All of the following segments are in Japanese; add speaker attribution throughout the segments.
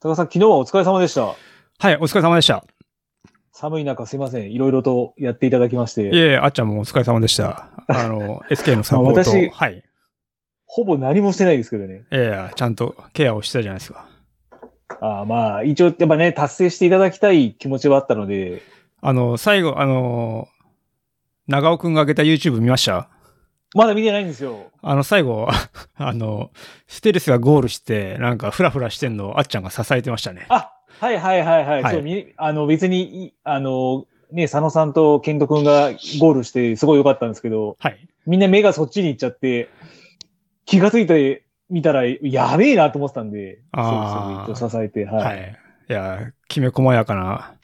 Speaker 1: 高田さん、昨日はお疲れ様でした。
Speaker 2: はい、お疲れ様でした。
Speaker 1: 寒い中すいません。いろいろとやっていただきまし
Speaker 2: い
Speaker 1: て、
Speaker 2: えいえ、あっちゃんもお疲れ様でした。あ の、SK のサポート。
Speaker 1: 私
Speaker 2: はい。
Speaker 1: ほぼ何もしてないですけどね。
Speaker 2: いやいや、ちゃんとケアをしてたじゃないですか。
Speaker 1: ああまあ、一応、やっぱね、達成していただきたい気持ちはあったので、
Speaker 2: あの、最後、あの、長尾くんが上げた YouTube 見ました
Speaker 1: まだ見てないんですよ。
Speaker 2: あの、最後、 あの、ステルスがゴールして、なんかフラフラしてんのをあっちゃんが支えてましたね。
Speaker 1: あはいはいはいはい。
Speaker 2: はい
Speaker 1: そうみあの別に、いあの、ね、佐野さんと健人くんがゴールしてすごい良かったんですけど、
Speaker 2: はい。
Speaker 1: みんな目がそっちに行っちゃって、気がついてみたら、やべえなと思ってたんで、
Speaker 2: あ
Speaker 1: そう
Speaker 2: ー
Speaker 1: ですね一応支えて、はい。
Speaker 2: はい。いや、きめ細やかな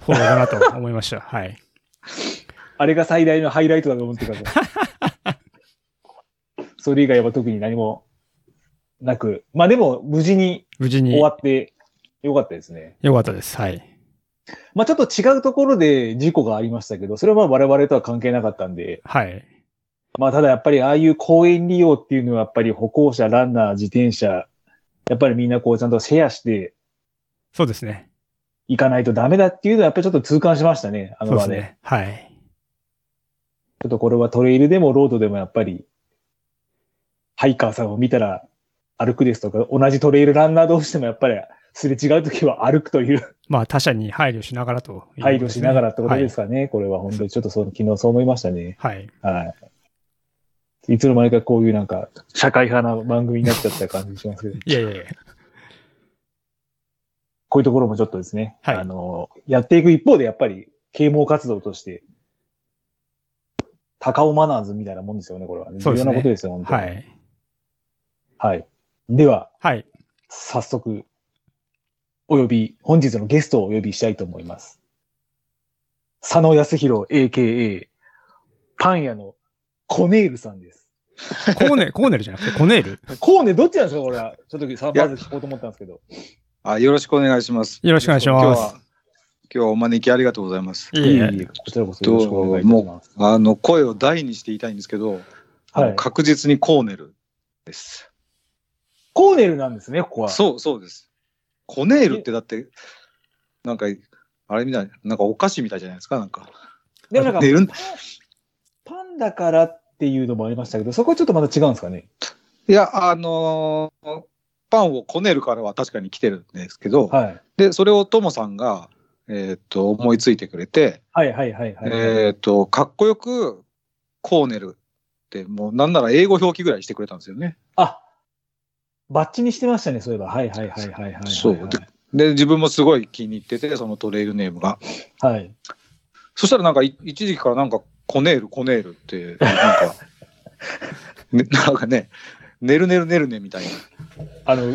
Speaker 2: フォローだなと思いました。はい。
Speaker 1: あれが最大のハイライトだと思ってください。それ以外は特に何もなく、まあでも無事に
Speaker 2: 無事に
Speaker 1: 終わって良かったですね。
Speaker 2: 良かったです。はい。
Speaker 1: まあちょっと違うところで事故がありましたけど、それはまあ我々とは関係なかったんで、
Speaker 2: はい。
Speaker 1: まあただやっぱりああいう公園利用っていうのはやっぱり歩行者、ランナー、自転車、やっぱりみんなこうちゃんとシェアして
Speaker 2: そうですね。
Speaker 1: いかないとダメだっていうのはやっぱりちょっと痛感しましたね、あ
Speaker 2: そ
Speaker 1: の
Speaker 2: うで
Speaker 1: 場
Speaker 2: す
Speaker 1: で。
Speaker 2: ね。はい。
Speaker 1: ちょっとこれはトレイルでもロードでもやっぱり、ハイカーさんを見たら歩くですとか、同じトレイルランナー同士でもやっぱりすれ違うときは歩くという
Speaker 2: まあ他者に配慮しながらということですね、
Speaker 1: 配慮しながらってことですすかね。これは本当にちょっとその昨日そう思いましたね。
Speaker 2: はい。はい。
Speaker 1: はい。いつの間にかこういうなんか社会派な番組になっちゃった感じしますけど、
Speaker 2: いやいやいや。
Speaker 1: こういうところもちょっとですね、
Speaker 2: はい
Speaker 1: あの、やっていく一方でやっぱり啓蒙活動として、高尾マナーズみたいなもんですよね、これは、ね。
Speaker 2: そうです
Speaker 1: 重
Speaker 2: ね
Speaker 1: 要なことですよ、本当に。
Speaker 2: はい。
Speaker 1: はい。では、
Speaker 2: はい。
Speaker 1: 早速、お呼び、本日のゲストをお呼びしたいと思います。佐野康弘 AKA、パン屋のコネールさんです。
Speaker 2: コーネ、コーネルじゃなくてコネール。
Speaker 1: コーネどっちなんですかこれは。ちょっとさ
Speaker 3: いや
Speaker 1: まず聞こうと思ったんですけど。
Speaker 3: あ、よろしくお願いします。
Speaker 2: よろしくお願いしま
Speaker 3: 今日
Speaker 2: す
Speaker 3: は。、今日はお招きありがとうございます。
Speaker 2: いえいえ
Speaker 1: ええこちらこそよろしくお願いいたします。
Speaker 3: あの、声を大にして言いたいんですけど、あの
Speaker 1: はい
Speaker 3: 確実にコーネルです。
Speaker 1: コーネルなんですね、ここは。
Speaker 3: そう、そうです。コネールってだって、なんか、あれみたい、なんかお菓子みたいじゃないですか、なんか。
Speaker 1: でもなんか
Speaker 3: 寝るん
Speaker 1: パンダからっていうのもありましたけど、そこはちょっとまた違うんですかね。
Speaker 3: いや、あのーパンをこねるからは確かに来てるんですけど、
Speaker 1: はい。
Speaker 3: で、それをともさんが、えーっと、思いついてくれて、
Speaker 1: はいはいはいはい。
Speaker 3: えーっと、かっこよく、コーネルって、もうなんなら英語表記ぐらいしてくれたんですよね。
Speaker 1: あ、バッチにしてましたね、そういえば。はいはいはいはいはいはい。
Speaker 3: そうで、自分もすごい気に入ってて、そのトレイルネームが。
Speaker 1: はい。
Speaker 3: そしたらなんか、い一時期からなんか、コネール、コネールって、なんか、ね、 なんかね、ねるねるねるねみたい
Speaker 1: あの、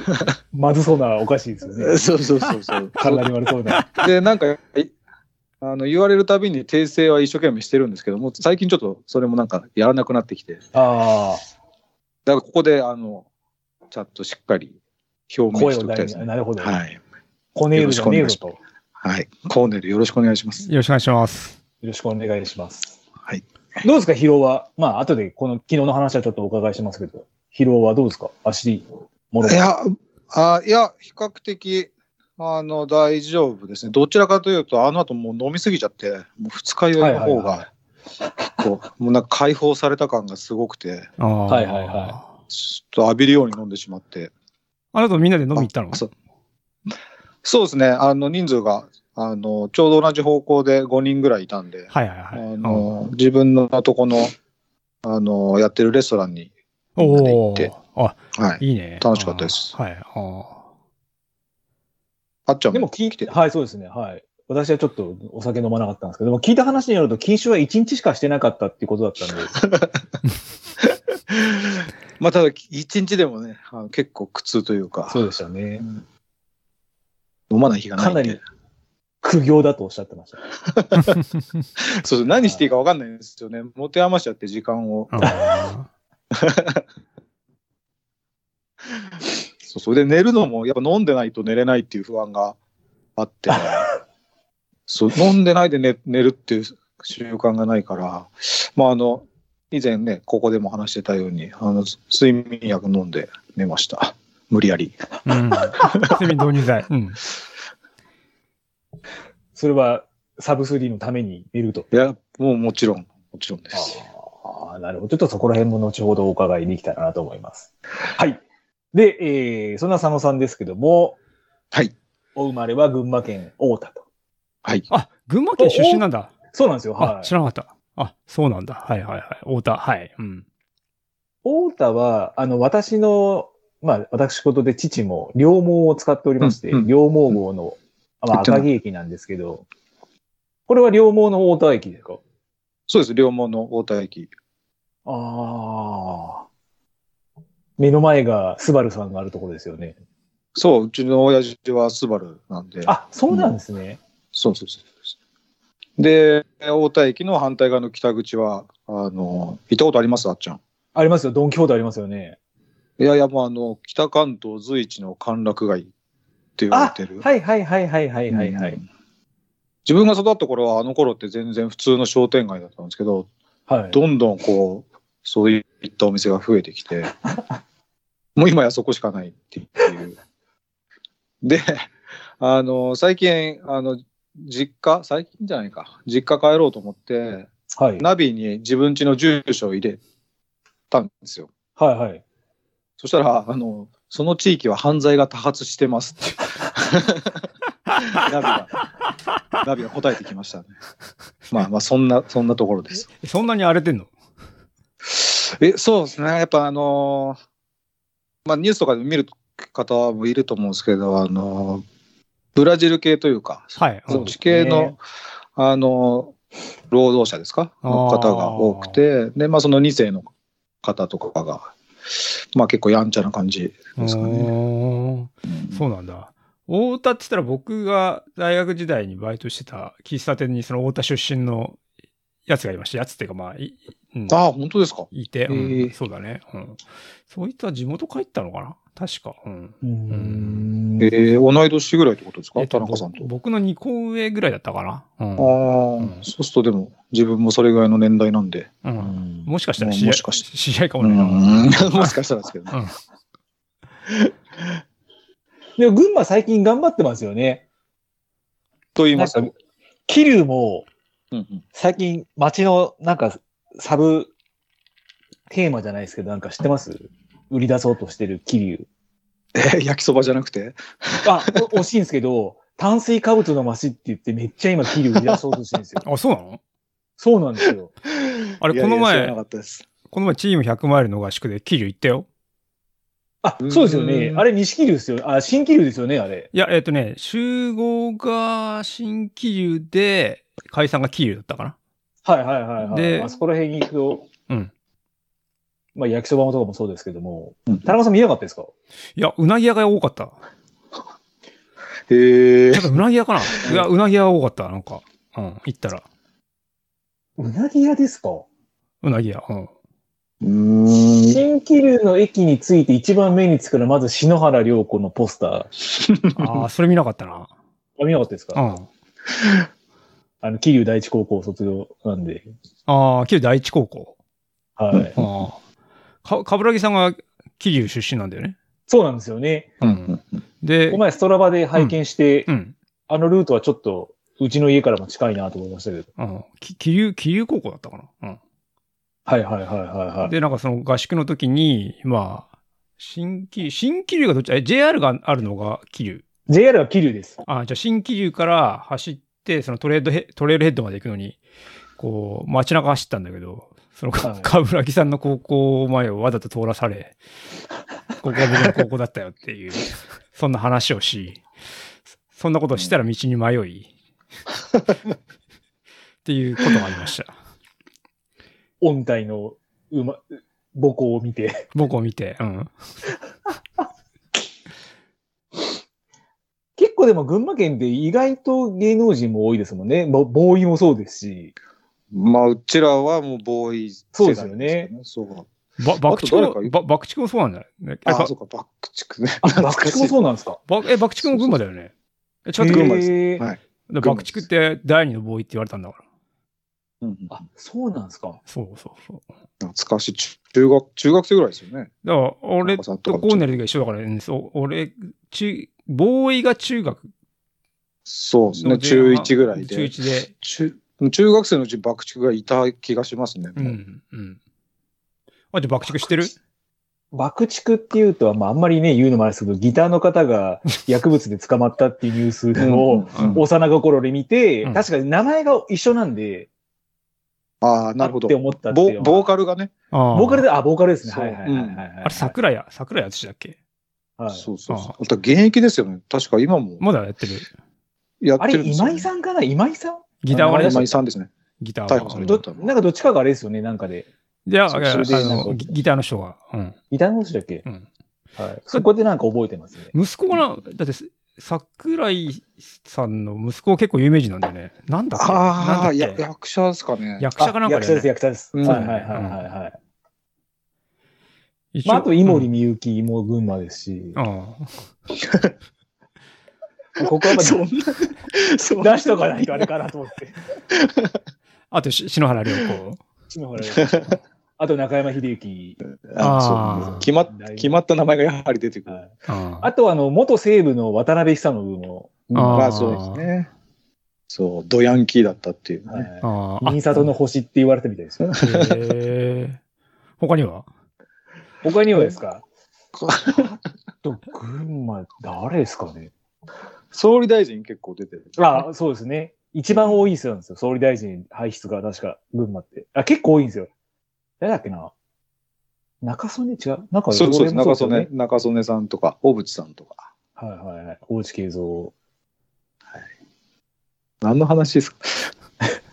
Speaker 1: まずそうなおかしいですよね
Speaker 3: な。。そうそうそうそう。
Speaker 1: 体に悪そう な。
Speaker 3: で、なんか、いあの言われるたびに訂正は一生懸命してるんですけども、最近ちょっとそれもなんかやらなくなってきて、だか
Speaker 1: ああ、
Speaker 3: らここで、あの、ちゃんとしっかり表明
Speaker 1: 声
Speaker 3: し
Speaker 1: を
Speaker 3: ておきたい
Speaker 1: 大
Speaker 3: です
Speaker 1: に。
Speaker 3: ね。
Speaker 1: なるほど。
Speaker 3: はい。
Speaker 1: コネールじゃねえよと。よ
Speaker 3: はい。コーネルよろしくお願いします。
Speaker 2: よろしくお願いします。
Speaker 1: ろしくお願いします。
Speaker 3: はい。
Speaker 1: どうですか、疲労は。まあ、後で、この、昨日の話はちょっとお伺いしますけど、疲労はどうですか足、もろ
Speaker 3: いや、あいや、比較的、あの、大丈夫ですね。どちらかというと、あの後もう飲みすぎちゃって、もう二日酔いの
Speaker 1: はいは
Speaker 3: 方
Speaker 1: いは
Speaker 3: が、こう、もうなんか解放された感がすごくて、
Speaker 2: ああ。
Speaker 1: はいはいは
Speaker 3: ちょっと浴びるように飲んでしまって。
Speaker 2: あなたとみんなで飲み行ったの
Speaker 3: あそうそうですね。あの、人数が、あの、ちょうど同じ方向で5人ぐらいいたんで、
Speaker 2: はいはいはい。
Speaker 3: あ
Speaker 2: うん
Speaker 3: の、自分のとこの、あの、やってるレストランに、みんなで行
Speaker 2: お
Speaker 3: って
Speaker 2: ー。あ、
Speaker 3: はい。
Speaker 2: いいね。
Speaker 3: 楽しかったです
Speaker 2: あーはい。あ
Speaker 3: あっちゃ
Speaker 1: い。
Speaker 3: ん
Speaker 1: でも聞いて、はい、そうですね。はい。私はちょっとお酒飲まなかったんですけど、でも聞いた話によると、禁酒は1日しかしてなかったっていうことだったんで、
Speaker 3: まあ、ただ、一日でもね、あの結構苦痛というか、
Speaker 1: そうでしたね。
Speaker 3: 飲まない日がないんで。
Speaker 1: かなり苦行だとおっしゃってました。
Speaker 3: そうそう、何していいか分かんないんですよね。持て余しちゃって時間を。
Speaker 2: ーあ
Speaker 3: そうそう。で、寝るのも、やっぱ飲んでないと寝れないっていう不安が あって、そう、飲んでないで寝寝るっていう習慣がないから、まあ、あの、以前ね、ここでも話してたように、あの、睡眠薬飲んで寝ました。無理やり。
Speaker 2: うん。睡眠導入剤。うん。
Speaker 1: それはサブスリーのために寝ると。
Speaker 3: いや、もうもちろん、もちろんです。
Speaker 1: ああ、なるほど。ちょっとそこら辺も後ほどお伺いできたらなと思います。はい。で、えー、そんな佐野さんですけども、
Speaker 3: はい。
Speaker 1: お生まれは群馬県太田と。
Speaker 3: はい。
Speaker 2: あ、群馬県出身なんだ。
Speaker 1: そうなんですよ。
Speaker 2: あ
Speaker 1: は、い。
Speaker 2: 知らなかった。あ、そうなんだ。はいはいはい。太田、はい。うん。
Speaker 1: 太田は、あの、私の、まあ、私事で父も、両毛を使っておりまして、
Speaker 3: うんうん
Speaker 1: 両毛号の、まあ、
Speaker 3: 言ってない
Speaker 1: 赤城駅なんですけど、これは両毛の太田駅ですか
Speaker 3: そうです。両門の大田駅。
Speaker 1: ああ。目の前がスバルさんがあるところですよね。
Speaker 3: そう、うちの親父はスバルなんで。
Speaker 1: あ、そうなんですね。
Speaker 3: そうそうそうそう。で、大田駅の反対側の北口は、あの、行ったことありますあっちゃん。
Speaker 1: ありますよ。ドンキホーテありますよね。
Speaker 3: いやいや、もうあの、北関東随一の歓楽街って言われ
Speaker 1: あ
Speaker 3: てる。、
Speaker 1: はいはいはいはいはいはいはい。
Speaker 3: うん自分が育った頃は、あの頃って全然普通の商店街だったんですけど、
Speaker 1: はい。
Speaker 3: どんどんこう、そういったお店が増えてき て、もう今やそこしかないっていう。で、あの、最近、あの、実家、最近じゃないか、実家帰ろうと思って、
Speaker 1: はい。
Speaker 3: ナビに自分家の住所を入れたんですよ。
Speaker 1: はいはい。
Speaker 3: そしたら、あの、その地域は犯罪が多発してますっていう。 ナビが、ナビが答えてきましたね。まあまあ、そんな、そんなところです。
Speaker 2: えそんなに荒れてんの
Speaker 3: え、そうですね。やっぱあのーまあニュースとかで見る方もいると思うんですけど、あのーブラジル系というか、
Speaker 2: はい。
Speaker 1: そう
Speaker 3: そっち系の、
Speaker 1: ね
Speaker 3: あのー労働者ですかの方が多くて、で、まあその2世の方とかが、まあ結構やんちゃな感じですかね。
Speaker 2: おーそうなんだ。太田って言ったら僕が大学時代にバイトしてた喫茶店にその太田出身のやつがいました。やつっていうかまあ、いうん
Speaker 3: ああ、本当ですか。
Speaker 2: いて、うん
Speaker 3: へえ
Speaker 2: そうだね。うん。そういった地元帰ったのかな確か。うん。
Speaker 1: うーん
Speaker 3: えー、同い年ぐらいってことです
Speaker 2: え
Speaker 3: か
Speaker 2: っと
Speaker 3: 田中さんと。
Speaker 2: 僕の2個上ぐらいだったかな。うん。
Speaker 3: ああ、そうするとでも、自分もそれぐらいの年代なんで。
Speaker 2: うん
Speaker 1: うん
Speaker 2: もしかしたら
Speaker 3: もう
Speaker 2: 知り合い、
Speaker 3: もしかし
Speaker 2: 知り合いかも
Speaker 3: う
Speaker 2: ね。
Speaker 3: ん、 もしかしたら ですけどね。
Speaker 1: でも群馬最近頑張ってますよね。
Speaker 3: と言い
Speaker 1: な
Speaker 3: ま
Speaker 1: ん
Speaker 3: すと
Speaker 1: か、桐生も
Speaker 3: うんうん
Speaker 1: 最近街のなんかサブテーマじゃないですけど、なんか知ってます売り出そうとしてる桐生。
Speaker 3: え焼きそばじゃなくて
Speaker 1: あ、お 惜しいんですけど、炭水化物の街って言ってめっちゃ今桐生売り出そうとしてるんですよ。
Speaker 2: あ、そうなの
Speaker 1: そうなんですよ。
Speaker 2: あれ
Speaker 3: いやい
Speaker 2: こ
Speaker 3: や
Speaker 2: の前
Speaker 3: 知らなかったです。
Speaker 2: この前チーム100マイルの合宿で桐生行ったよ。
Speaker 1: あ、そうですよね
Speaker 3: う。ん
Speaker 1: あれ西桐生ですよ。あ、新桐生ですよね、あれ。
Speaker 2: いや、えっ、とね、集合が新桐生で、解散が桐生だったか
Speaker 1: はいはいはいはい。
Speaker 2: で
Speaker 1: あそこら辺に行くと、
Speaker 2: な。うん。
Speaker 1: まあ焼きそばとかもそうですけども、
Speaker 3: うん
Speaker 1: 田中さん見なかったですか
Speaker 2: いや、うなぎ屋が多かった。
Speaker 3: へえ
Speaker 2: やっ。ぱうなぎ 屋かないや、うなぎ屋が多かった、なんか。うん、行ったら。
Speaker 1: うなぎ屋ですか
Speaker 2: うなぎ屋。 うん。
Speaker 3: うーん。
Speaker 1: 新桐生の駅について一番目につくのは、まず篠原涼子のポスター。
Speaker 2: ああ、それ見なかったな。
Speaker 1: あ、見なかったです
Speaker 2: う
Speaker 1: か
Speaker 2: ん。
Speaker 1: あの、桐生第一高校卒業なんで。
Speaker 2: ああ、桐生第一高校。
Speaker 1: はい。
Speaker 2: あ あ。か、かぶらぎさんが桐生出身なんだよね。
Speaker 1: そうなんですよね。
Speaker 3: うんうんうん
Speaker 2: で
Speaker 1: お、前ストラバで拝見して、
Speaker 2: うん。
Speaker 1: あのルートはちょっと、うちの家からも近いなと思いましたけど。
Speaker 2: うん。き桐生、桐生高校だったかな。うん。
Speaker 1: はいはいはいはいはい。
Speaker 2: で、なんかその合宿の時に、まあ、新桐生、新桐生がどっちえ、JR があるのが桐生。
Speaker 1: JR は桐生です。
Speaker 2: あ、じゃあ新桐生から走って、そのトレードヘ、トレールヘッドまで行くのに、こう、街中走ったんだけど、その
Speaker 1: はい
Speaker 2: か、ぶらさんの高校前をわざと通らされ、ここが僕の高校だったよっていう、そんな話をし、そんなことをしたら道に迷い、っていうことがありました。
Speaker 1: 音体のうま、母校を見て。
Speaker 2: 僕を見て、うん。
Speaker 1: 結構でも群馬県って意外と芸能人も多いですもんね。ぼボーイもそうですし。
Speaker 3: まあ、うちらはもうボーイ世代けどそう。
Speaker 2: ば、爆竹
Speaker 3: あと誰か
Speaker 2: も、
Speaker 3: い
Speaker 2: ば、爆竹もそうなんだよね。え
Speaker 3: あ、
Speaker 2: ば
Speaker 3: そうか、バックチクね。
Speaker 1: あ、爆竹もそうなんですか。
Speaker 2: ばえ、爆竹も群馬だよね。え、ちょっと
Speaker 3: 群
Speaker 2: 群馬
Speaker 3: 馬です
Speaker 1: へー
Speaker 3: はい
Speaker 2: だから爆竹って第二のボーイって言われたんだから。
Speaker 3: うんうん
Speaker 1: あ、そうなんですか。
Speaker 2: そうそうそう。
Speaker 3: 懐かしい。中中学、中学生ぐらいですよね。
Speaker 2: だから、俺
Speaker 3: なんかさ
Speaker 2: と
Speaker 3: とか
Speaker 2: コーネルが一緒だからね、そう、俺、中、ボーイが中学
Speaker 3: そうです
Speaker 2: の
Speaker 3: ね。中1ぐらい
Speaker 2: 中
Speaker 3: で。
Speaker 2: 1で。
Speaker 3: 中中学生のうちに爆竹がいた気がしますね。
Speaker 2: う、
Speaker 3: もうん
Speaker 2: うん。あ、じゃあ爆竹してる
Speaker 1: 爆竹っていうと、まあ、あんまりね、言うのもあれですけど、ギターの方 が薬物で捕まったっていうニュースを、
Speaker 3: うん
Speaker 1: 幼心で見て、
Speaker 2: うん
Speaker 1: 確かに名前が一緒なんで、
Speaker 3: ああ、なるほど
Speaker 1: って。思ったって
Speaker 3: ボ
Speaker 1: いうのは
Speaker 3: ボーカルがね。
Speaker 2: ああ
Speaker 1: ボーカルで、あ、ボーカルですね。
Speaker 3: そう
Speaker 1: はいはいはいはいはい。
Speaker 2: あれ、桜屋、桜屋淳だっけ
Speaker 1: はい
Speaker 3: そうそうそう
Speaker 2: ああ。
Speaker 3: あと現役ですよね。確か今も
Speaker 2: まだやってる。
Speaker 3: やっ
Speaker 1: あ
Speaker 3: て
Speaker 1: れ、
Speaker 3: るんですよ、
Speaker 1: 今井さんかな今井さん
Speaker 2: ギターはね
Speaker 1: 名前
Speaker 3: 今
Speaker 1: 出
Speaker 3: 井
Speaker 1: し
Speaker 3: さんですね。
Speaker 2: ギター
Speaker 3: 逮捕され
Speaker 2: は。
Speaker 3: た
Speaker 1: どなんかどっちかがあれですよね、なんかで。
Speaker 2: じゃあ、あ
Speaker 3: そ
Speaker 2: あ
Speaker 3: それで
Speaker 1: なんか
Speaker 2: の、ギギターの人が。うん。
Speaker 1: ギターの人だっけ
Speaker 2: うん。
Speaker 1: はい。そこでなんか覚えてますね。
Speaker 2: 息子がな、だって、桜井さんの息子は結構有名人なんだよね。なんだっけなんだっ
Speaker 3: ああ、
Speaker 2: け
Speaker 3: や役者ですかね。
Speaker 2: 役者かなんか
Speaker 1: あ役者です、
Speaker 2: だよね
Speaker 1: 役者です。
Speaker 3: うん
Speaker 1: はいはいはいはいはい。
Speaker 2: 一応
Speaker 1: まあ、あと、井森
Speaker 2: うん
Speaker 1: 美幸も群馬ですし、
Speaker 2: ああ
Speaker 1: ここはやっぱ
Speaker 3: そんな、そん
Speaker 1: 出しとかないとあれかなと思 って。
Speaker 2: あとし、篠原涼子。
Speaker 1: 篠原あと中山秀幸。
Speaker 3: あそう
Speaker 2: あー
Speaker 3: 決まっ決まった名前がやはり出てく
Speaker 1: は
Speaker 3: る。
Speaker 1: い
Speaker 2: ああ
Speaker 1: あと、あの、元西武の渡辺久信も、
Speaker 2: あー
Speaker 3: まあそうですね。そう、ドヤンキーだったっていうね、
Speaker 1: は
Speaker 2: あ
Speaker 1: い
Speaker 2: あ。
Speaker 1: 新里の星って言われたみたいですよ。
Speaker 2: へえ。他に は
Speaker 1: 他にはです か
Speaker 3: こ
Speaker 1: あと、群馬、誰ですかね
Speaker 3: 総理大臣結構出てる。
Speaker 1: ああ、そうですね。一番多い人なんですよ。総理大臣輩出が確か、群馬って。あ、結構多いんですよ。誰だっけな中曽根違うなんか、
Speaker 3: そうそうで
Speaker 1: 俺
Speaker 3: す。中
Speaker 1: もそ
Speaker 3: 曽
Speaker 1: うですよ
Speaker 3: 根、中曽根さんとか、小渕さんとか。
Speaker 1: はいはいはい。大内慶三。
Speaker 3: 何の話ですか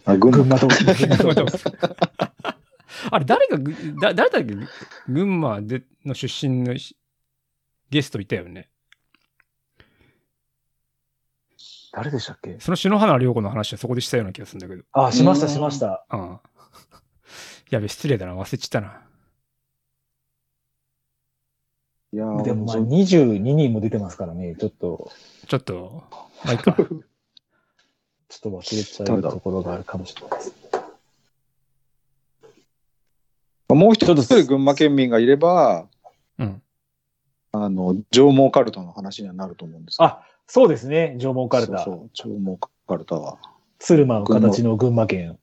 Speaker 3: あ、群
Speaker 1: 群
Speaker 3: 馬。
Speaker 1: 馬と。
Speaker 2: あれ、誰がぐ、だ誰だっけ群馬での出身のしゲストいたよね。
Speaker 1: 誰でしたっけ
Speaker 2: その篠原涼子の話はそこでしたような気がするんだけど。
Speaker 1: あ、しました
Speaker 3: うん
Speaker 1: しました。
Speaker 2: ああ。やべ、失礼だな。忘れちゃったな。
Speaker 3: いやー
Speaker 1: でもまあ
Speaker 3: そう
Speaker 1: 22人も出てますからね、ちょっと、
Speaker 2: ちょっと、まあ、いいか。
Speaker 1: ちょっと忘れちゃ
Speaker 3: 誰
Speaker 1: う
Speaker 3: だろう
Speaker 1: ところがあるかもしれないです。
Speaker 3: もう一人群馬県民がいれば、
Speaker 2: うん。
Speaker 3: あの、上毛カルタの話にはなると思うんですけど
Speaker 1: あ、そうですね、縄文カルタ
Speaker 3: そ。うそう、上毛カルタは。
Speaker 1: 鶴間の形の群馬県。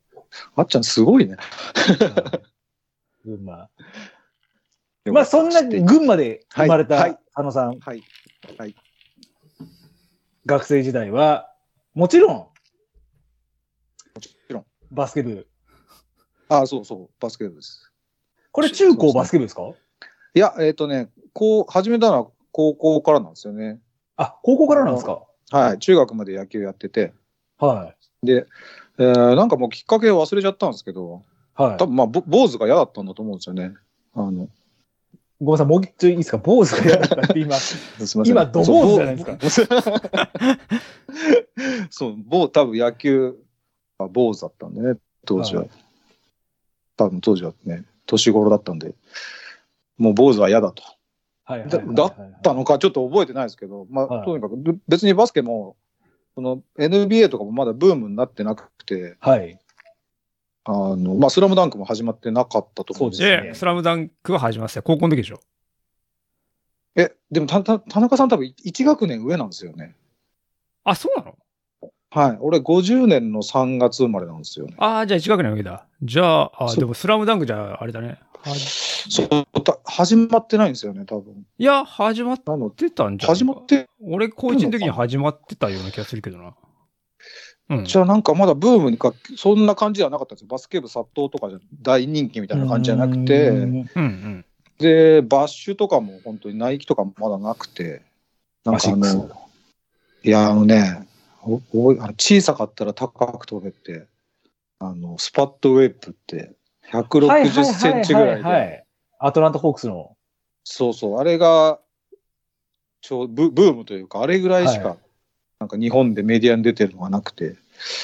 Speaker 3: あっちゃんすごいね。
Speaker 1: 群馬。まあそんな
Speaker 3: はい
Speaker 1: 群馬で生まれ
Speaker 3: はいは
Speaker 1: た
Speaker 3: い
Speaker 1: 佐野さん、
Speaker 3: はい。
Speaker 1: 学生時代は、もちろん、
Speaker 3: ちろん
Speaker 1: バスケ部。
Speaker 3: あそうそう、バスケ部です。
Speaker 1: これ中高バスケ部ですか
Speaker 3: いや、えっ、とね、こう、始めたのは高校からなんですよね。
Speaker 1: あ、高校からなんですか
Speaker 3: はい。中学まで野球やってて。
Speaker 1: は
Speaker 3: で、えーなんかもうきっかけ忘れちゃったんですけど、
Speaker 1: い。はい
Speaker 3: 多。分まあ、ぼ坊主が嫌だったんだと思うんですよね。あの、
Speaker 1: ごめんなさい、もうちょいいいですか坊主がやったって今。
Speaker 3: すみません。
Speaker 1: 今ド坊主じゃないです
Speaker 3: か。 そう、坊、多分野球は坊主だったんでね、当時は。
Speaker 1: はい
Speaker 3: 多分当時はね、年頃だったんで、もう坊主は嫌だと。
Speaker 1: はいはいはい
Speaker 3: だ
Speaker 1: はい
Speaker 3: だったのかちょっと覚えてないですけど、まあ、
Speaker 1: はい
Speaker 3: とにかくぶ別にバスケも、その NBA とかもまだブームになってなくて、
Speaker 1: はい。
Speaker 3: あの、まあ、スラムダンクも始まってなかったと思うんですよ
Speaker 1: そうですね
Speaker 2: で、スラムダンクは始まってたよ高校の時でしょ。
Speaker 3: え、でもたた田中さん多分1学年上なんですよね。
Speaker 2: あ、そうなの
Speaker 3: はい。俺50年の3月生まれなんですよね。
Speaker 2: ああ、じゃあ1学年上だ。じゃあ、あ
Speaker 3: そう
Speaker 2: でもスラムダンクじゃあれだね。は
Speaker 3: そう、た始まってないんですよね、多分。
Speaker 2: いや、始まっ
Speaker 3: なので、
Speaker 2: てたんじゃない
Speaker 3: 始まって、
Speaker 2: 俺、高1の時に始まってたような気がするけどな。うん。
Speaker 3: じゃあなんかまだブームにか、そんな感じではなかったんですよ。バスケ部殺到とかじゃ大人気みたいな感じじゃなく
Speaker 1: う
Speaker 3: て、
Speaker 1: ん
Speaker 2: うんうん。
Speaker 3: で、バッシュとかも本当にナイキとかもまだなくて、なんかあ
Speaker 1: アシッ
Speaker 3: の、いや、あのね、おおいあの小さかったら高く飛べって、あの、スパッドウェイプって、160センチぐらい
Speaker 1: ははは
Speaker 3: で、
Speaker 1: はアトランタホークスの。
Speaker 3: そうそう、あれが、ちょうブブームというか、あれぐらいし
Speaker 1: は
Speaker 3: か、なんか日本でメディアに出てるのがなくて、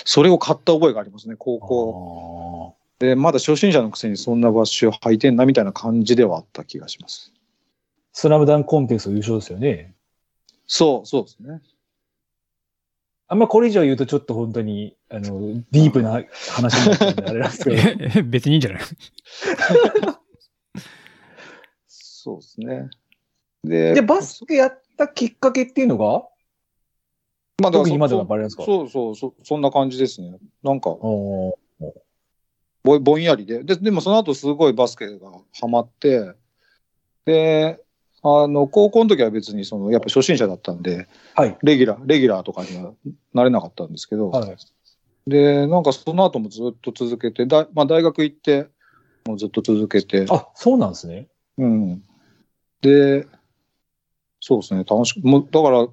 Speaker 3: それを買った覚えがありますね、高校。
Speaker 1: こ
Speaker 3: で、まだ初心者のくせにそんなバッシュ履いてんなみたいな感じではあった気がします。
Speaker 1: う。スラムダンクコンテスト優勝ですよね。
Speaker 3: そう、そうですね。
Speaker 1: あんまこれ以上言うとちょっと本当に、あの、ディープな話になっちゃうんで、あれなんですけど。
Speaker 2: ええ別にいいんじゃ ない
Speaker 3: そうですね。で
Speaker 1: で、バスケやったきっかけっていうのが
Speaker 3: まあだから
Speaker 1: 特に今で
Speaker 3: そ
Speaker 1: のバレなんですか
Speaker 3: そうそうそ、そんな感じですね。なんか、
Speaker 1: おー
Speaker 3: ぼぼんやりでで。でもその後すごいバスケがハマって、で、あの、高校の時は別にその、やっぱ初心者だったんで、
Speaker 1: はい。
Speaker 3: レギュラー、レギュラーとかにはなれなかったんですけど、
Speaker 1: はい。
Speaker 3: で、なんかその後もずっと続けて、だまあ、大学行って、もうずっと続けて、
Speaker 1: あ、そうなんですね。
Speaker 3: うん。で、そうですね、楽しく、もうだから、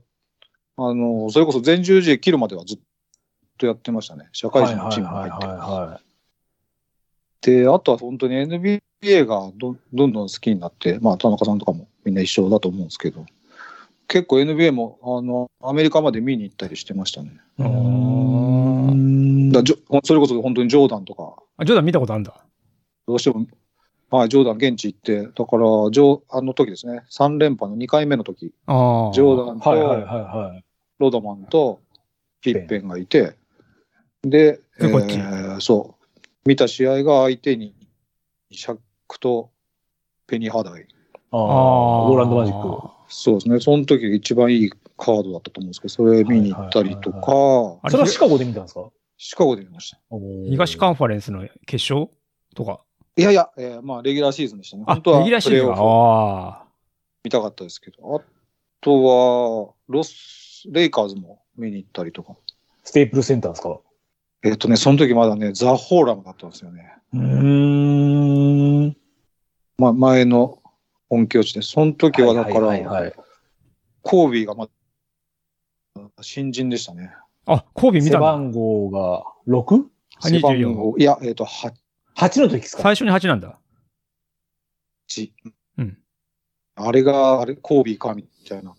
Speaker 3: あの、それこそ前十字切るまではずっとやってましたね。社会人のチームに入って。
Speaker 1: はいはいはいはいはい。
Speaker 3: で、あとは本当に NBA がどどんどん好きになって、まあ田中さんとかもみんな一緒だと思うんですけど、結構 NBA もあのアメリカまで見に行ったりしてましたね。
Speaker 1: うーん
Speaker 3: だからジョそれこそ本当にジョーダンとか、
Speaker 2: あ、ジョーダン見たことあるんだ。
Speaker 3: どうしても、はい、ジョーダン現地行って、だからジョーあの時ですね、3連覇の2回目の時、
Speaker 2: ああ。
Speaker 3: ジョーダン
Speaker 1: はいはいはい
Speaker 3: と
Speaker 1: はい。
Speaker 3: ロドマンとピッペンがいて、で、
Speaker 2: でこっち
Speaker 3: ーそう、見た試合が相手にシャックとペニーハーダイ。
Speaker 1: ああ、
Speaker 2: あ
Speaker 1: ゴーランドマジック。
Speaker 3: そうですね、その時が一番いいカードだったと思うんですけど、それ見に行ったりと
Speaker 1: はい
Speaker 3: か、
Speaker 2: あ
Speaker 1: それはシ
Speaker 2: れ、
Speaker 1: カゴで見たんですか
Speaker 3: シカゴで見ました。
Speaker 2: 東カ
Speaker 1: ン。
Speaker 2: ンファレンスの決勝とか。
Speaker 3: いやいや、えーまあ、レギュラーシーズンでしたね。
Speaker 2: あ、レ
Speaker 3: 本当は
Speaker 2: ギュラーシ
Speaker 3: プ
Speaker 2: ー
Speaker 3: レ
Speaker 2: ズ
Speaker 3: ー
Speaker 2: ンか。
Speaker 3: オフを
Speaker 2: あ
Speaker 3: 見たかったですけど、あとは、ロス、レイカーズも見に行ったりとか。
Speaker 1: ステープルセンターですかう
Speaker 3: えっ、とね、その時まだね、ザ・ホーラムだったんですよね。
Speaker 1: ーん。
Speaker 3: まあ、前の本拠地で。その時はだから、
Speaker 1: はいはいはい
Speaker 3: コービーがまだ新人でしたね。
Speaker 2: あ。あ、コービー見
Speaker 1: 背
Speaker 2: たんだ。
Speaker 1: 番号が 6?8
Speaker 2: あ24
Speaker 3: 背番号いや、えっ、と、8。
Speaker 1: の時ですか
Speaker 2: 最初に8なんだ。うん
Speaker 3: あれが、あれ、コービーかみたいな、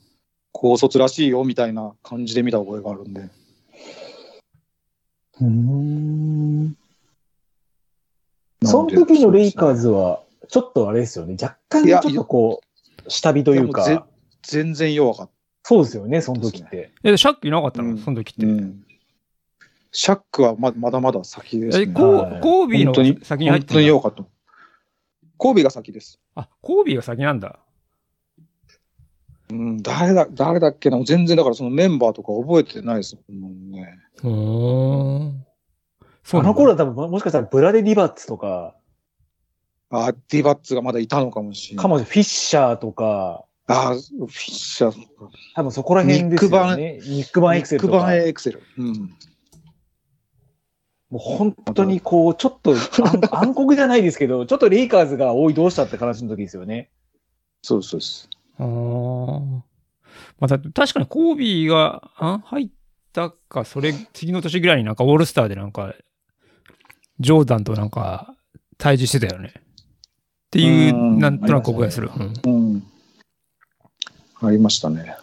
Speaker 3: 高卒らしいよみたいな感じで見た覚えがあるんで、
Speaker 1: うーん。
Speaker 3: な
Speaker 1: そ
Speaker 3: ん
Speaker 1: の
Speaker 3: で
Speaker 1: 時のレイカーズは、ちょっとあれですよね。若干
Speaker 3: いや
Speaker 1: ちょっとこう、下火という
Speaker 3: いやも
Speaker 1: か
Speaker 3: う、全然弱かっ
Speaker 1: そうですよね、その時って。
Speaker 2: え、シャックいなかった
Speaker 3: う
Speaker 2: の
Speaker 3: ん。
Speaker 2: その時ったて。
Speaker 3: シャックはままだまだ先ですね。
Speaker 2: え、コ
Speaker 1: は
Speaker 2: ー
Speaker 1: い
Speaker 2: コービーの
Speaker 3: 本当に
Speaker 2: 先に入っ
Speaker 3: 本
Speaker 2: て
Speaker 3: 当に
Speaker 2: んだ
Speaker 3: 弱かった。コービーが先です。
Speaker 2: あ、コービーが先なんだ。
Speaker 3: うん、誰だ、誰だっけな、もう全然だからそのメンバーとか覚えてないですもんね。
Speaker 2: うーん。そ
Speaker 1: あ
Speaker 2: うなんだ
Speaker 1: の頃は多分、ももしかしたらブラデ・リバッツとか、
Speaker 3: あ、ディバッツがまだいたのかもしれない。
Speaker 1: かもしれないフィッシャーとか、
Speaker 3: あ、フィッシャー、
Speaker 1: 多分そこら辺ですよね。ニックバンエクセル
Speaker 3: ク
Speaker 1: と
Speaker 3: バ
Speaker 1: か
Speaker 3: ン。エクセル。うん。
Speaker 1: もう本当にこう、ちょっと暗暗黒じゃないですけど、ちょっとレイカーズが多いどうしたって話の時ですよね。
Speaker 3: そうですそうです。
Speaker 2: あーまあ、だ確かにコービーが、あ入ったか、それ、次の年ぐらいになんかオールスターでなんか、ジョーダンとなんか、対峙してたよね。っていうう、
Speaker 3: ん
Speaker 2: なんとなく覚えする。うん
Speaker 3: うん。ありましたね。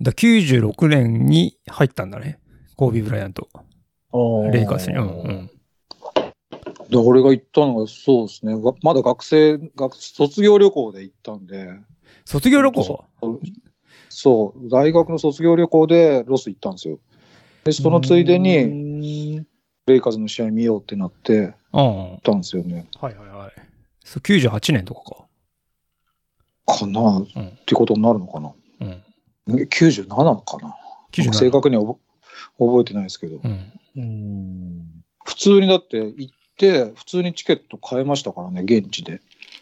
Speaker 2: だ96年に入ったんだね。コービー・ブライアント。レイカーズに。うんうん
Speaker 3: で、俺が行ったのが、そうですね。がまだ学生、学卒業旅行で行ったんで、
Speaker 2: 卒業旅行
Speaker 3: そう、大学の卒業旅行でロス行ったんですよ。で、そのついでに、
Speaker 1: に、
Speaker 3: レイカーズの試合見ようってなって、行っ
Speaker 2: うん。は
Speaker 3: たんですよね。
Speaker 2: いはいはい。そう、98年とかか。
Speaker 3: かなっていうことになるのかな。
Speaker 2: うん。
Speaker 3: え97かな。
Speaker 2: 97
Speaker 3: 正確には覚覚えてないですけど。
Speaker 2: うん。
Speaker 1: うん。
Speaker 3: 普通にだって行って、普通にチケット買えましたからね、現地で。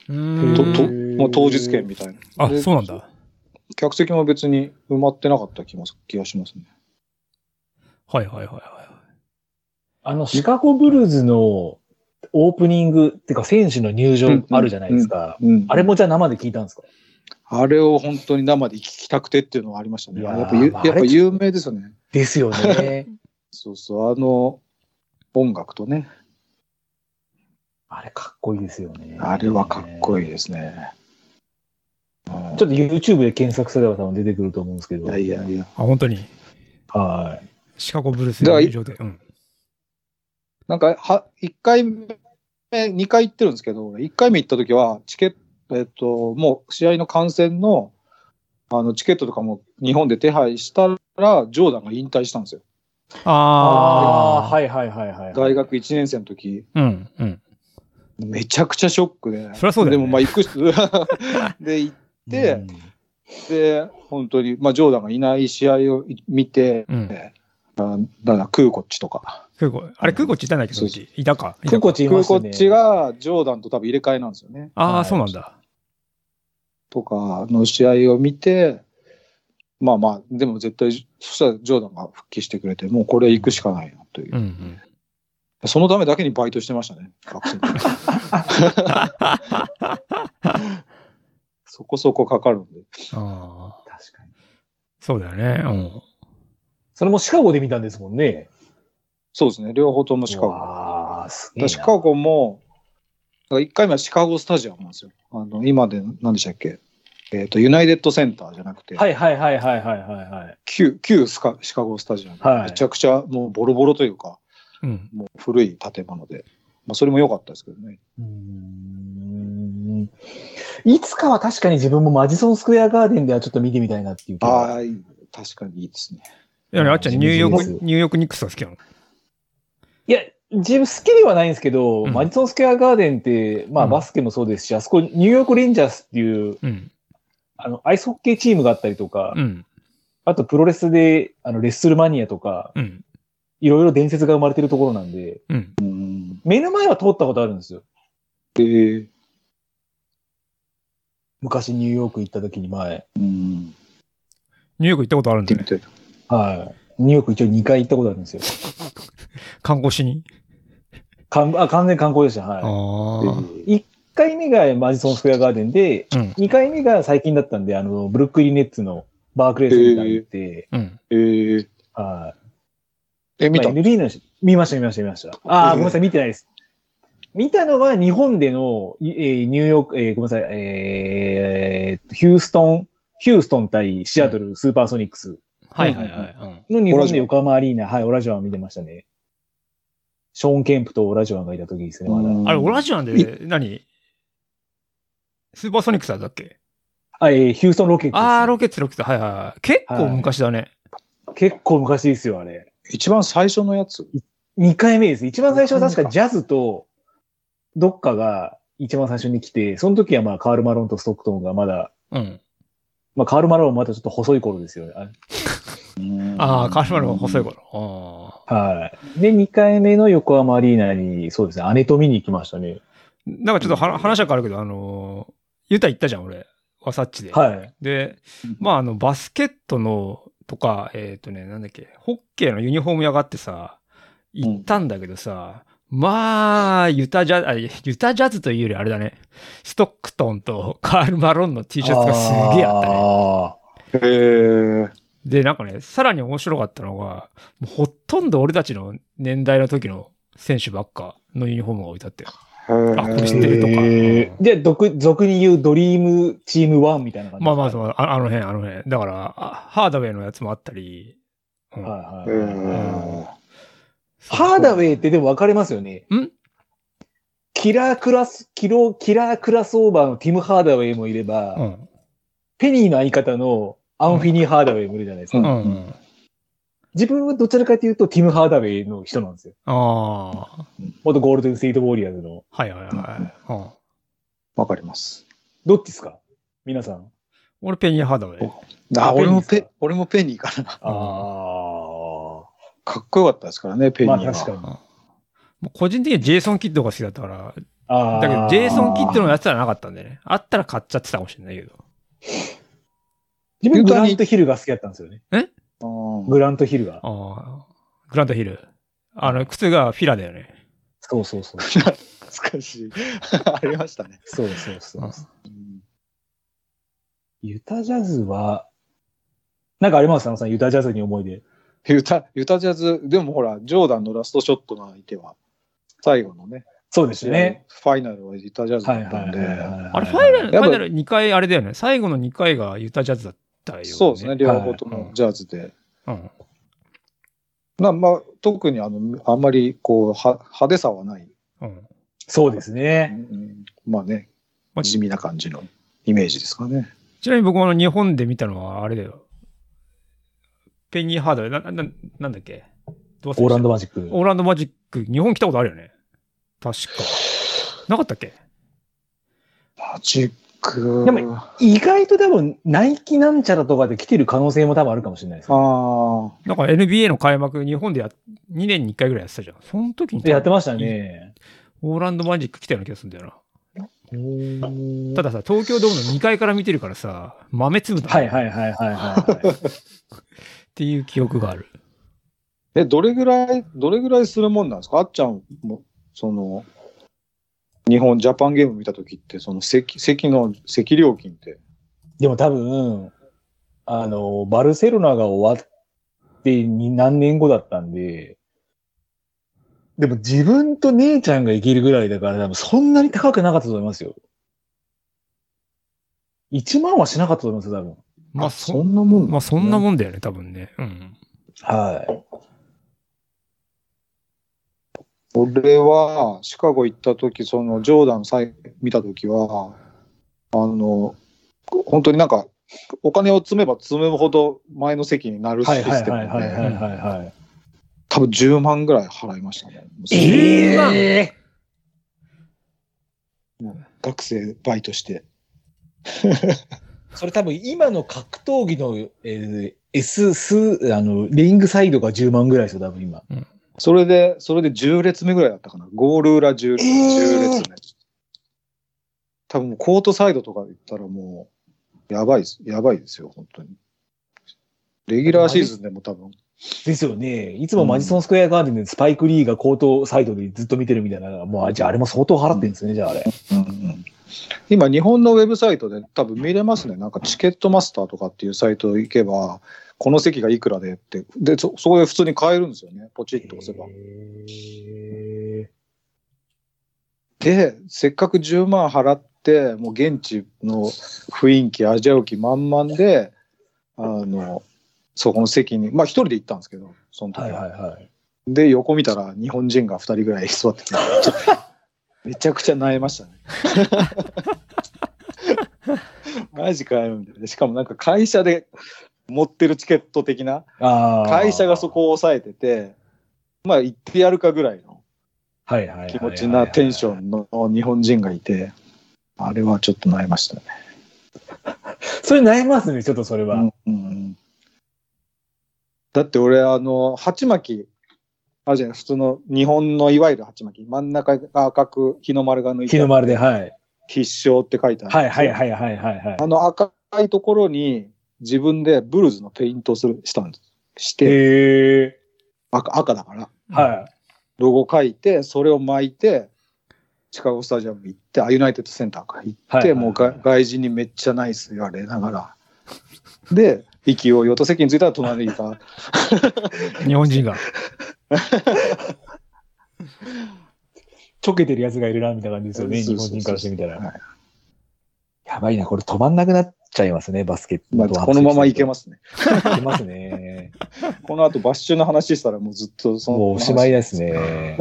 Speaker 2: う
Speaker 1: へ
Speaker 3: と
Speaker 1: ー
Speaker 3: と
Speaker 2: ーん。
Speaker 3: もう当日券みたいな。
Speaker 2: あ、
Speaker 3: で
Speaker 2: そうなんだ。
Speaker 3: 客席も別に埋まってなかった気も気がしますね。
Speaker 2: はいはいはいはい。
Speaker 1: あの、シカゴブルーズのオープニング、っていうか選手の入場あるじゃないですか。
Speaker 3: うん、
Speaker 1: あれもじゃあ生で聞いたんですか
Speaker 3: あれを本当に生で聞きたくてっていうのはありましたね。
Speaker 1: いやー
Speaker 3: やっぱゆ
Speaker 1: まあ
Speaker 3: やっ
Speaker 1: あ
Speaker 3: ぱ
Speaker 1: れ
Speaker 3: 有名ですよね。
Speaker 1: ですよね。
Speaker 3: そうそう、あの音楽とね、
Speaker 1: あれかっこいいですよね。
Speaker 3: あれはかっこ
Speaker 1: いい。
Speaker 3: いいですね。うん
Speaker 1: ちょっと YouTube で検索すれば多分出てくると思うんですけど。
Speaker 3: いやいやいや。
Speaker 2: あ、本当に。
Speaker 1: はい。
Speaker 2: シカゴブルースの入場で。うん。
Speaker 3: なんか、は1回目、2回行ってるんですけど、1回目行った時は、チケット、えっと、もう試合の観戦の、あの、チケットとかも日本で手配したら、ジョーダンが引退したんですよ。
Speaker 2: ああ
Speaker 1: ー。はいはいはいはい。
Speaker 3: 大学1年生の時、
Speaker 2: うん、うん。
Speaker 3: めちゃくちゃショックで。
Speaker 2: そりゃそうだよね
Speaker 3: でも、まあ、行 く人、で、行って、で、本当に、まあ、ジョーダンがいない試合を見て、
Speaker 2: うん。
Speaker 3: なんだ、クーコッチとか。
Speaker 2: 空港、あれ空港っちいたんだっけど、
Speaker 3: そう
Speaker 2: そっち。いたか。いたか
Speaker 1: 空港地い
Speaker 3: ク
Speaker 1: ま
Speaker 3: ー
Speaker 1: した
Speaker 3: コ
Speaker 1: ね。
Speaker 3: ッチがジョーダンと多分入れ替えなんですよね。
Speaker 2: あ
Speaker 1: は
Speaker 2: あ、
Speaker 1: い
Speaker 2: そうなんだ。
Speaker 3: とかの試合を見て、まあまあ、でも絶対、そしたらジョーダンが復帰してくれて、もうこれ行くしかないなという。
Speaker 2: うん、うん。
Speaker 3: そのためだけにバイトしてましたね、学生の 時そこそこかかるんで。
Speaker 2: ああ。
Speaker 1: 確かに。
Speaker 2: そうだよね。うん。
Speaker 1: それもシカゴで見たんですもんね。
Speaker 3: そうですね、両方ともシカゴ。
Speaker 1: ああ、すげえ
Speaker 3: だから
Speaker 1: な。
Speaker 3: シカゴも、1回目はシカゴスタジアムなんですよ。あの今で何でしたっけ、えっとユナイテッドセンターじゃなくて、
Speaker 1: はいはいはいはいはいはいはい。
Speaker 3: 旧旧スカシカゴスタジアム、
Speaker 1: はい
Speaker 3: めちゃくちゃもうボロボロというか、
Speaker 2: うん。
Speaker 3: もう古い建物で、まあ、それも良かったですけどね。
Speaker 1: うーんいつかは確かに自分もマジソンスクエアガーデンではちょっと見てみたいなっていう気が。
Speaker 3: ああ、確かにいいですね。
Speaker 2: いやねあっちゃん、ニューヨー
Speaker 1: そうで
Speaker 2: ク、ニューヨークニックスが好きなの。
Speaker 1: いや、自分好きではないんですけど、
Speaker 2: うん
Speaker 1: マジソンスクエアガーデンって、ま
Speaker 2: う
Speaker 1: あ
Speaker 2: ん
Speaker 1: バスケもそうですし、あそこニューヨークレンジャースっていう、
Speaker 2: うん。
Speaker 1: あの、アイスホッケーチームがあったりとか、
Speaker 2: うん。
Speaker 1: あとプロレスで、あの、レッスルマニアとか、
Speaker 2: うん。
Speaker 1: いろいろ伝説が生まれてるところなんで、
Speaker 2: うん。
Speaker 3: うん。
Speaker 1: 目の前は通ったことあるんですよ。
Speaker 3: えー
Speaker 1: 昔ニューヨーク行った時に前。
Speaker 3: うん。
Speaker 2: ニューヨーク行ったことあるん
Speaker 3: 行って
Speaker 2: だね。
Speaker 3: みたい。
Speaker 1: はい。ニューヨーク一応2回行ったことあるんですよ。
Speaker 2: 観光しに。
Speaker 1: かんあ完全観光でした。はい。
Speaker 2: ああ。
Speaker 3: えー
Speaker 1: 1回目がマジソンスクエアガーデンで、
Speaker 2: うん。
Speaker 1: 2回目が最近だったんで、あの、ブルックリンネッツのバークレーセンターに行って、
Speaker 2: うん。
Speaker 3: えー
Speaker 1: はい。
Speaker 3: え、見た、
Speaker 1: まあ NBA の、見ました見ました見ました。ああ、ごめんなさい、見てないです。見たのは日本での、いえーニューヨーク、えーごめんなさい、えーヒューストン、ヒューストン対シアトルスーパーソニックス
Speaker 2: はいはいはい。うん。
Speaker 1: の日
Speaker 3: オラ
Speaker 1: 本
Speaker 3: ジ
Speaker 1: で
Speaker 3: オン
Speaker 1: 横浜アリーナ、はい、オラジオン見てましたね。ショーン・ケンプとオラジオンがいた時ですね、まだ。
Speaker 2: あれ、オラ
Speaker 3: ジ
Speaker 2: ジオンで、何スーパーソニックスだったっけ
Speaker 1: あ、えーヒューストンロケット、
Speaker 2: ああ、ロケッツロケッツ。はいはいはい。結構昔だね。
Speaker 1: 結構昔ですよ、あれ。
Speaker 3: 一番最初のやつ。
Speaker 1: 2回目です。一番最初は確
Speaker 3: 二回目
Speaker 1: か
Speaker 3: か
Speaker 1: ジャズとどっかが一番最初に来て、その時はまあカール・マロンとストックトンがまだ、
Speaker 2: うん。
Speaker 1: まあカール・マロンはまだちょっと細い頃ですよね。あ
Speaker 2: ああ、カールマルも細い
Speaker 3: こ
Speaker 2: 頃。ああ。
Speaker 1: はい。で、2回目の横浜アリーナに、そうですね、姉と見に行きましたね。
Speaker 2: なんかちょっとは話は変わるけど、あのー、ユタ行ったじゃん、俺。ワサッチで。
Speaker 1: はい。
Speaker 2: で、まあ、あの、バスケットの、とか、えっ、とね、なんだっけ、ホッケーのユニフォーム屋があってさ、行ったんだけどさ、まあ、ユタジャズ、あユタジャズというよりあれだね、ストックトンとカール・マロンの T シャツがすげえあったね。
Speaker 1: あ
Speaker 3: へえ。
Speaker 2: で、なんかね、さらに面白かったのが、もうほとんど俺たちの年代の時の選手ばっかのユニフォームが置いてあって、
Speaker 3: あ
Speaker 2: あ、これ知ってるとか。
Speaker 1: へ
Speaker 2: うん
Speaker 1: ーで、俗俗に言うドリームチーム1みたいな感じ。
Speaker 2: まあまあそう、ああの辺、あの辺。だから、あハードウェイのやつもあったり。うん
Speaker 1: はいはいはい
Speaker 3: え
Speaker 1: ハーダウェイってでも分かれますよね。
Speaker 2: ん
Speaker 1: キラークラス、キロ、キラークラスオーバーのティム・ハーダウェイもいれば、
Speaker 2: うん。
Speaker 1: ペニーの相方のアンフィニー・ハーダウェイもいるじゃないですか。
Speaker 3: う
Speaker 2: うん。
Speaker 3: ん
Speaker 1: 自分はどちらかというとティム・ハーダウェイの人なんですよ。
Speaker 2: ああ。
Speaker 1: 元ゴールデン・ステイト・ウォリアーズの。
Speaker 2: はいはいはい。うん、
Speaker 3: わかります。
Speaker 1: どっちですか皆さん。
Speaker 2: 俺、ペニーハードウェイ。
Speaker 3: あ、
Speaker 1: ペニー
Speaker 3: 俺も
Speaker 1: です
Speaker 3: ペ
Speaker 1: か、
Speaker 3: 俺もペニーかな。
Speaker 1: ああ。
Speaker 3: かっこよかったですからね、ペニ
Speaker 1: ま
Speaker 3: ー
Speaker 1: あ
Speaker 3: は。
Speaker 1: 確かに。
Speaker 2: もう個人的にジェイソン・キッドが好きだったから、
Speaker 1: ああ。
Speaker 2: だけど、ジェイソン・キッドのやつはなかったんでね。あったら買っちゃってたかもしれないけど。
Speaker 1: 自分グラント・ヒルが好きだったんですよね。
Speaker 3: うん
Speaker 1: グラント・ヒルが。
Speaker 2: ああ。グラント・ヒル。あの、靴がフィラだよね。。
Speaker 1: そうそうそう。
Speaker 3: 懐かしい。 ありましたね。
Speaker 1: そうそうそううん
Speaker 3: うん
Speaker 1: ユタジャズは、なんかあります佐野さん、ユタジャズに思い出。
Speaker 3: ユタ、ユタジャズ、でもほら、ジョーダンのラストショットの相手は、最後のね、
Speaker 1: そうですね。
Speaker 3: ファイナルはユタジャズだ
Speaker 1: はい
Speaker 3: っ
Speaker 1: はい
Speaker 3: たん
Speaker 1: はい
Speaker 3: で、
Speaker 1: はいはい。
Speaker 2: あれ、ファイナル、フ
Speaker 3: やっぱ
Speaker 2: ァイナル2回あれだよね。最後の2回がユタ・ジャズだったよね。
Speaker 3: そうですね、両方と
Speaker 2: は
Speaker 3: も
Speaker 2: い
Speaker 3: ジャズで。
Speaker 2: うん。
Speaker 3: なまあ、特にあの、あんまりこう、は派手さはない、
Speaker 2: うん。
Speaker 1: そうです
Speaker 3: う
Speaker 1: ね。
Speaker 3: んうんまあね
Speaker 2: まあ、
Speaker 3: 地味な感じのイメージですかね。
Speaker 2: ちなみに僕もあの日本で見たのは、あれだよ。ペニーハードウェイ、な、な、ななんだっけどう
Speaker 1: オーランド
Speaker 2: マ
Speaker 1: マジック
Speaker 2: ジッ。ク。オーランドマジック、日本来たことあるよね。確か。なかったっけ
Speaker 3: マジック。
Speaker 1: でも意外と多分、ナイキなんちゃらとかで来てる可能性も多分あるかもしれないですね。
Speaker 3: ああ。
Speaker 2: なんか NBA の開幕、日本でや、2年に1回ぐらいやってたじゃん。その時に
Speaker 1: やってましたね。
Speaker 2: オーランドマジック来たような気がするんだよな。
Speaker 1: は
Speaker 2: たださ、東京ドームの2階から見てるからさ、豆粒だ、
Speaker 1: い
Speaker 2: い。
Speaker 1: はいはいはいはいはい。
Speaker 2: っていう記憶がある。
Speaker 3: え、どれぐらい、どれぐらいするもんなんですかあっちゃんも、その、日本、ジャパンゲーム見たときって、その席、席の、席料金って。
Speaker 1: でも多分、あの、バルセロナが終わってに何年後だったんで、でも自分と姉ちゃんが生きるぐらいだから、多分そんなに高くなかったと思いますよ。1万はしなかったと思いますよ、多分。
Speaker 2: まあ、
Speaker 3: そ
Speaker 2: そ、
Speaker 3: んなもん
Speaker 2: まあ、そんな
Speaker 3: ね
Speaker 2: もんだよね、多分ね。うん。
Speaker 1: はい。
Speaker 3: 俺は、シカゴ行ったとき、その、ジョーダンさえ見たときは、あの、本当になんか、お金を積めば積むほど前の席になるシ
Speaker 1: はいは
Speaker 3: ス
Speaker 1: い
Speaker 3: テム
Speaker 1: はいはいは
Speaker 3: で、
Speaker 1: いはいはい。
Speaker 3: 多分10万ぐらい払いましたね。
Speaker 2: えー
Speaker 1: え
Speaker 3: 学生バイトして。
Speaker 1: ーそれ多分今の格闘技の、えー、S、ス、あの、リングサイドが10万ぐらいですよ、多分今。
Speaker 3: それで、それで10列目ぐらいだったかな。ゴール裏 10, 10列目。多分もうコートサイドとか行ったらもう、やばいです。やばいですよ、本当に。レギュラーシーズンでも多分。
Speaker 1: ですよね。いつもマジソンスクエアガーデンでスパイクリーがコートサイドでずっと見てるみたいなのが、もうあ、じゃああれも相当払ってるんですね、じゃああれ。
Speaker 3: 今、日本のウェブサイトで多分見れますね。なんかチケットマスターとかっていうサイト行けば、この席がいくらでって。で、そ、そこで普通に買えるんですよね。ポチッと押せば。
Speaker 1: へ
Speaker 3: で、せっかく10万払って、もう現地の雰囲気、味わう気満々で、あの、そこの席に、まあ一人で行ったんですけど、その
Speaker 1: ー
Speaker 3: 時
Speaker 1: は
Speaker 3: は。
Speaker 1: いはいはい。
Speaker 3: で、横見たら日本人が2人ぐらい座ってて、ちょっとめちゃくちゃ萎えましたね。 マジかよ、みたいな。しかもなんか会社で持ってるチケット的な、
Speaker 1: ああ。
Speaker 3: 会社がそ。こを抑えてて、まあ行ってやるかぐらいの。
Speaker 1: はいはいはいはい。
Speaker 3: 気持ちなテンショ
Speaker 1: ン。
Speaker 3: ンの日本人がいて、あれはちょっと悩みましたね。
Speaker 1: それ悩みますね、ちょっとそれは。
Speaker 3: うんうんだって俺、あの、鉢巻き、あるじゃない、普通の日本のいわゆる鉢巻き、真ん中が赤く日の丸が抜い
Speaker 1: 日
Speaker 3: て
Speaker 1: の、丸で、はい。
Speaker 3: 必勝って書いてある。
Speaker 1: はいはいはいはいはいはい。
Speaker 3: あの赤いところに自分でブルーズのペイントをする、したんです。して、
Speaker 1: へえ。
Speaker 3: 赤赤だから、
Speaker 1: は
Speaker 3: ロゴ書いて、それを巻いて、シカゴスタジアム行って、あユナイテッドセンターか行って、
Speaker 1: はいはいはい
Speaker 3: もうが外人にめっちゃナイス言われながら。で、息をよと席に着いたら 隣にいた。
Speaker 2: 日本人が。
Speaker 1: い。ちょけてるやつがいるな、みたいな感じですよね、
Speaker 3: そ
Speaker 1: 日
Speaker 3: うそ
Speaker 1: 本
Speaker 3: うそう
Speaker 1: 人からしてみたら
Speaker 3: はい。
Speaker 1: やばいな、これ止まんなくなっちゃいますね、バスケット。
Speaker 3: まあ、このまま行けますね。
Speaker 1: す。行けますね。
Speaker 3: この後バッシュの話したらもうずっとその。
Speaker 1: もうおしまいです。ね。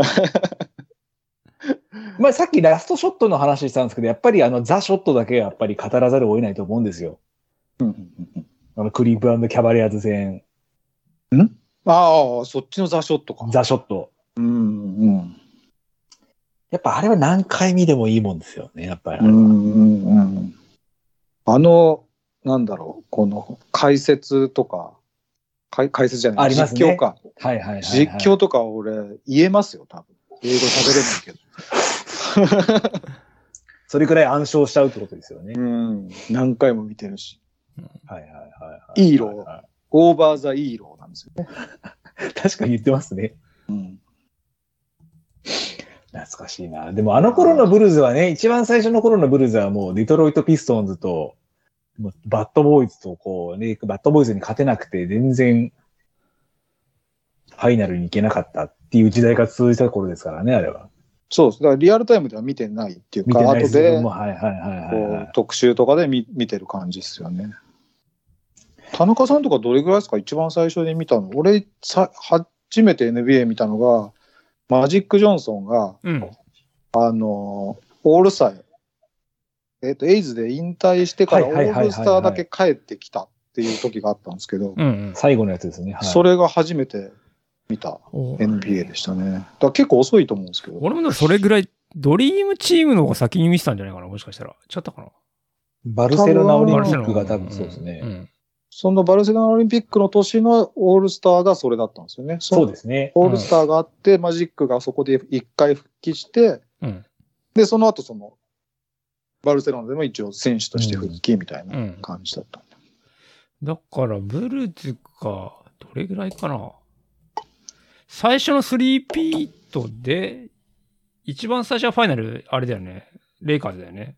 Speaker 1: まあさっきラストショットの話したんですけど、やっぱりあのザ・ショットだけはやっぱり語らざるを得ないと思うんですよ。
Speaker 3: うんうんうんうん
Speaker 1: あのクリープキャバレアーズ戦、
Speaker 3: ああ、そっちのザショットか。
Speaker 1: ザ・ショット。
Speaker 3: うんうん
Speaker 1: やっぱあれは何回見でもいいもんですよね、やっぱり。
Speaker 3: うんうんうん。あの、なんだろう、この解説とか、解解説じゃない、
Speaker 1: ありますね
Speaker 3: 実況か。
Speaker 1: はいはいはい、はい。
Speaker 3: 実況とか俺、言えますよ、多分。英語喋れないけど。
Speaker 1: それくらい暗唱しちゃうってことですよね。
Speaker 3: うん。何回も見てるし。
Speaker 1: はいはいはいはい。
Speaker 3: イーロ
Speaker 1: ー。
Speaker 3: オーバーザイーローなんですよね。
Speaker 1: 確かに言ってますね。
Speaker 3: うん。
Speaker 1: 懐かしいな。でもあの頃のブルーズはね、一番最初の頃のブルーズはもうデトロイトピストンズと、もうバッドボーイズとこうね、バッドボーイズに勝てなくて全然ファイナルに行けなかったっていう時代が続いた頃ですからね、あれは。
Speaker 3: そうです。だからリアルタイムでは見てないっていう
Speaker 1: 見て
Speaker 3: か、
Speaker 1: ないで
Speaker 3: 後
Speaker 1: すけ
Speaker 3: で
Speaker 1: ども、はいはいはいはいは
Speaker 3: こ
Speaker 1: い。
Speaker 3: う特集とかで見見てる感じですよね。田中さんとかどれぐらいですか一番最初に見たの。俺、さ初めて NBA 見たのが、マジック・ジョンソンが、
Speaker 2: うん。
Speaker 3: あのーオールスターへ、えっ、と、エイズで引退してから
Speaker 1: は
Speaker 3: オ
Speaker 1: いはいはいはいはい
Speaker 3: ールスターだけ帰ってきたっっていう時があったんですけど、
Speaker 2: うんうん。
Speaker 1: 最後のやつですね。はい、
Speaker 3: それが初めて見た
Speaker 2: お
Speaker 3: NBA でしたね。だから結構遅いと思うんですけど、
Speaker 2: 俺もでもそれぐらい、ドリームチームの方が先に見てたんじゃないかな、もしかしたら。違ったかな。
Speaker 1: バルセロナオリン
Speaker 2: バル
Speaker 1: ピ
Speaker 2: セロ
Speaker 1: ッ
Speaker 2: ナ
Speaker 1: クが多分そうですね。
Speaker 2: ん
Speaker 3: そのバルセロナオリンピックの年のオールスターがそれだったんですよね。。
Speaker 1: そうですすね。
Speaker 3: オールスターがあって、マジックがそこで一回復帰して、
Speaker 2: うん。
Speaker 3: で、その後その、バルセロナでも一応選手として復帰みたい
Speaker 2: うん
Speaker 3: な
Speaker 2: うん
Speaker 3: 感じだったんで。
Speaker 2: だから、ブルズが、どれぐらいかな。最初のスリーピートで、一番最初はファイナル、あれだよね。レイカーズだよね。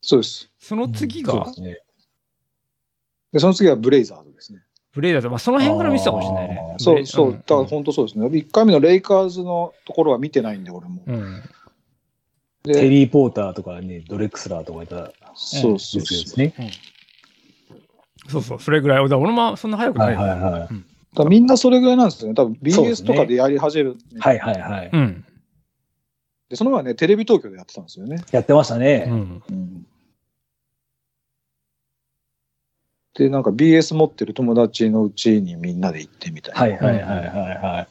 Speaker 3: そうです。
Speaker 2: その次
Speaker 1: そう
Speaker 2: が
Speaker 1: です、ね。
Speaker 3: で、その次はブレイザーズですね。
Speaker 2: ブレイザーズ。まあ、その辺から見てたかもしれないね
Speaker 1: あ。ー
Speaker 3: そうそう、
Speaker 2: ん
Speaker 3: だから本当そうですね。1回目のレイカーズのところは見てないんで、俺も。
Speaker 2: うん。
Speaker 1: テ
Speaker 3: で、
Speaker 1: リー・ポーターとかね、ドレクスラーとかいたや
Speaker 3: そう
Speaker 1: つ
Speaker 3: そう
Speaker 1: で
Speaker 3: そう。
Speaker 1: すね。
Speaker 2: そうそう、それぐらい。だから俺もそんな早くな。
Speaker 1: はいいはいはい。
Speaker 3: だからみんなそれぐらいなんですよね。多分
Speaker 1: そうです
Speaker 3: BS
Speaker 1: ね
Speaker 3: とかでやり始める、
Speaker 1: はいはいはい。
Speaker 2: うん。
Speaker 3: で、その前はね、テレビ東京でやってたんですよね。
Speaker 1: やってましたね。
Speaker 2: うん。
Speaker 3: うんで、なんか BS 持ってる友達のうちにみんなで行ってみたいな。
Speaker 1: はいはいはいはいはい。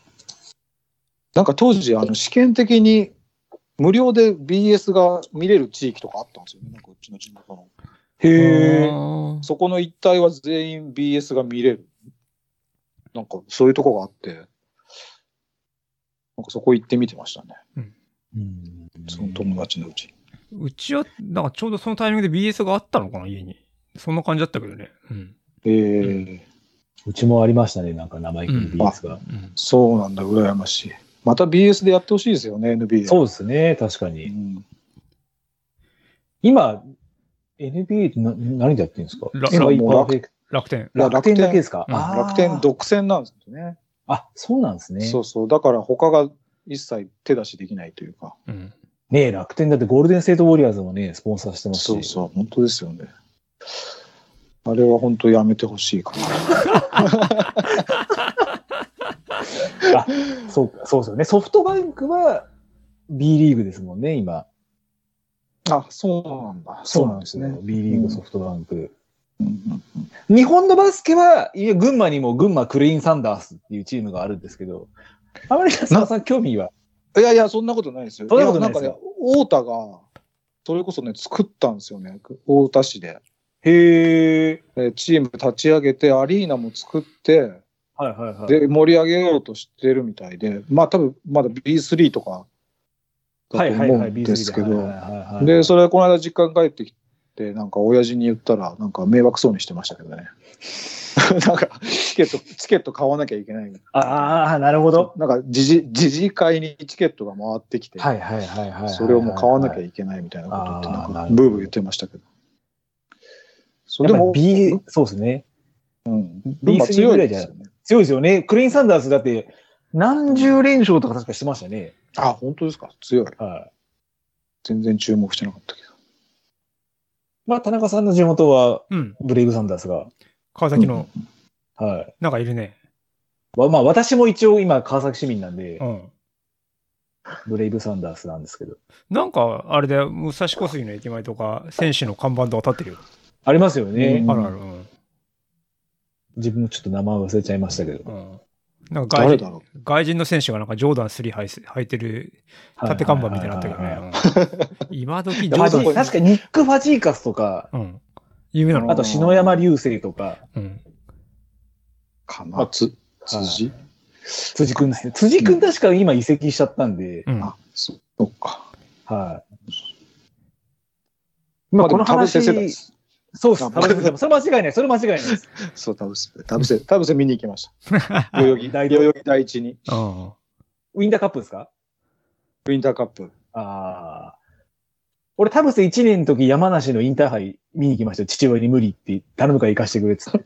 Speaker 3: なんか当時、あの、試験的に無料で BS が見れる地域とかあったんですよね。なんかうちの地元の。
Speaker 1: へえ。
Speaker 2: ー
Speaker 3: そこの一帯は全員 BS が見れる。なんかそういうとこがあって、なんかそこ行ってみてましたね。
Speaker 1: うん
Speaker 3: その友達のうち。
Speaker 2: うちは、なんかちょうどそのタイミングで BS があったのかな、家に。そんな感じだったけどね。うん。
Speaker 3: ええ
Speaker 1: うちもありましたね、なんか生意気な
Speaker 2: うん
Speaker 1: BS が。
Speaker 2: うん
Speaker 3: そうなんだ、羨ましい。また BS でやってほしいですよね、NBA。
Speaker 1: そうですね、確か
Speaker 3: う
Speaker 1: に。
Speaker 3: ん
Speaker 1: 今、NBA ってな何でやってるんですか
Speaker 2: ら
Speaker 1: スカイパーフェクト
Speaker 2: 楽天。
Speaker 3: 楽
Speaker 1: 楽天だけですか
Speaker 2: うん
Speaker 1: あー
Speaker 3: 楽天独占なんですよね
Speaker 1: あ、そうなんですね。
Speaker 3: そうそう。だから他が一切手出しできないというか。
Speaker 2: うん。
Speaker 1: ねえ楽天だってゴールデンステートウォリアーズもね、スポンサーしてますし。
Speaker 3: そうそう、本当ですよね。あれは本当やめてほしいかな。
Speaker 1: そうかそうですよね。ソフトバンクは B リーグですもんね、今。
Speaker 3: あ、そうなんだ。そうなんですね。
Speaker 1: B リーグ、ソフトバンク。
Speaker 3: うんうん
Speaker 1: 日本のバスケは、いや群馬にも群馬クレインサンダースっていうチームがあるんですけど、あまり安田さん興味は。
Speaker 3: いやいや、そんなことないですよ。
Speaker 1: そんなことないで
Speaker 3: や
Speaker 1: す
Speaker 3: ん
Speaker 1: よ
Speaker 3: かね、太田が、それこそね、作ったんですよね。太田市で。
Speaker 1: へえ。
Speaker 3: でチーム立ち上げて、アリーナも作って、
Speaker 1: はいはいはい。
Speaker 3: で、盛り上げようとしてるみたいで、まあ多分、まだ B3 とか、
Speaker 1: は
Speaker 3: だ
Speaker 1: い
Speaker 3: と
Speaker 1: はい
Speaker 3: 思う
Speaker 1: はい、
Speaker 3: んですけ
Speaker 1: B リーグ
Speaker 3: ど
Speaker 1: はい。はいはいはい
Speaker 3: で、それこの間実家に帰ってきて、なんか親父に言ったら、なんか迷惑そうにしてましたけどね。 なんか、チケット、チケット買わなきゃいけない。
Speaker 1: ああ、なるほど。
Speaker 3: なんか、時事、時事会にチケットが回ってきて、
Speaker 1: はいはいはいはいはい。
Speaker 3: それをもう買わなきゃ
Speaker 1: い
Speaker 3: いけないみたいなことって、なん
Speaker 1: あーなるほ、
Speaker 3: か
Speaker 1: ど
Speaker 3: ブーブー言ってましたけど。そう、
Speaker 1: で
Speaker 3: で
Speaker 1: も
Speaker 3: も、
Speaker 1: B、そうですね。
Speaker 3: うん。
Speaker 1: B3
Speaker 3: 群馬強
Speaker 1: ぐ
Speaker 3: い
Speaker 1: らい
Speaker 3: で
Speaker 1: じゃな
Speaker 3: す
Speaker 1: い
Speaker 3: よね。
Speaker 1: 強いですよね。クレインサンダースだって、何十連勝とか確かしてましたね。
Speaker 3: あ、本当ですか強い。
Speaker 1: はい。
Speaker 3: 全然注目してなかったけど。
Speaker 1: まあ、田中さんの地元は、
Speaker 2: うん。
Speaker 1: ブレイブサンダースが。
Speaker 2: 川崎の、
Speaker 1: はい。
Speaker 2: なんかいるね。
Speaker 1: わまあ、私も一応今、川崎市民なんで
Speaker 2: う、ん。
Speaker 1: ブレイブサンダースなんですけど。
Speaker 2: なんか、あれだよ、武蔵小杉の駅前とか、選手の看板とか立ってるよ。
Speaker 1: ありますよね
Speaker 3: うん。
Speaker 2: あるある。うん。
Speaker 1: 自分もちょっと名前忘れちゃいましたけど。
Speaker 2: うん。なんか外
Speaker 3: 誰だ
Speaker 2: 人
Speaker 3: ろ
Speaker 2: 外人の選手がなんかジョーダン3履いす履いてる縦看板みたいになのあったけど
Speaker 1: はいはいはいはい。
Speaker 2: ね。うん今時ジョ
Speaker 1: ファジ
Speaker 2: ー
Speaker 1: ー確かにニック・ファジーカスとか、
Speaker 2: ダン、うん。有名な
Speaker 1: あ
Speaker 2: の
Speaker 1: と篠山流星とか、
Speaker 2: うん。
Speaker 3: うかな。つ、辻、
Speaker 1: 辻君ですね。辻君確か今移籍しちゃったんで、
Speaker 2: うん。
Speaker 3: あ、そそっか。
Speaker 1: はい。まあ、この
Speaker 3: でも田臥
Speaker 1: 話、
Speaker 3: 世代です
Speaker 1: そうです。
Speaker 3: あ
Speaker 1: 田臥世代それ間違いない。それ間違いないです。
Speaker 3: そう、田臥。田臥、田臥見に行きました。代々木、
Speaker 1: 大
Speaker 3: 代
Speaker 1: 道
Speaker 3: 々木第一に、
Speaker 2: うん。
Speaker 1: ウィンターカップですか
Speaker 3: ウィンターカップ。
Speaker 1: ああ。俺、田臥1年の時、山梨のインターハイ見に行きましたよ。父親に無理って、頼むから行かしてくれっつって。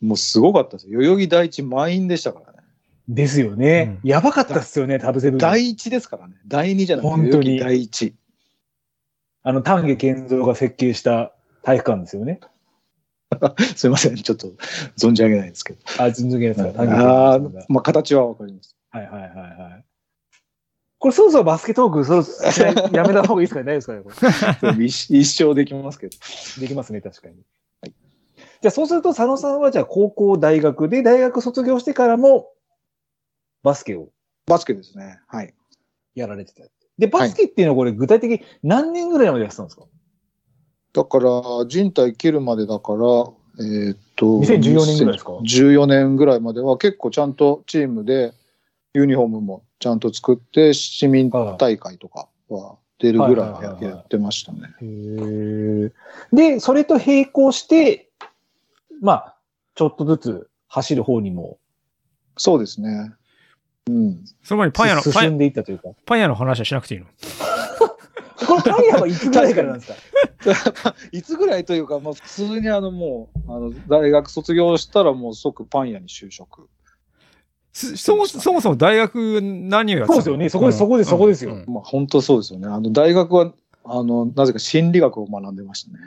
Speaker 3: もうすごかったですよ。代々木第一満員でしたからね。
Speaker 1: ですよね。
Speaker 2: うん
Speaker 1: やばかったっすよね、田臥部分。
Speaker 3: 第一ですからね。第二じゃなくて、
Speaker 1: 本
Speaker 3: 代
Speaker 1: 当
Speaker 3: 々
Speaker 1: に
Speaker 3: 木第一。
Speaker 1: あの、丹下健三が設計した体育館ですよね。
Speaker 3: すいません。ちょっと存じ上げないですけど。
Speaker 1: あ、全然いいですか。丹
Speaker 3: あ
Speaker 1: 下
Speaker 3: あ
Speaker 1: 健三が。、
Speaker 3: まあ、形はわかります。
Speaker 1: はいはいはいはい。これそろそろバスケトーク、そろそろやめた方がいいですかね大丈夫ですかねこ
Speaker 3: でも一一生できますけど。
Speaker 1: れできますね、確かに。じゃあそうすると佐野さんはじゃあ高校、大学で、大学卒業してからもバスケを
Speaker 3: バスケですね。はい。
Speaker 1: やられてた。で、バスケっていうのはこれ具体的に何年ぐらいまでやってたんですか、
Speaker 3: だから、人体切るまでだから、えーっと、
Speaker 1: 2014年ぐらいですか
Speaker 3: 14年ぐらいまでは結構ちゃんとチームでユニフォームもちゃんと作って、市民大会とかは出るぐらい
Speaker 1: はいはいはいはい
Speaker 3: やってましたね。
Speaker 1: へえ。で、それと並行して、まあ、ちょっとずつ走る方にも
Speaker 3: そうですね。うん。
Speaker 2: その前にパン屋の、パ
Speaker 1: 進
Speaker 2: ン
Speaker 1: んでいったというか。
Speaker 2: パン屋の話はしなくていいの
Speaker 1: これパン屋はいつぐらいからなんですか
Speaker 3: いつぐらいというか、まあ、普通にあのもう、あの大学卒業したらもう即パン屋に就職。
Speaker 2: すそもそもそも大学何をやって
Speaker 1: そ
Speaker 2: たの
Speaker 1: うですよねそこです
Speaker 2: うん
Speaker 1: そこですそこですよ
Speaker 2: うん
Speaker 3: まあ本当そうですよね。あの大学は、あの、なぜか心理学を学んでましたね。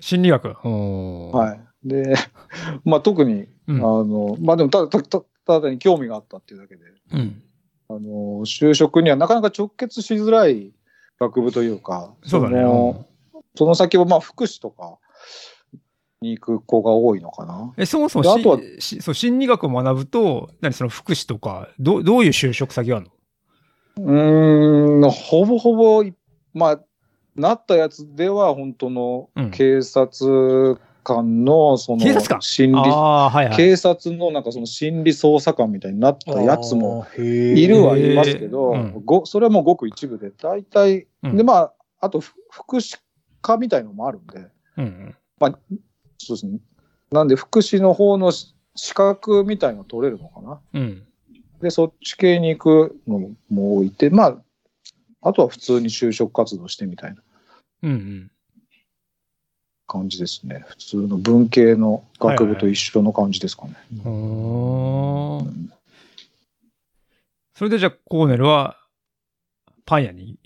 Speaker 2: 心理学。は
Speaker 3: はい。で、 まあ特に、
Speaker 2: い。う
Speaker 3: あ
Speaker 2: ん。
Speaker 3: の、まあでもただ、たたただに興味があったっていうだけで、
Speaker 2: うん
Speaker 3: あの、就職にはなかなか直結しづらい学部というか、
Speaker 2: そうだね。
Speaker 3: の
Speaker 2: うん
Speaker 3: その先はまあ福祉とかに行く子が多いのかな。
Speaker 2: え、そもそも
Speaker 3: で
Speaker 2: し
Speaker 3: あとは
Speaker 2: しそう心理学を学ぶと、何その福祉とか、どうどういう就職先があるの
Speaker 3: うーん、ほぼほぼ、いまあ、なったやつでは、本当の
Speaker 2: うん
Speaker 3: 警察官の、その、
Speaker 2: 警察官
Speaker 3: 心理、
Speaker 2: ああー、はいはい。
Speaker 3: 警察のなんかその心理捜査官みたいになったやつも、い
Speaker 1: い
Speaker 3: るはいますけど、
Speaker 2: へーうん
Speaker 3: ごそれはもうごく一部で、大体、
Speaker 2: うん
Speaker 3: で、まあ、あと、ふ福祉課みたいのもあるんで、
Speaker 2: うん。
Speaker 3: そうですね。なんで、福祉の方のし資格みたいの取れるのかな。
Speaker 2: うん。
Speaker 3: で、そっち系に行くのも多いて、まあ、あとは普通に就職活動してみたいな
Speaker 2: うんうん。
Speaker 3: 感じですね。普通の文系の学部と一緒の感じですかね。
Speaker 2: ほーそれでじゃあ、コーネルは、パン屋に。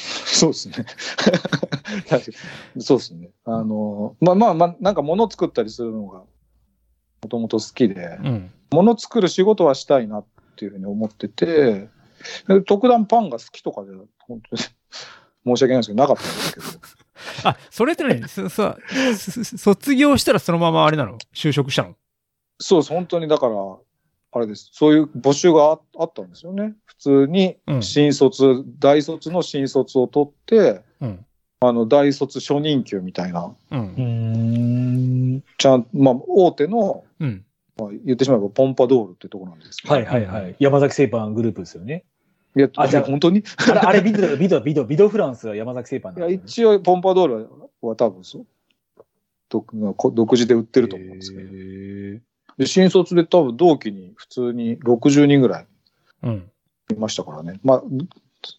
Speaker 3: そうですね。 確かにそうですね。あの、まあまあまあ、なんか物作ったりするのが、もともと好きで、
Speaker 2: うん。
Speaker 3: 物作る仕事はしたいなっていうふうに思ってて、で特段パンが好きとかで、本当に申し訳ないですけど、なかったんですけど。
Speaker 2: あ、それってね、そさ、そ卒業したらそのままあれなの就職したの
Speaker 3: そうです、本当にだから、あれです、そういう募集がああったんですよね。普通に
Speaker 2: うん
Speaker 3: 新卒、大卒の新卒を取って、
Speaker 2: うん。
Speaker 3: あの大卒初任給みたいな、
Speaker 2: う。
Speaker 1: うんん。
Speaker 3: ちゃんまあ、大手の、
Speaker 2: うん。
Speaker 3: まあ、言ってしまえばポンパドールってとこなんですけど、
Speaker 1: はいはいはい。山崎製パングループですよね。
Speaker 3: いや、
Speaker 1: あじゃあ
Speaker 3: 本当にい
Speaker 1: あれ、あれビド、ビド、ビド、ビドフランスは山崎製パンなん
Speaker 3: や、
Speaker 1: ですね
Speaker 3: 一応、ポンパドールは多分そう独こ独自で売ってると思うんですけど、
Speaker 1: へ
Speaker 3: で新卒で多分同期に普通に60人ぐらい
Speaker 2: うん。
Speaker 3: いましたからね。まあ、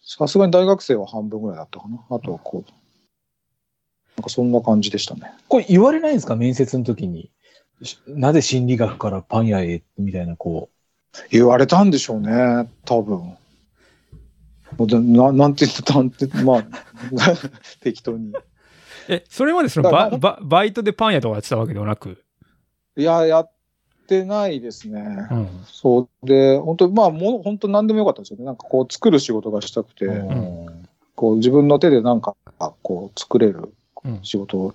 Speaker 3: さすがに大学生は半分ぐらいだったかな。あとはこう、なんかそんな感じでしたね
Speaker 1: ー。これ言われないんですか面接の時に。しなぜ心理学からパン屋へみたいな、こ
Speaker 3: 言われたんでしょうね、多分。もうでななんて言ったなんて、まあ、 適当に。
Speaker 2: え、それまでその
Speaker 3: だか
Speaker 2: バ
Speaker 3: ら
Speaker 2: ババイトでパン屋とかやってたわけではなく。
Speaker 3: いや、やってないですね。
Speaker 2: うん。
Speaker 3: そうで、本当まあ、もう本当何でもよかったんですよね。なんかこう、作る仕事がしたくて、
Speaker 1: う。
Speaker 3: こう、自分の手でなんか、こう、作れる
Speaker 2: うん。
Speaker 3: 仕事を、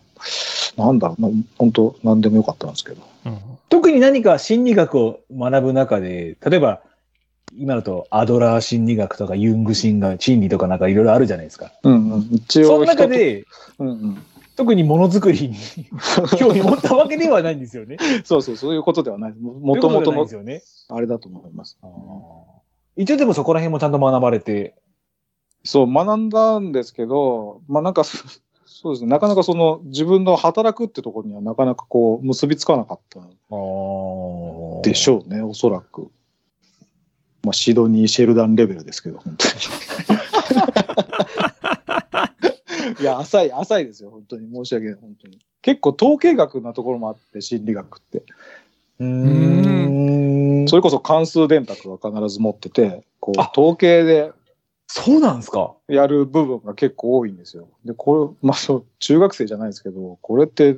Speaker 3: なんだろうな、本当何でもよかったんですけど。
Speaker 2: うん
Speaker 1: 特に何か心理学を学ぶ中で、例えば、今だとアドラー心理学とかユング心理心理とかなんかいろいろあるじゃないですか。
Speaker 3: うんうん、一応
Speaker 1: その
Speaker 3: 人と
Speaker 1: 中、で、
Speaker 3: うんうん、
Speaker 1: 特にものづくりに 興味持ったわけではないんですよね。
Speaker 3: そうそう、そういうことではない。ももとも
Speaker 1: そ
Speaker 3: と
Speaker 1: ういうことじゃないん
Speaker 3: の
Speaker 1: です、よね。
Speaker 3: あれだと思います。
Speaker 1: 一応でもそこら辺もちゃんと学ばれて、
Speaker 3: そう、学んだんですけど、まあなんか、そそうですね、なかなかその自分の働くってところにはなかなかこう結びつかなかったでし
Speaker 1: ょ。
Speaker 3: ょうね、おそらく。まあシドニー・シェルダンレベルですけど、本当 に。いや、浅い、浅いですよ、本当に。申し訳ない、本当に。結構統計学なところもあって、心理学って。
Speaker 1: うーん。
Speaker 3: それこそ関数電卓は必ず持ってて、こう
Speaker 1: あ
Speaker 3: 統計で
Speaker 1: そうなんですか
Speaker 3: やる部分が結構多いんですよ。で、これ、まあそう、中学生じゃないですけど、これって、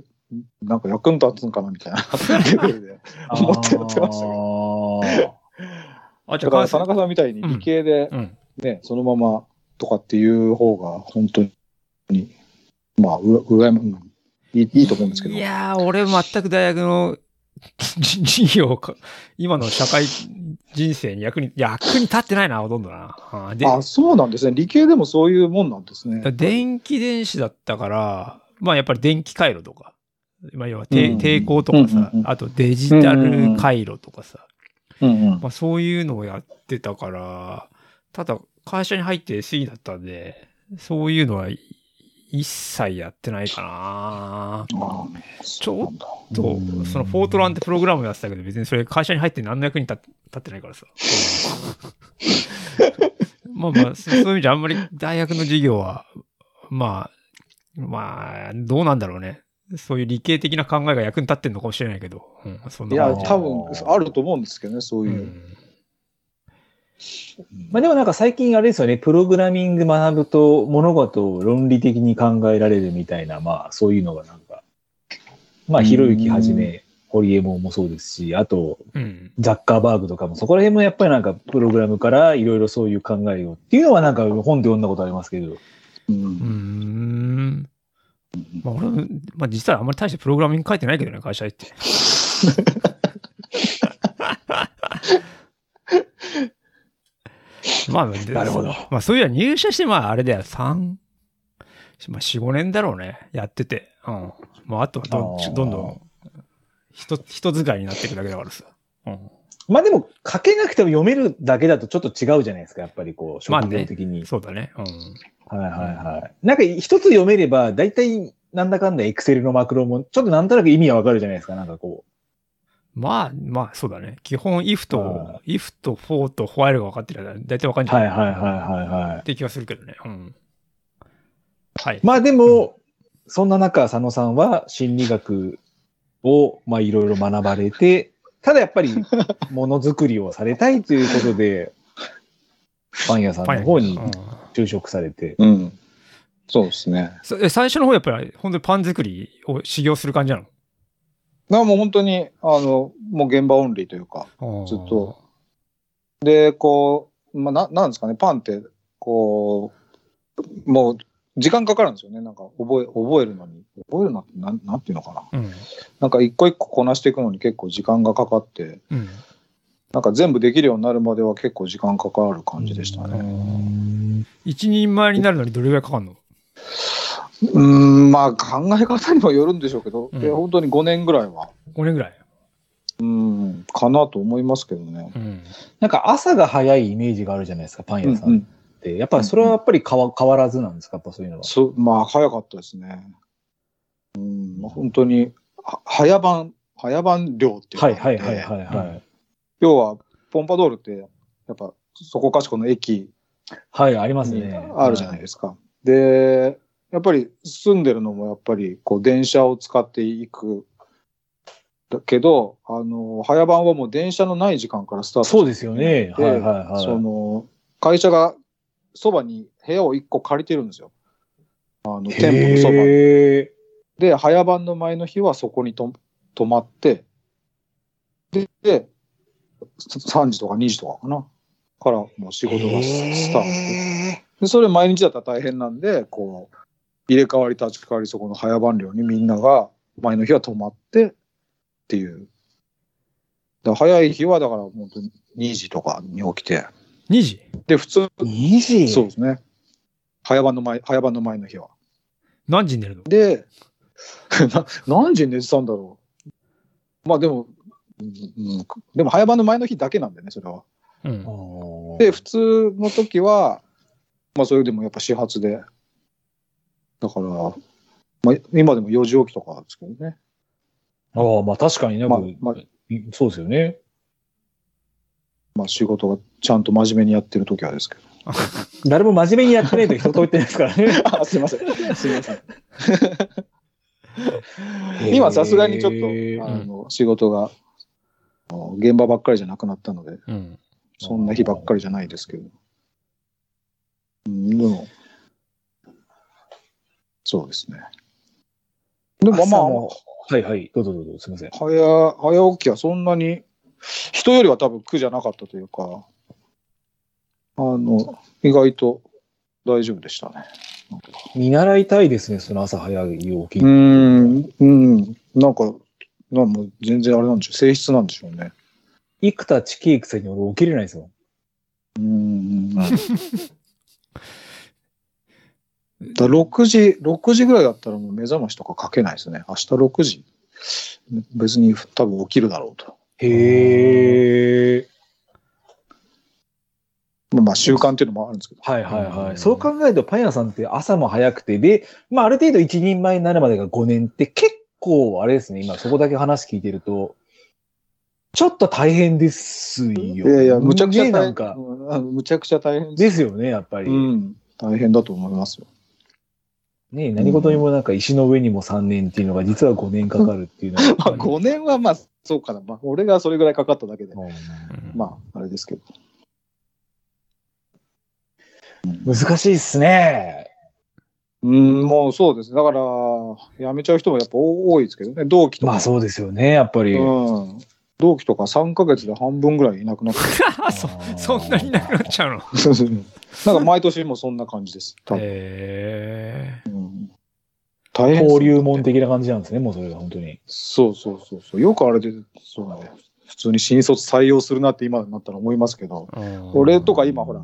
Speaker 3: なんか役に立つんかなみたいなレベル で。 思ってやってましたけ
Speaker 1: け
Speaker 2: あ、じゃあ、
Speaker 3: だから
Speaker 2: 関
Speaker 3: 田中
Speaker 2: 西
Speaker 3: さんみたいに理系で
Speaker 2: うん。
Speaker 3: ね、そのままとかっていう方が、本当に、まあ、うら、うらやま、うんいいいいと思うんですけど
Speaker 2: い。やー、俺全く大学の授業か、今の社会人生に役に、役に立ってないな、ほとんどな。あーで
Speaker 3: あ、そうなんですね。理系でもそういうもんなんですね
Speaker 2: だから。電気電子だったから、まあやっぱり電気回路とか、まあ要は抵,、
Speaker 3: うん
Speaker 2: 抵抗とかさ、
Speaker 3: うんうん
Speaker 2: あとデジタル回路とかさ、
Speaker 3: うんうん
Speaker 2: まあそういうのをやってたから、ただ会社に入って SE だったんで、そういうのはい一切やってないかな。
Speaker 3: あ
Speaker 2: ちょ
Speaker 3: っと。
Speaker 2: と、そのフォートランってプログラムやってたけど、別にそれ会社に入って何の役に立って立ってない からさ。まあまあ、そそういう意味じゃあんまり大学の授業は、まあ、まあ、どうなんだろうね。そういう理系的な考えが役に立ってんのかもしれないけど。うん、そん
Speaker 3: い
Speaker 2: な
Speaker 3: や、
Speaker 2: 感じ
Speaker 3: 多分あると思うんですけどね、そう
Speaker 2: う
Speaker 3: いう。
Speaker 2: ん。
Speaker 1: まあでもなんか最近あれですよね、プログラミング学ぶと物事を論理的に考えられるみたいな、まあそういうのがなんか、まあひろゆきはじめ、ホリエモンもそうですし、あと
Speaker 2: うん。
Speaker 1: ザッカーバーグとかもそこら辺もやっぱりなんかプログラムからいろいろそういう考えをっていうのはなんか本で読んだことありますけど、
Speaker 3: う
Speaker 2: う
Speaker 3: ん
Speaker 2: ーん。まあ俺も、まあ実はあんまり大してプログラミング書いてないけどね、会社行って。 まあ、で
Speaker 1: なるほど
Speaker 2: まあそういうのは入社して、まああれだよ、三まあ4、5年だろうね、やってて。うん。まああとはど
Speaker 1: あー
Speaker 2: んどんどん人、人使いになっていくだけだからさ。うん。
Speaker 1: まあでも書けなくても読めるだけだとちょっと違うじゃないですか、やっぱりこう、
Speaker 2: まあね
Speaker 1: 職業的に。
Speaker 2: そうだね。うん。
Speaker 1: はいはいはい。なんか一つ読めれば、大体なんだかんだエクセルのマクロも、ちょっとなんとなく意味はわかるじゃないですか、なんかこ
Speaker 2: まあまあそうだね。基本 if
Speaker 1: は
Speaker 2: と、if と for と while が分かってるやつは大体分かん
Speaker 1: う。
Speaker 2: じゃ
Speaker 1: は
Speaker 2: ない
Speaker 1: いはいはいはいは
Speaker 2: って気がするけどね。うん。はい
Speaker 1: い。。まあでも、そんな中、佐野さんは心理学を、まあいろいろ学ばれ て、ただやっぱり、ものづくりをされたいということ で、パン屋さん
Speaker 2: パン
Speaker 1: の
Speaker 2: 屋
Speaker 1: 方に
Speaker 2: うん
Speaker 1: 就職されて。
Speaker 3: うん。そうですね。
Speaker 2: そえ最初の方やっぱり本当にパン作りを修行する感じな
Speaker 3: だからもう本当に、あの、もう現場オンリーというか。
Speaker 2: の
Speaker 3: ずっと。で、こう、まあ、ななんですかね、パンって、こう、もう、時間かかるんですよね。なんか、覚え、覚えるのに。覚えるのって、なん、なんていうのかな。
Speaker 2: うん。
Speaker 3: なんか、一個一個こなしていくのに結構時間がかかって、
Speaker 2: うん。
Speaker 3: なんか全部できるようになるまでは結構時間かかる感じでしたね。
Speaker 2: 一人前になるのにどれぐらいかかるの
Speaker 3: うん、まあ、考え方にもよるんでしょうけど、
Speaker 2: うん
Speaker 3: で本当に5年ぐらいは、
Speaker 2: ?5 年ぐらい。
Speaker 3: うん、かなと思いますけどね。
Speaker 2: うん。
Speaker 1: なんか朝が早いイメージがあるじゃないですか、パン
Speaker 3: う
Speaker 1: 屋
Speaker 3: ん
Speaker 1: さ
Speaker 3: うん
Speaker 1: っ
Speaker 3: ん、
Speaker 1: て。やっぱりそれはやっぱり変わ変わらずなんですか、やっぱそういうのは。
Speaker 3: そうまあ、早かったですね。うん、まあ本当に、は早番、早番量っていう
Speaker 1: は
Speaker 3: の
Speaker 1: い
Speaker 3: があ
Speaker 1: は
Speaker 3: っ
Speaker 1: い
Speaker 3: て
Speaker 1: はいはいはい。
Speaker 3: 要は、ポンパドールって、やっぱ、そこかしこの駅
Speaker 1: はい、あります
Speaker 3: に
Speaker 1: ね。
Speaker 3: あるじゃないですか。で、やっぱり住んでるのもやっぱり、こう、電車を使っていく。だけど、あの、早番はもう電車のない時間からスタート
Speaker 1: そうですよね。
Speaker 3: で
Speaker 1: はいはいはい。
Speaker 3: その、会社がそばに部屋を1個借りてるんですよ。あの、店舗のそばに
Speaker 1: へ
Speaker 3: で、早番の前の日はそこにと泊まって、で、で3時とか2時とかかな。からもう仕
Speaker 1: ー
Speaker 3: 事がスタート。
Speaker 1: へ
Speaker 3: で、それ毎日だったら大変なんで、こう、入れ替わり立ち替わりそこの早番寮にみんなが前の日は泊まってっていう。だから早い日はだから本当に2時とかに起きて。
Speaker 2: 2時
Speaker 3: で、普通、
Speaker 1: ー2時
Speaker 3: そうですね。早番の前、早番の前の日は。
Speaker 2: 何時に寝るの
Speaker 3: で、 な何時に寝てたんだろう。まあでも、うんうんでも早番の前の日だけなんだよね、それは。
Speaker 2: うん。
Speaker 3: で、普通の時は、まあそれでもやっぱ始発で。だから、まあ今でも4時起きとかですけどね。
Speaker 1: ああ、まあ確かになんか、
Speaker 3: まあま
Speaker 1: そうですよね。
Speaker 3: まあ仕事がちゃんと真面目にやってる時はですけど。。
Speaker 1: 誰も真面目にやってないと人と言ってないですからね
Speaker 3: あすいません。すいません。 今さすがにちょっと、あの、仕事が、あの現場ばっかりじゃなくなったので、
Speaker 2: うん。
Speaker 3: そんな日ばっかりじゃないですけど。うん、でも、そうですね。 でもま
Speaker 1: 朝
Speaker 3: あ、
Speaker 1: もはいはい。どうぞどうぞ、すみません。
Speaker 3: 早、早起きはそんなに、人よりは多分苦じゃなかったというか、あの、意外と大丈夫でしたね。
Speaker 1: 見習いたいですね、その朝早い陽気。
Speaker 3: うーん、うん、なんか、なんかもう全然あれなんでしょう、性質なんでしょうね。
Speaker 1: 幾多地形くせに俺起きれないですよ。
Speaker 3: うーん。だ6時、6時ぐらいだったらもう目覚ましとかかけないですね。明日6時。別に多分起きるだろうと。
Speaker 1: へえ。
Speaker 3: まあまあ習慣っていうのもあるんですけど。
Speaker 1: はいはいは
Speaker 3: う
Speaker 1: い。
Speaker 3: ん
Speaker 1: そう考えると、パン屋さんって朝も早くて、で、まあある程度一人前になるまでが5年って結構あれですね、今そこだけ話聞いてると、ちょっと大変ですよ。
Speaker 3: いやいや、むちゃくちゃ
Speaker 1: ね
Speaker 3: 大
Speaker 1: な
Speaker 3: 変
Speaker 1: んか。
Speaker 3: うんあのむちゃくちゃ大変です。
Speaker 1: ですよね、やっぱり。
Speaker 3: うん。大変だと思いますよ。
Speaker 1: ね何事にもなんか石の上にも3年っていうのが実は5年かかるっていうの
Speaker 3: まあ
Speaker 1: が。
Speaker 3: 5年はまあ、そうかな。まあ、俺がそれぐらいかかっただけで。
Speaker 1: うん
Speaker 3: まあ、あれですけど。
Speaker 1: 難しいっすね。
Speaker 3: うん、もうそうです。だから、辞めちゃう人もやっぱ多いですけどね。同期とか。
Speaker 1: まあそうですよね、やっぱり。
Speaker 3: うん。同期とか3ヶ月で半分ぐらいいなくなって
Speaker 2: あ そそんなになくなっちゃうの
Speaker 3: なんか毎年もそんな感じです。多分
Speaker 2: へえ
Speaker 3: うん大変です
Speaker 1: 登竜門的な感じなんですね、もうそれが本当に。
Speaker 3: そうそうそうそう。よくあれで、そうね。普通に新卒採用するなって今になったら思いますけど、俺とか今ほら、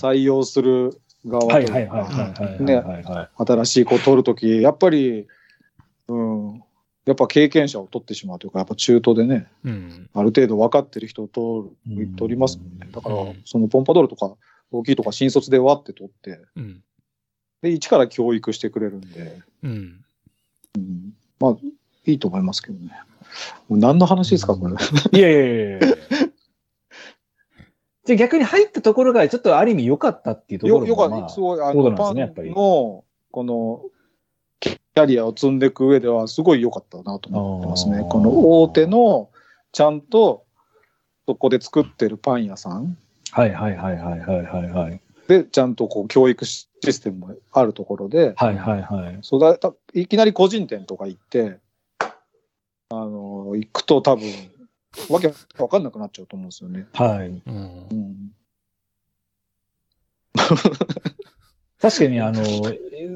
Speaker 3: 採用する側と
Speaker 1: はいいう
Speaker 3: か
Speaker 1: はいはいはいはいはい、
Speaker 3: ね
Speaker 1: はいはい。
Speaker 3: 新しい子を取るとき、やっぱり、うん、やっぱ経験者を取ってしまうというか、やっぱ中途でね、
Speaker 2: うん
Speaker 3: ある程度分かってる人を取
Speaker 1: う
Speaker 3: る
Speaker 1: ん
Speaker 3: 取りますもんね。だから
Speaker 2: うん、
Speaker 3: そのポンパドールとか、大きいとか新卒でわって取って、
Speaker 2: うん
Speaker 3: で、一から教育してくれるんで、
Speaker 2: うん
Speaker 3: まあ、いいと思いますけどね。もう何の話ですか、これ。
Speaker 1: いやいやいやいやじゃあ逆に入ったところがちょっとある意味良かったっていうところ
Speaker 3: よ
Speaker 1: も
Speaker 3: よか
Speaker 1: まあ
Speaker 3: すごい、
Speaker 1: そ
Speaker 3: あ
Speaker 1: うな
Speaker 3: の、
Speaker 1: んです
Speaker 3: パ
Speaker 1: ねやっぱり
Speaker 3: ンの、この、キャリアを積んでいく上では、すごい良かったなと思ってます
Speaker 1: あ
Speaker 3: ね
Speaker 1: ー。
Speaker 3: この大手の、ちゃんと、そこで作ってるパン屋さん
Speaker 1: はいはいはいはいはいはいはい。
Speaker 3: で、ちゃんとこう、教育システムもあるところで、
Speaker 1: はいはいはい。
Speaker 3: そうだたいきなり個人店とか行って、あの、行くと多分、わけわかんなくなっちゃうと思うんですよね。
Speaker 1: はい。
Speaker 2: うん
Speaker 3: うん。
Speaker 1: 確かにあの、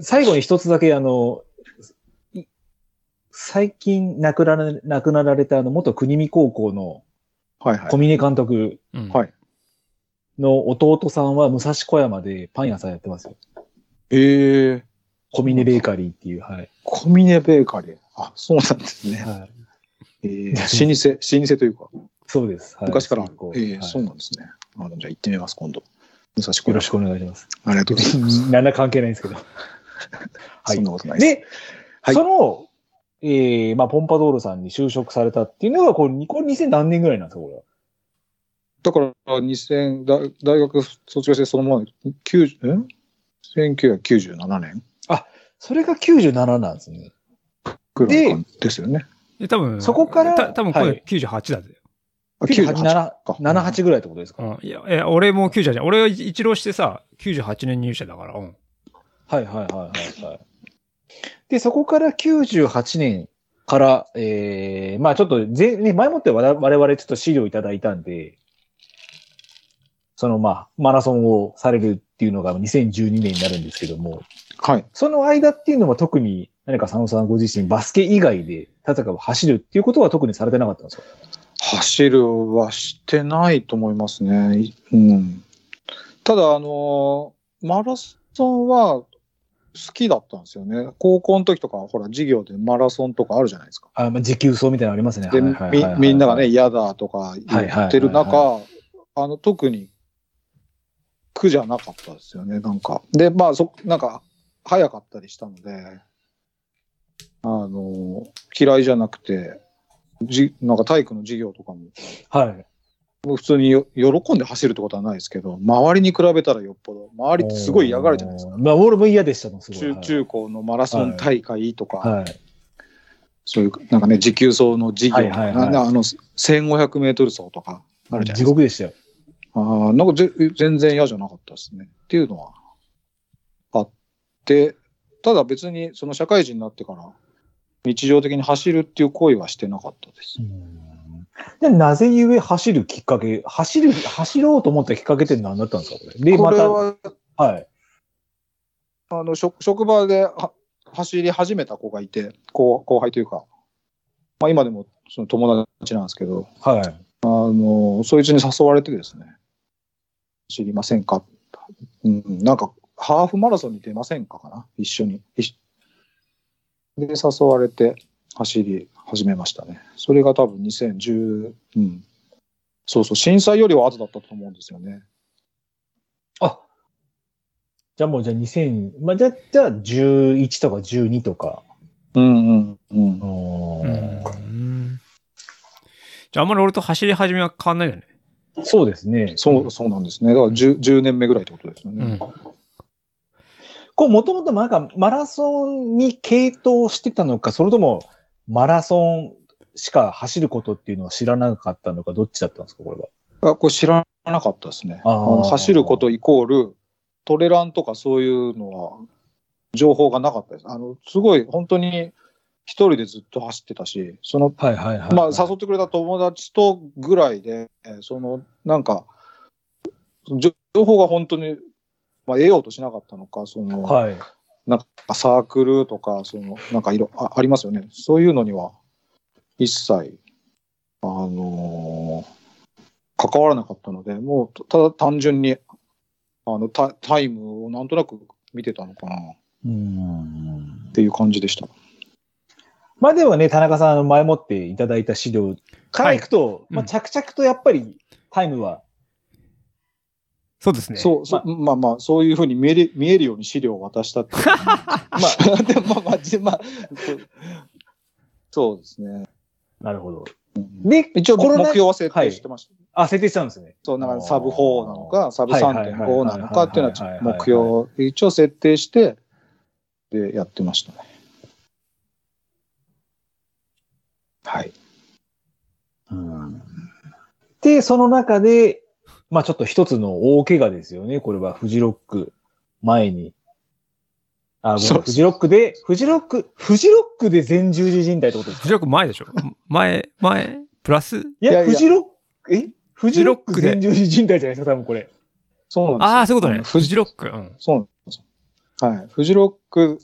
Speaker 1: 最後に一つだけあの、い最近亡くなられ亡くなられたあの元国見高校の
Speaker 3: はいはい
Speaker 1: 小。峰監督
Speaker 2: うん
Speaker 3: はい
Speaker 1: の弟さんは武蔵小山でパン屋さんやってますよ。
Speaker 3: ええー、
Speaker 1: 小峰ベーカリーっていう。はい。
Speaker 3: 小峰ベーカリー。あ、そうなんですね。
Speaker 1: はい、
Speaker 3: えー、老舗、老舗というか、
Speaker 1: そうです。はい
Speaker 3: 昔からある。
Speaker 1: こう
Speaker 3: えー
Speaker 1: はい
Speaker 3: そうなんですね。あのじゃあ行ってみます、今度。武蔵小
Speaker 1: よろ
Speaker 3: 山
Speaker 1: しくお願いします。
Speaker 3: ありがとうございます。
Speaker 1: 何ら関係ないんですけど。はい
Speaker 3: そんなことないです。
Speaker 1: で、
Speaker 3: はい
Speaker 1: その、えー、まあ、ポンパドールさんに就職されたっていうのが、これ、これ2000何年ぐらいなんですか、これは。
Speaker 3: だから、2000、だ大学卒業してそのまま、90ん1997年
Speaker 1: それが97なんですね。
Speaker 3: くらいですよね。
Speaker 2: で多分
Speaker 1: そこから
Speaker 2: た多分こ
Speaker 1: は
Speaker 2: れ
Speaker 1: い
Speaker 2: 98だぜ
Speaker 3: あ
Speaker 1: 98
Speaker 3: 98
Speaker 1: 78ぐらいってことですか。
Speaker 2: うんいやいや俺も98じゃん俺は一浪してさ98年入社だからうん
Speaker 1: はいはいはいはい、はい。で、そこから98年から、えー、まあ、ちょっと前、ね、前もってわ我々ちょっと資料いただいたんで、そのまあ、マラソンをされるっていうのが2012年になるんですけども、
Speaker 3: はい。
Speaker 1: その間っていうのは特に何か佐野さんご自身バスケ以外で戦う走るっていうことは特にされてなかったんですか
Speaker 3: 走るはしてないと思いますね。いうん、ただ、あのーマラソンは好きだったんですよね。高校の時とか、ほら、授業でマラソンとかあるじゃないですか。
Speaker 1: あ、まあ、持久走みたいなのありますね。
Speaker 3: で、
Speaker 1: はいはいはいはい
Speaker 3: みみんながね、、嫌だとか言ってる中、
Speaker 1: はい
Speaker 3: あの、特に苦じゃなかったですよね、なんか。で、まあ、そ、なんか、早かったりしたので、あの、嫌いじゃなくて、じなんか体育の授業とかも、
Speaker 1: はい。
Speaker 3: もう普通によ喜んで走るってことはないですけど、周りに比べたらよっぽど、周りってすごい嫌がるじゃないですか。
Speaker 1: おー。まあ、俺も嫌でしたもん、すごい。
Speaker 3: 中、
Speaker 1: はい
Speaker 3: 中高のマラソン大会とか、
Speaker 1: はい。
Speaker 3: そういう、なんかね、持久走の授業とか、
Speaker 1: はいはいはい
Speaker 3: なあの、1500メートル走とか、あるじゃないです
Speaker 1: 地
Speaker 3: か。
Speaker 1: 獄でしたよ。
Speaker 3: ああ、なんかぜ全然嫌じゃなかったですね。っていうのはあって、ただ別にその社会人になってから日常的に走るっていう行為はしてなかったです。
Speaker 1: で、なぜゆえ走るきっかけ、走る、走ろうと思ったきっかけって何だったんですかこれ。で、
Speaker 3: こ
Speaker 1: ま
Speaker 3: れ
Speaker 1: た、
Speaker 3: は、
Speaker 1: はい。
Speaker 3: あの、職職場では走り始めた子がいて、後後輩というか、まあ今でもその友達なんですけど、
Speaker 1: はい。
Speaker 3: あの、そいつに誘われてですね、知りませんかうん、なんか、ハーフマラソンに出ませんかかな一緒に。一緒で、誘われて走り始めましたね。それが多分2010、うん。そうそう、震災よりは後だったと思うんですよね。
Speaker 1: あじゃあもうじゃあ2000、まあじゃあ、じゃあ11とか12とか。
Speaker 3: うんうんうん
Speaker 1: う。ー
Speaker 2: うんん。じゃあ、あんまり俺と走り始めは変わんないよね。
Speaker 1: そうですね。
Speaker 3: そう、そうなんですね。だから 10, 10年目ぐらいってことですよ
Speaker 2: う
Speaker 3: ね。
Speaker 2: ん。
Speaker 1: こう、もともとなんかマラソンに傾倒してたのか、それともマラソンしか走ることっていうのは知らなかったのか、どっちだったんですか、これは。
Speaker 3: あこれ知らなかったですね。
Speaker 1: あ
Speaker 3: あ
Speaker 1: ー
Speaker 3: の走ることイコール、トレランとかそういうのは、情報がなかったです。あの、すごい、本当に、一人でずっと走ってたし、その、
Speaker 1: はいはいはい。
Speaker 3: まあ、誘ってくれた友達とぐらいで、えその、なんか、情情報が本当に、まあ、得ようとしなかったのか、その、
Speaker 1: はい。
Speaker 3: なんかサークルとか、その、なんかいろ、あありますよね。そういうのには、一切、あのー関わらなかったので、もう、ただ単純に、あの、タタイムをなんとなく見てたのかな、っ
Speaker 1: うーん。
Speaker 3: ていう感じでした。
Speaker 1: まあでもね、田中さん、あの前もっていただいた資料からいくと、
Speaker 2: い
Speaker 1: まあ
Speaker 2: うん
Speaker 1: 着々とやっぱりタイムは、
Speaker 2: そうですね。
Speaker 3: そう、そうまあまあ、そういうふうに見える見えるように資料を渡したっていうのは まあ、 でもまあまあ、じまあ、そうそうですね。
Speaker 1: なるほど。
Speaker 3: うん
Speaker 1: で、
Speaker 3: 一応、
Speaker 1: コロナ
Speaker 3: 目標は設定してました。
Speaker 1: あ、設定したんですね。
Speaker 3: そう、だからサブ4なのか、サブ3.5なのかっていう
Speaker 1: は
Speaker 3: の
Speaker 1: いはいはいはいはい
Speaker 3: は
Speaker 1: はい
Speaker 3: 目標を一応設定して、で、やってましたね。はい。
Speaker 1: うんで、その中で、まあちょっと一つの大怪我ですよね。これはフジロック前に。あ、ご
Speaker 3: そ
Speaker 1: め
Speaker 3: うん
Speaker 1: フジロックで、フジロック、フジロックで全十字靭帯ってことですか
Speaker 2: 藤岡前でしょ前、前、プラス
Speaker 1: いや、
Speaker 3: いやいや
Speaker 1: フジロック、えフジロック
Speaker 2: フジロッ
Speaker 1: 全
Speaker 2: クで
Speaker 1: 十字靭帯じゃないですか、多分これ。
Speaker 3: そう
Speaker 2: あ
Speaker 3: なん
Speaker 2: あ、
Speaker 3: です
Speaker 2: そういうことね。
Speaker 3: フ
Speaker 2: フ
Speaker 3: ジ
Speaker 2: ジロック。うん。
Speaker 3: そうなんですよ。はい。フジロック、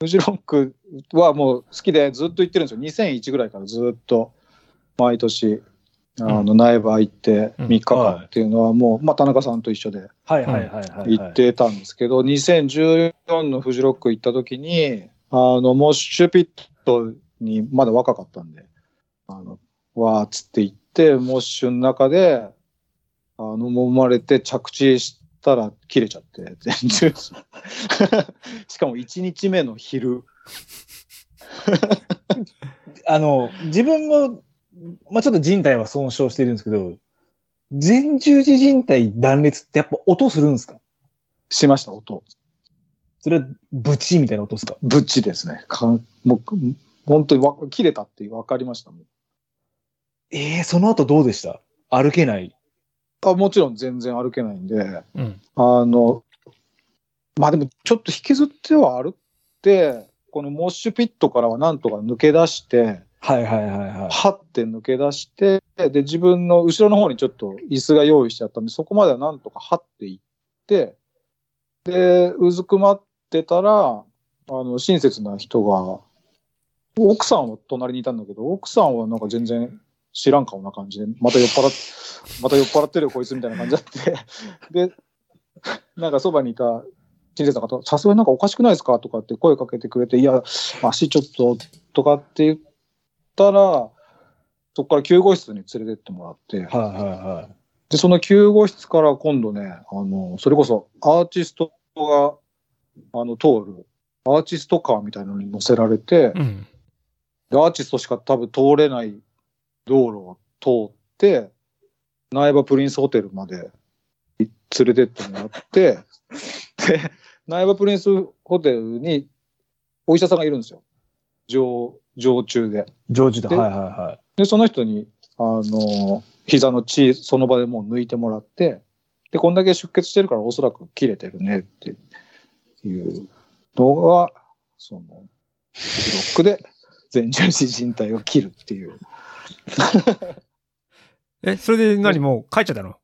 Speaker 3: フジロックはもう好きでずっと行ってるんですよ。2001ぐらいからずっと、毎年、あの、苗場行って
Speaker 2: うん
Speaker 3: 3日間っていうのはもう、まあ、田中さんと一緒で。
Speaker 1: はいはいはいはい、はい。
Speaker 3: 行っ。てたんですけど、2014のフジロック行った時に、あの、モッシュピットに、まだ若かったんで、あの、わーっつって行って、モッシュの中で、あの、揉まれて着地したら切れちゃって、全然。 しかも1日目の昼。
Speaker 1: あの、自分も、まあちょっと靭帯は損傷してるんですけど、全十字靭帯断裂ってやっぱ音するんですか
Speaker 3: しました、音。
Speaker 1: それはブチみたいな音ですか
Speaker 3: ぶっちですね。かんもう、本当にわ切れたって分かりましたもん。
Speaker 1: ええその後どうでした歩けない。
Speaker 3: あもちろん全然歩けないんで、
Speaker 2: うん。
Speaker 3: あの、まあでもちょっと引きずっては歩って、このモッシュピットからはなんとか抜け出して、
Speaker 1: はいはいはいはい。
Speaker 3: はって抜け出して、で、自分の後ろの方にちょっと椅子が用意しちゃったんで、そこまではなんとかはっていって、で、うずくまってたら、あの、親切な人が、奥さんは隣にいたんだけど、奥さんはなんか全然知らん顔な感じで、また酔っ払って、また酔っ払ってるよ、こいつみたいな感じになって、で、 なんかそばにいた親切な方が、さすがになんかおかしくないですかとかって声かけてくれて、いや、足ちょっと、とかって言ったら、そこから救護室に連れてってもらっ
Speaker 1: は
Speaker 3: て、
Speaker 1: いはいはい。
Speaker 3: で、その救護室から今度ね、あの、それこそアーティストが、あの、通る、アーティストカーみたいなのに乗せられて、
Speaker 2: うん。
Speaker 3: でアーティストしか多分通れない道路を通って、苗場プリンスホテルまでい連れてってもらって、で、苗場プリンスホテルにお医者さんがいるんですよ。常、常駐で。
Speaker 1: 常時だ。は
Speaker 3: で
Speaker 1: いはいはい。
Speaker 3: で、その人に、あの、膝の血、その場でもう抜いてもらって、で、こんだけ出血してるからおそらく切れてるねっていうのが、その、ブロックで前十字靭帯を切るっていう。
Speaker 2: え、それで何もう帰っちゃったの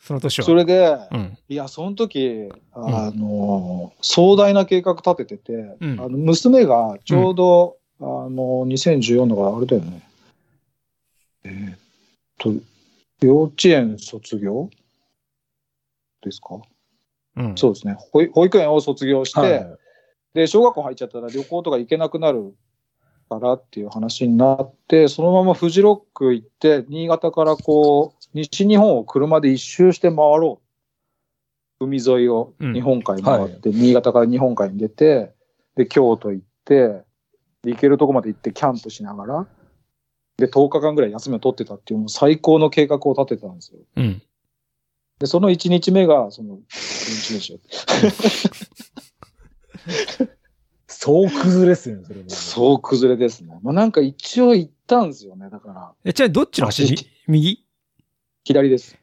Speaker 2: その年は。
Speaker 3: それで、
Speaker 2: うん。
Speaker 3: いや、その時、あの、壮大な計画立ててて、
Speaker 2: ん
Speaker 3: あの娘がちょうど、あの、2014だからあれだよね。えーっと、幼稚園卒業ですか、
Speaker 2: うん。
Speaker 3: そうですね保育。保育園を卒業して、
Speaker 1: はいはい
Speaker 3: で、小学校入っちゃったら旅行とか行けなくなるからっていう話になって、そのままフジロック行って、新潟からこう、西日本を車で一周して回ろう。海沿いを
Speaker 2: うん
Speaker 3: 日本海回って、新潟から日本海に出て、で、京都行って、で行けるとこまで行ってキャンプしながら、で、10日間ぐらい休みを取ってたっていう、もう最高の計画を立ててたんですよ。
Speaker 2: うん。
Speaker 3: で、その1日目が、その、1日目でし
Speaker 1: そう崩れっすよね、それも。
Speaker 3: ょそう崩れですね。まあなんか一応行ったんですよね、だから。
Speaker 2: え、じゃあどっちの足
Speaker 3: あ
Speaker 2: み右
Speaker 3: 左です。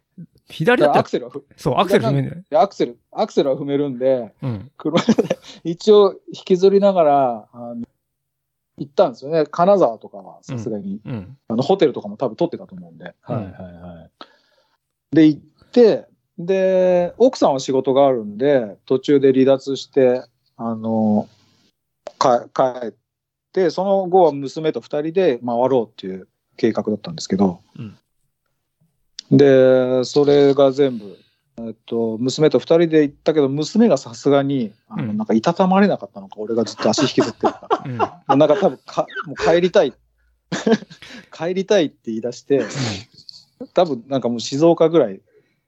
Speaker 2: 左だった
Speaker 3: ア
Speaker 2: ら
Speaker 3: ク、セルは踏
Speaker 2: そう、アクセル踏めんだよね。
Speaker 3: アクセル、アクセルは踏めるんで、
Speaker 2: うん。
Speaker 3: 車で一応引きずりながら、あの行ったんですよね。金沢とかはさすがに、
Speaker 2: うん。
Speaker 3: あの、ホテルとかも多分取ってたと思うんで。
Speaker 1: はいはいはい。
Speaker 3: で、行って、で、奥さんは仕事があるんで、途中で離脱して、あの、か帰って、その後は娘と二人で回ろうっていう計画だったんですけど、
Speaker 2: うん
Speaker 3: で、それが全部、えっと、娘と二人で行ったけど、娘がさすがに、あの、
Speaker 2: うん
Speaker 3: なんかいたたまれなかったのか、俺がずっと足引きずってた。
Speaker 2: うん。
Speaker 3: もうなんか多分か、もう帰りたい。 帰りたいって言い出して、多分なんかもう静岡ぐらい、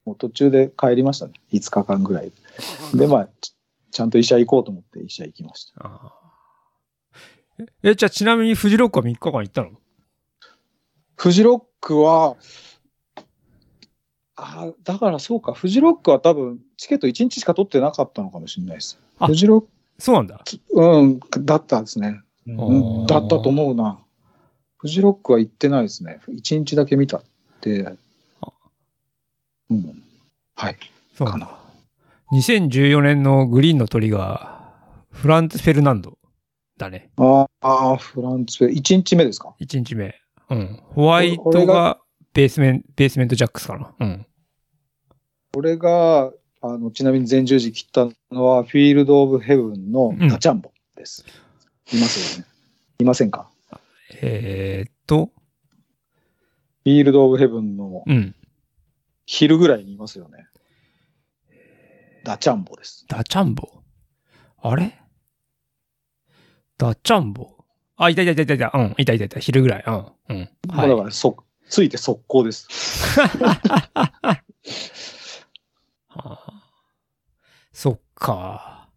Speaker 3: もう途中で帰りましたね。5日間ぐらい。で、まあ、ちちゃんと医者行こうと思って医者行きました。
Speaker 2: あーえ、えじゃあちなみにフジロックは3日間行ったの
Speaker 3: フジロックは、あだからそうか、フジロックは多分チケット1日しか取ってなかったのかもしれないです。
Speaker 2: あ
Speaker 3: フジロ
Speaker 2: そうなんだ。
Speaker 3: ック、うん、だったんですね。うん
Speaker 2: あー
Speaker 3: だったと思うな。フジロックは行ってないですね。1日だけ見たって
Speaker 2: あ。
Speaker 3: うん。はい。
Speaker 2: そうな
Speaker 3: か
Speaker 2: んだ。
Speaker 3: な。
Speaker 2: 2014年のグリーンの鳥が、フランツ・フェルナンドだね。
Speaker 3: ああ、フランス、1日目ですか
Speaker 2: 1日目。うん。ホワイ
Speaker 3: これ
Speaker 2: トが
Speaker 3: が
Speaker 2: ベースメン、ベースメントジャックスかな。うん。
Speaker 3: これが、あの、ちなみに前十字切ったのは、フィールド・オブ・ヘブンのダチャンボです。いますよね。いませんか
Speaker 2: えー、っと、
Speaker 3: フィールド・オブ・ヘブンの
Speaker 2: うん。
Speaker 3: 昼ぐらいにいますよね。ダチャンボです。
Speaker 2: ダチャンボ。あれダチャンボ。あ、いたいたいたいたいた。うん。いたいたいた。昼ぐらい。うん。うん。は
Speaker 3: だ
Speaker 2: い。
Speaker 3: から、そ、ついて速攻です。
Speaker 2: はあそっか。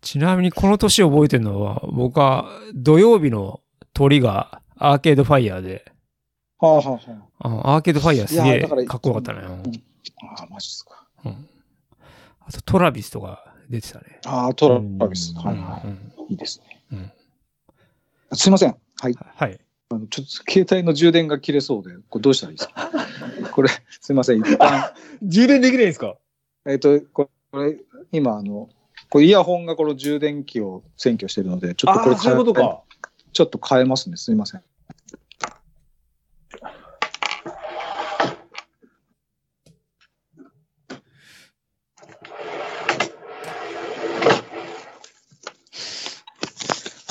Speaker 2: ちなみにこの年覚えてるのは、僕は土曜日の鳥がアーケードファイヤーで、
Speaker 3: はあ、はあ、はあ。
Speaker 2: あアーケードファイヤーす
Speaker 3: いや
Speaker 2: げ
Speaker 3: だから
Speaker 2: えかっこよかったね。うん
Speaker 3: ああ、マジですか。
Speaker 2: うんあとトラビスとか出てたね。
Speaker 3: ああ、トラバビス。
Speaker 1: うん
Speaker 3: はいは
Speaker 2: うん
Speaker 3: い。いいですね。
Speaker 2: うん
Speaker 3: すいません。はい。
Speaker 2: はい。
Speaker 3: あのちょっと携帯の充電が切れそうで、これどうしたらいいですか これ、すいません。一旦、
Speaker 1: 充電できないんですか
Speaker 3: えっと、これ、今、あの、これイヤホンがこの充電器を占拠してるので、ちょっとこれ
Speaker 1: あーそういうことか。
Speaker 3: ちょっと変えますね。すいません。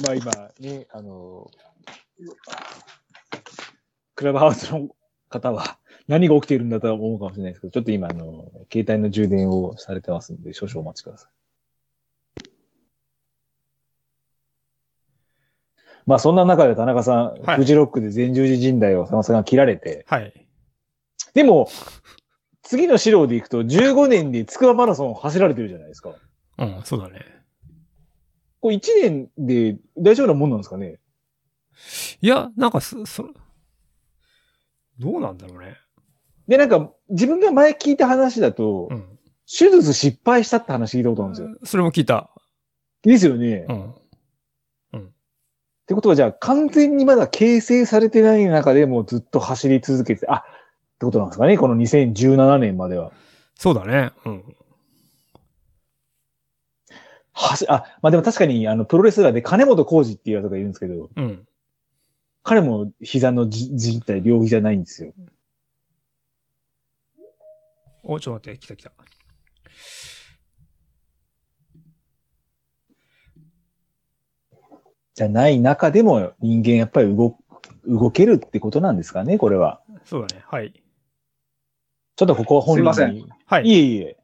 Speaker 1: まあ今ね、あの、クラブハウスの方は何が起きているんだとは思うかもしれないですけど、ちょっと今、あの、携帯の充電をされてますんで、少々お待ちください。まあそんな中で田中さん、
Speaker 2: はい
Speaker 1: フジロックで全十字陣台を佐野さんが切られて、
Speaker 2: はい。
Speaker 1: でも、次の資料で行くと15年で筑波マラソンを走られてるじゃないですか。
Speaker 2: うん、そうだね。
Speaker 1: これ1年で大丈夫なもんなんですかね
Speaker 2: いや、なんかそ、そ、どうなんだろうね。
Speaker 1: で、なんか、自分が前聞いた話だと、
Speaker 2: うん。
Speaker 1: 手術失敗したって話聞いたことあるんですよ。
Speaker 2: それも聞いた。
Speaker 1: ですよね。
Speaker 2: う
Speaker 1: っ
Speaker 2: ん。
Speaker 1: てことは、じゃあ、完全にまだ形成されてない中でもうずっと走り続けて、あ、ってことなんですかね、この2017年までは。
Speaker 2: そうだね。うん。
Speaker 1: はし、あ、まあでも確かに、あの、プロレスラーで金本浩二っていうやつがいるんですけど、
Speaker 2: うん。
Speaker 1: 彼も膝のじ、じん帯、両膝ないんですよ。
Speaker 2: お、ちょっと待って、来た来た。
Speaker 1: じゃない中でも人間やっぱり動、動けるってことなんですかね、これは。
Speaker 2: そうだね。はい。
Speaker 1: ちょっとここは本人に
Speaker 3: すいません
Speaker 2: はい。
Speaker 1: いえいえ、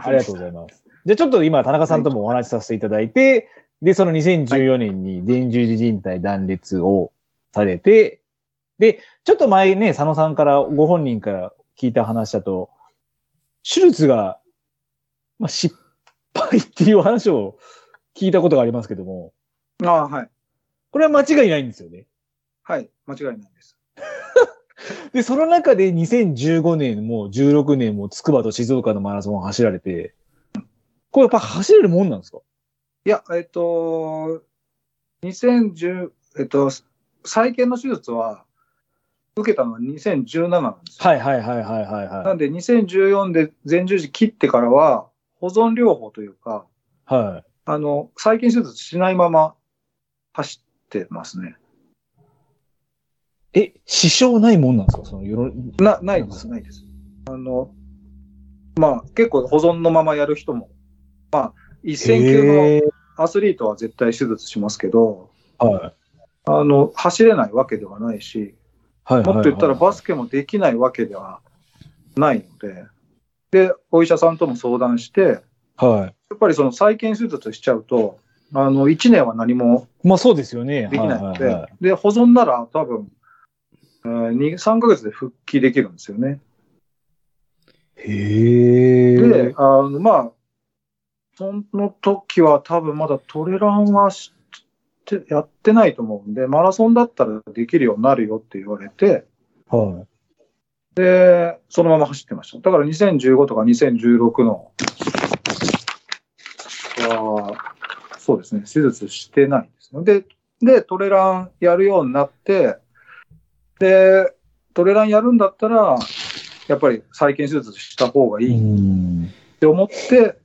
Speaker 1: ありがとうございます。じゃあちょっと今、田中さんともお話しさせていただいて、で、その2014年に電十字靭帯断裂をされて、で、ちょっと前ね、佐野さんから、ご本人から聞いた話だと、手術が、まあ、失敗っていう話を聞いたことがありますけども、
Speaker 3: ああ、はい。
Speaker 1: これは間違いないんですよね。
Speaker 3: はい。間違いないです。
Speaker 1: で、その中で2015年も16年も筑波と静岡のマラソンを走られて、これやっぱ走れるもんなんですか
Speaker 3: いや、えっと、2010、えっと、再建の手術は、受けたのは2017なんですよ。
Speaker 1: はいはいはいはいはい
Speaker 3: な
Speaker 1: は
Speaker 3: んで、2014で前十字切ってからは、保存療法というか、
Speaker 1: い。は
Speaker 3: あの、再建手術しないまま走ってますね。
Speaker 1: い。え、支障ないもんなんですかそのよろ、
Speaker 3: な、ないです、ないです。あの、まあ、結構保存のままやる人も、まあ、一線級の
Speaker 1: えー
Speaker 3: アスリートは絶対手術しますけど、
Speaker 1: はい。
Speaker 3: あの、走れないわけではないし、
Speaker 1: はいはいはい。
Speaker 3: もっと言ったらバスケもできないわけではないので、で、お医者さんとも相談して、や
Speaker 1: は
Speaker 3: っぱりその再建手術しちゃうと、あの、1年は何も
Speaker 1: い。まあそうですよね。
Speaker 3: できないの
Speaker 1: はい
Speaker 3: で、
Speaker 1: はいはい
Speaker 3: で、保存なら多分、えー、2 3ヶ月で復帰できるんですよね。
Speaker 1: へ
Speaker 3: で
Speaker 1: え。、
Speaker 3: あの、まあ、その時は多分まだトレランはしやってないと思うんで、マラソンだったらできるようになるよって言われて、
Speaker 1: は
Speaker 3: で、そのまま走ってました。だから2015とか2016の、はそうですね、手術してないんですよ。で、で、トレランやるようになって、で、トレランやるんだったら、やっぱり再建手術した方がい
Speaker 1: い。う
Speaker 3: い
Speaker 1: ん。
Speaker 3: って思って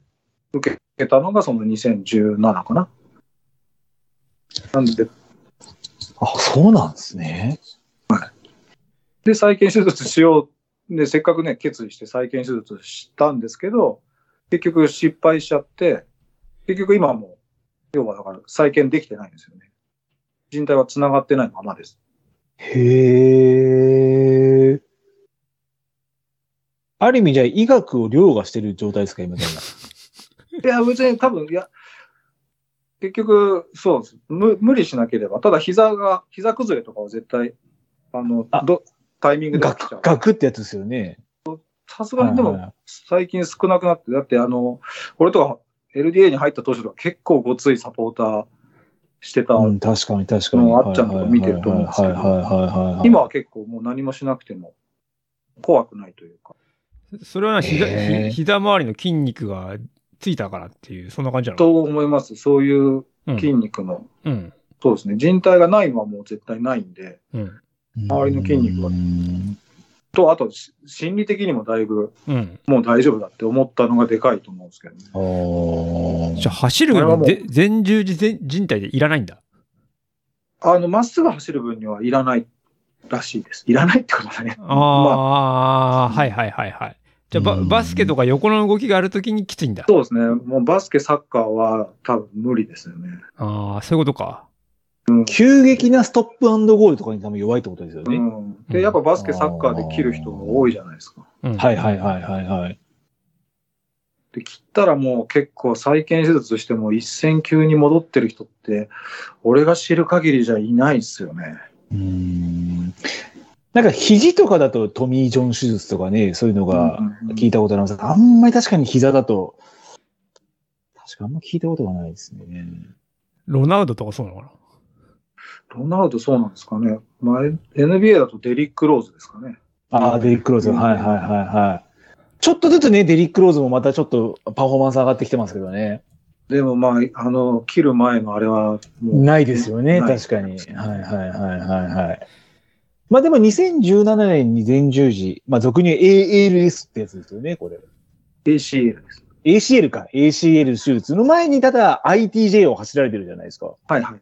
Speaker 3: 受けたのがその2017かな。なんで、
Speaker 1: あ、そうなんですね。
Speaker 3: で、再建手術しよう。で、せっかくね、決意して再建手術したんですけど、結局失敗しちゃって、結局今も、要はだから再建できてないんですよね。人体は繋がってないままです。
Speaker 1: へえ。ある意味じゃあ医学を凌駕してる状態ですか今現在
Speaker 3: いや、別に多分、いや、結局、そうです無。無理しなければ。ただ、膝が、膝崩れとかは絶対、あの、
Speaker 1: あ
Speaker 3: どタイミングで
Speaker 1: ガ
Speaker 3: 起きち
Speaker 1: ク
Speaker 3: ゃう。
Speaker 1: ガクってやつですよね。
Speaker 3: さすがにで
Speaker 1: はいはい
Speaker 3: も、最近少なくなって、だってあの、俺とか LDA に入った当初とか結構ごついサポーターしてた。
Speaker 1: うん、確かに確かに。
Speaker 3: あっちゃんとか見てると思うんですけ
Speaker 1: はい
Speaker 3: ど
Speaker 1: はいはいはいはいはい。
Speaker 3: 今は結構もう何もしなくても怖くないというか。
Speaker 2: それはな膝、
Speaker 1: へー
Speaker 2: ひ膝周りの筋肉がついたからっていう、そんな感じなの
Speaker 3: と思います。そういう
Speaker 2: うん
Speaker 3: 筋肉の、
Speaker 2: うん。
Speaker 3: そうですね。人体がないのはもう絶対ないんで、
Speaker 2: うん。
Speaker 3: 周りの筋肉が
Speaker 1: うん
Speaker 3: と、あとし心理的にもだいぶ
Speaker 2: うん。
Speaker 3: もう大丈夫だって思ったのがでかいと思うんですけどね。
Speaker 1: あー
Speaker 2: じゃあ走る
Speaker 3: これは
Speaker 2: の
Speaker 3: もう
Speaker 2: に全十字全人体でいらないんだ。
Speaker 3: あの、まっすぐ走る分にはいらないらしいです。いらないってことはね。
Speaker 2: あ
Speaker 3: まあ、
Speaker 2: あ、はいはいはいはい。じゃあバ
Speaker 1: うん
Speaker 2: バスケとか横の動きがあるときにきついんだ。
Speaker 3: そうですね。もうバスケ、サッカーは多分無理ですよね。
Speaker 2: ああ、そういうことか。
Speaker 1: 急激なストップアンドゴールとかに多分弱いってことですよね。
Speaker 3: うん、で、やっぱバスケ、サッカーで切る人が多いじゃないですか。
Speaker 2: うん、
Speaker 1: はいはいはいはいはい。
Speaker 3: で、切ったらもう結構再建手術しても一線級に戻ってる人って、俺が知る限りじゃいないっすよね。
Speaker 1: うんなんか肘とかだとトミー・ジョン手術とかね、そういうのが
Speaker 3: うんうん
Speaker 1: 聞いたことありますけど、あんまり確かに膝だと、確かあんま聞いたことがないですね。
Speaker 2: ロナウドとかそうなのか
Speaker 3: ロナウドそうなんですかね。まあ、NBA だとデリック・ローズですかね。
Speaker 1: ああ、デリック・ローズ、
Speaker 3: うん
Speaker 1: はいはいはいはい。ちょっとずつね、デリック・ローズもまたちょっとパフォーマンス上がってきてますけどね。
Speaker 3: でもまあ、あの、切る前のあれはもう、
Speaker 1: ないですよね、
Speaker 3: ない
Speaker 1: 確かに。はいはいはいはいはい。まあでも2017年に全十字、まあ俗に言う ALS ってやつですよね、これ。
Speaker 3: ACL です。
Speaker 1: ACL か、ACL 手術の前にただ ITJ を走られてるじゃないですか。
Speaker 3: はいはい。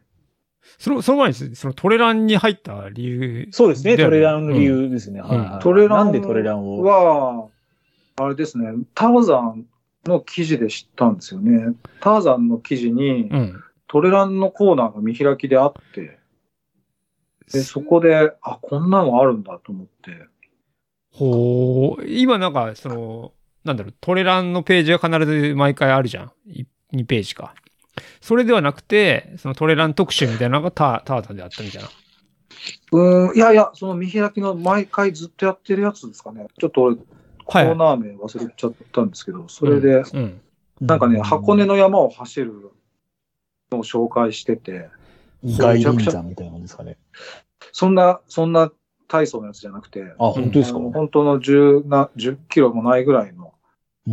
Speaker 2: そのその前にそのトレランに入った理由。
Speaker 1: そうですね、
Speaker 2: だよ
Speaker 1: トレランの理由ですね。
Speaker 2: ん
Speaker 1: はいはい
Speaker 3: トレラン
Speaker 1: なんでトレランを
Speaker 3: は、あれですね、ターザンの記事で知ったんですよね。ターザンの記事に、
Speaker 2: うん。
Speaker 3: トレランのコーナーが見開きであって、でそこで、あ、こんなのあるんだと思って。
Speaker 2: ほう、今なんか、その、なんだろう、トレランのページが必ず毎回あるじゃん。い2ページか。それではなくて、そのトレラン特集みたいなのがタタータンであったみたいな。
Speaker 3: うーん、いやいや、その見開きの毎回ずっとやってるやつですかね。ちょっと俺、コ
Speaker 2: はい
Speaker 3: ーナー名忘れちゃったんですけど、それで、
Speaker 2: うん。
Speaker 3: なんかね、箱根
Speaker 1: の
Speaker 3: の山を走るのを紹介してて、
Speaker 1: 外輪山みたいなもんですかね。
Speaker 3: そんな、そんな大層のやつじゃなくて、
Speaker 1: あ、本当ですか
Speaker 3: あの本当の10な10キロもないぐらいの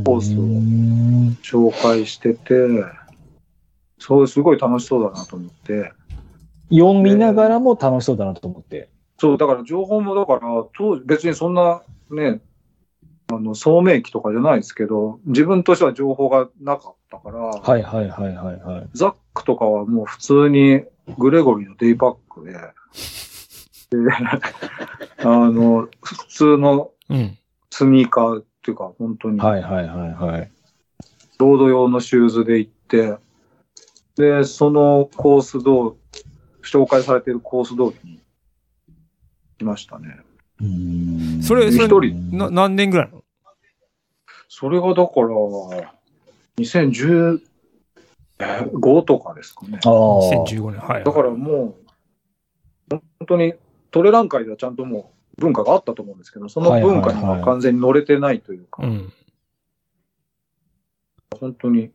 Speaker 3: コースを
Speaker 1: うん
Speaker 3: 紹介してて、そう、すごい楽しそうだなと思って、
Speaker 1: 読みながらも楽しそうだなと思って。
Speaker 3: そう、だから情報もだから、当時別にそんなね、あの、聡明期とかじゃないですけど、自分としては情報がなかったから、
Speaker 1: はいはいはいはいはい。
Speaker 3: ザックとかはもう普通にグレゴリーのデイパックで、で あの、普通の
Speaker 2: うん。
Speaker 3: スニーカーっていうか、本当に、
Speaker 1: はいはいはいはい。
Speaker 3: ロード用のシューズで行って、で、そのコース通り、紹介されてるコース通りに来ましたね。
Speaker 1: うん
Speaker 2: それ、それ、
Speaker 3: 一
Speaker 2: な何年ぐらいなの
Speaker 3: それがだから、2015とかですかね。
Speaker 1: ああ。
Speaker 2: ?2015 年。はい。
Speaker 3: だからもう、本当にトレラン界ではちゃんともう文化があったと思うんですけど、その文化には完全に乗れてないというか、
Speaker 2: うん。
Speaker 3: 本当に、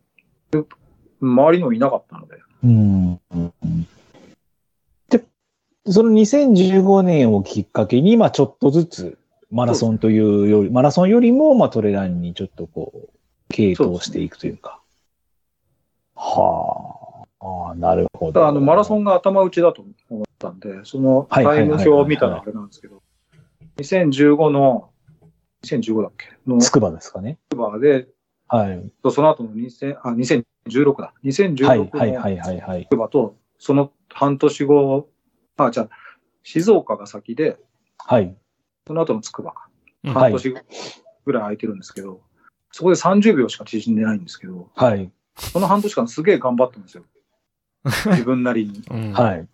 Speaker 3: 周りにもいなかったので。
Speaker 1: うん。で、その2015年をきっかけに、まあちょっとずつ、マラソンというより、マラソンよりも、まあトレランにちょっとこう、系統していくというか。はあ。ああ、なるほ
Speaker 3: た
Speaker 1: ど。
Speaker 3: だ、あの、マラソンが頭打ちだと思ったんで、そのタ
Speaker 1: はいはいは
Speaker 3: イ
Speaker 1: い
Speaker 3: ム
Speaker 1: はい
Speaker 3: 表を見たらあれなんですけど、2015の、2015だっけの
Speaker 1: つくばですかね。
Speaker 3: バーで、
Speaker 1: はい。
Speaker 3: その後の2000あ2016だ。
Speaker 1: はい
Speaker 3: 2016
Speaker 1: はい
Speaker 3: の
Speaker 1: はいはいはい。
Speaker 3: 筑波と、その半年後、あ、じゃあ、静岡が先で、
Speaker 1: はい。
Speaker 3: その後の筑波か。
Speaker 2: うん
Speaker 1: はい
Speaker 3: 半年ぐらい空いてるんですけど、そこで30秒しか縮んでないんですけど、
Speaker 1: はい。
Speaker 3: その半年間すげえ頑張った んですよ。自分なりに。
Speaker 2: うん
Speaker 1: はい。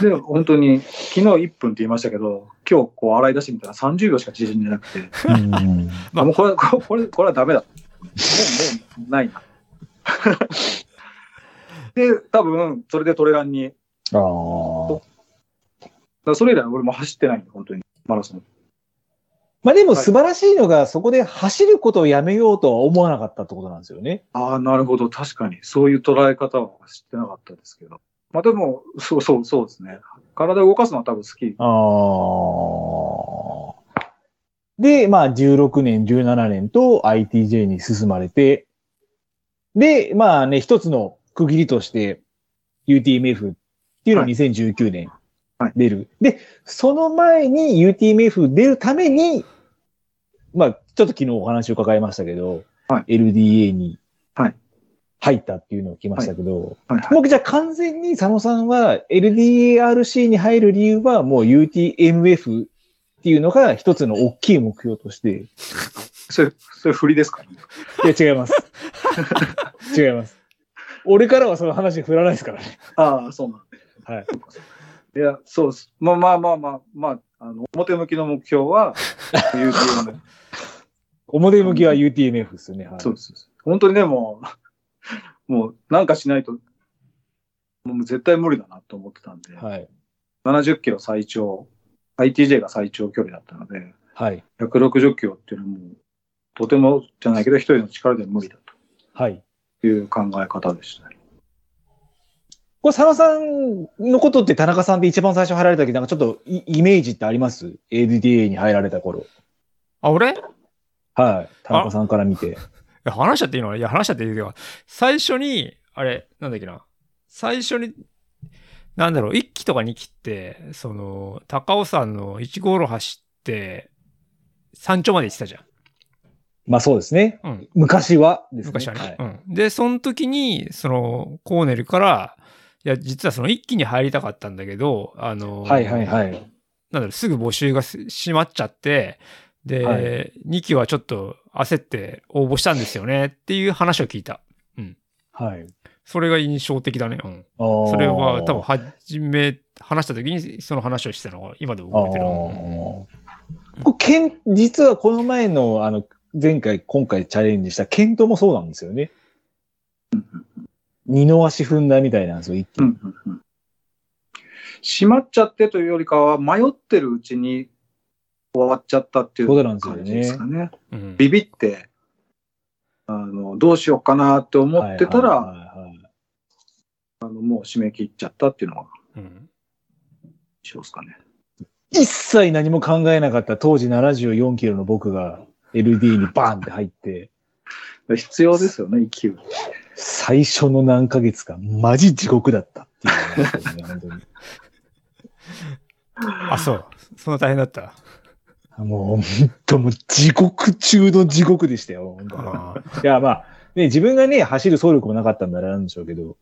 Speaker 3: で、本当に、昨日1分って言いましたけど、今日こう洗い出してみたら30秒しか縮んでなくて、
Speaker 1: うん
Speaker 2: まあ
Speaker 3: あ、もうこれ、これ、これこれはダメだ。もう、も う、ないな。で、多分、それでトレランに、だ
Speaker 1: あ
Speaker 3: か
Speaker 1: あ。
Speaker 3: らそれ以来俺も走ってないんで、本当に、マラソン。
Speaker 1: まあでも素晴らしいのが、そこで走ることをやめようとは思わなかったってことなんですよね。
Speaker 3: ああ、なるほど。確かに。そういう捉え方は知ってなかったですけど。まあでも、そうそう、そうですね。体を動かすのは多分好き。
Speaker 1: ああ。で、まあ、16年、17年と ITJ に進まれて、で、まあね、一つの区切りとして UTMF っていうのは
Speaker 3: はい
Speaker 1: 2019年
Speaker 3: はい
Speaker 1: 出る。で、その前に UTMF 出るために、まあ、ちょっと昨日お話を伺いましたけど、
Speaker 3: は
Speaker 1: LDA に
Speaker 3: はい
Speaker 1: 入ったっていうのを聞きましたけど、
Speaker 3: はいはい。
Speaker 1: 僕じゃあ完全に佐野さんは LDARC に入る理由はもう UTMF っていうのが一つの大きい目標と して。い
Speaker 3: それ、それ振りですか、ね、
Speaker 1: や、違い ます。違います。俺からはその話振らないですからね。
Speaker 3: ああ、そうなんだ。
Speaker 1: はい。
Speaker 3: いや、そうです。まあまあまあまあ、まあ、あの、表向きの目標は、UTM。
Speaker 1: 表向きは UTMF ですよね。はい
Speaker 3: そうです。そうです 本当にね、もう、もう、なんかしないと、もう絶対無理だなと思ってたんで、
Speaker 1: はい。
Speaker 3: 70キロ最長、ITJ が最長距離だったので、
Speaker 1: はい。
Speaker 3: 160キロっていうのはもう、とてもじゃないけど、一人の力では無理だ
Speaker 1: はい。
Speaker 3: という考え方でしたね。
Speaker 1: これ佐野さんのことって田中さんって一番最初入られた時なんかちょっとイイメージってあります ?LDA に入られた頃。
Speaker 2: あ、俺
Speaker 1: はい。田中さんから見て。
Speaker 2: いや話しちゃっていいのいや、話しちゃっていいけど、最初に、あれ、なんだっけな。最初に、なんだろう、1期とか2期って、その、高尾山の1号路走って、山頂まで行ってたじゃん。
Speaker 1: まあそうですね。
Speaker 2: うん
Speaker 1: 昔はですね。
Speaker 2: 昔はね。
Speaker 1: はい
Speaker 2: うん、で、その時に、その、コーネルから、いや、実はその1期に入りたかったんだけど、あの、
Speaker 1: はいはいはい。
Speaker 2: なんだろう、すぐ募集がす閉まっちゃって、で、
Speaker 1: は
Speaker 2: 2期はちょっと焦って応募したんですよねっていう話を聞いた。
Speaker 1: はい。
Speaker 2: それが印象的だね。うん。
Speaker 1: そ
Speaker 2: それは多分、初め、話した時にその話をしてたのが今でも覚えてるな。
Speaker 1: あーこれけん実はこの前の、あの、前回、今回チャレンジしたケントもそうなんですよね。二の足踏んだみたいなんですよ、一気
Speaker 3: う
Speaker 1: に。
Speaker 3: んうんうん閉まっちゃってというよりかは、迷ってるうちに終わっちゃったってい
Speaker 1: そう
Speaker 3: う
Speaker 1: なんですよね
Speaker 3: 感じですかね。
Speaker 2: うん
Speaker 3: ビビって、あの、どうしようかなって思ってたら、
Speaker 1: はいはいはいはい
Speaker 3: あの、もう締め切っちゃったっていうのが
Speaker 2: うん
Speaker 3: 一緒ですかね。
Speaker 1: 一切何も考えなかった当時74キロの僕が LD にバーンって入って、
Speaker 3: 必要ですよね、勢い。
Speaker 1: 最初の何ヶ月間、マジ地獄だったっていうのがあったんですよね本
Speaker 2: あ、そう。そんな大変だった。
Speaker 1: 当にもう、本当もう地獄中の地獄でしたよ、本当に
Speaker 2: あー
Speaker 1: いや、まあ、ね、自分がね、走る走力もなかったんだらなんでしょうけど。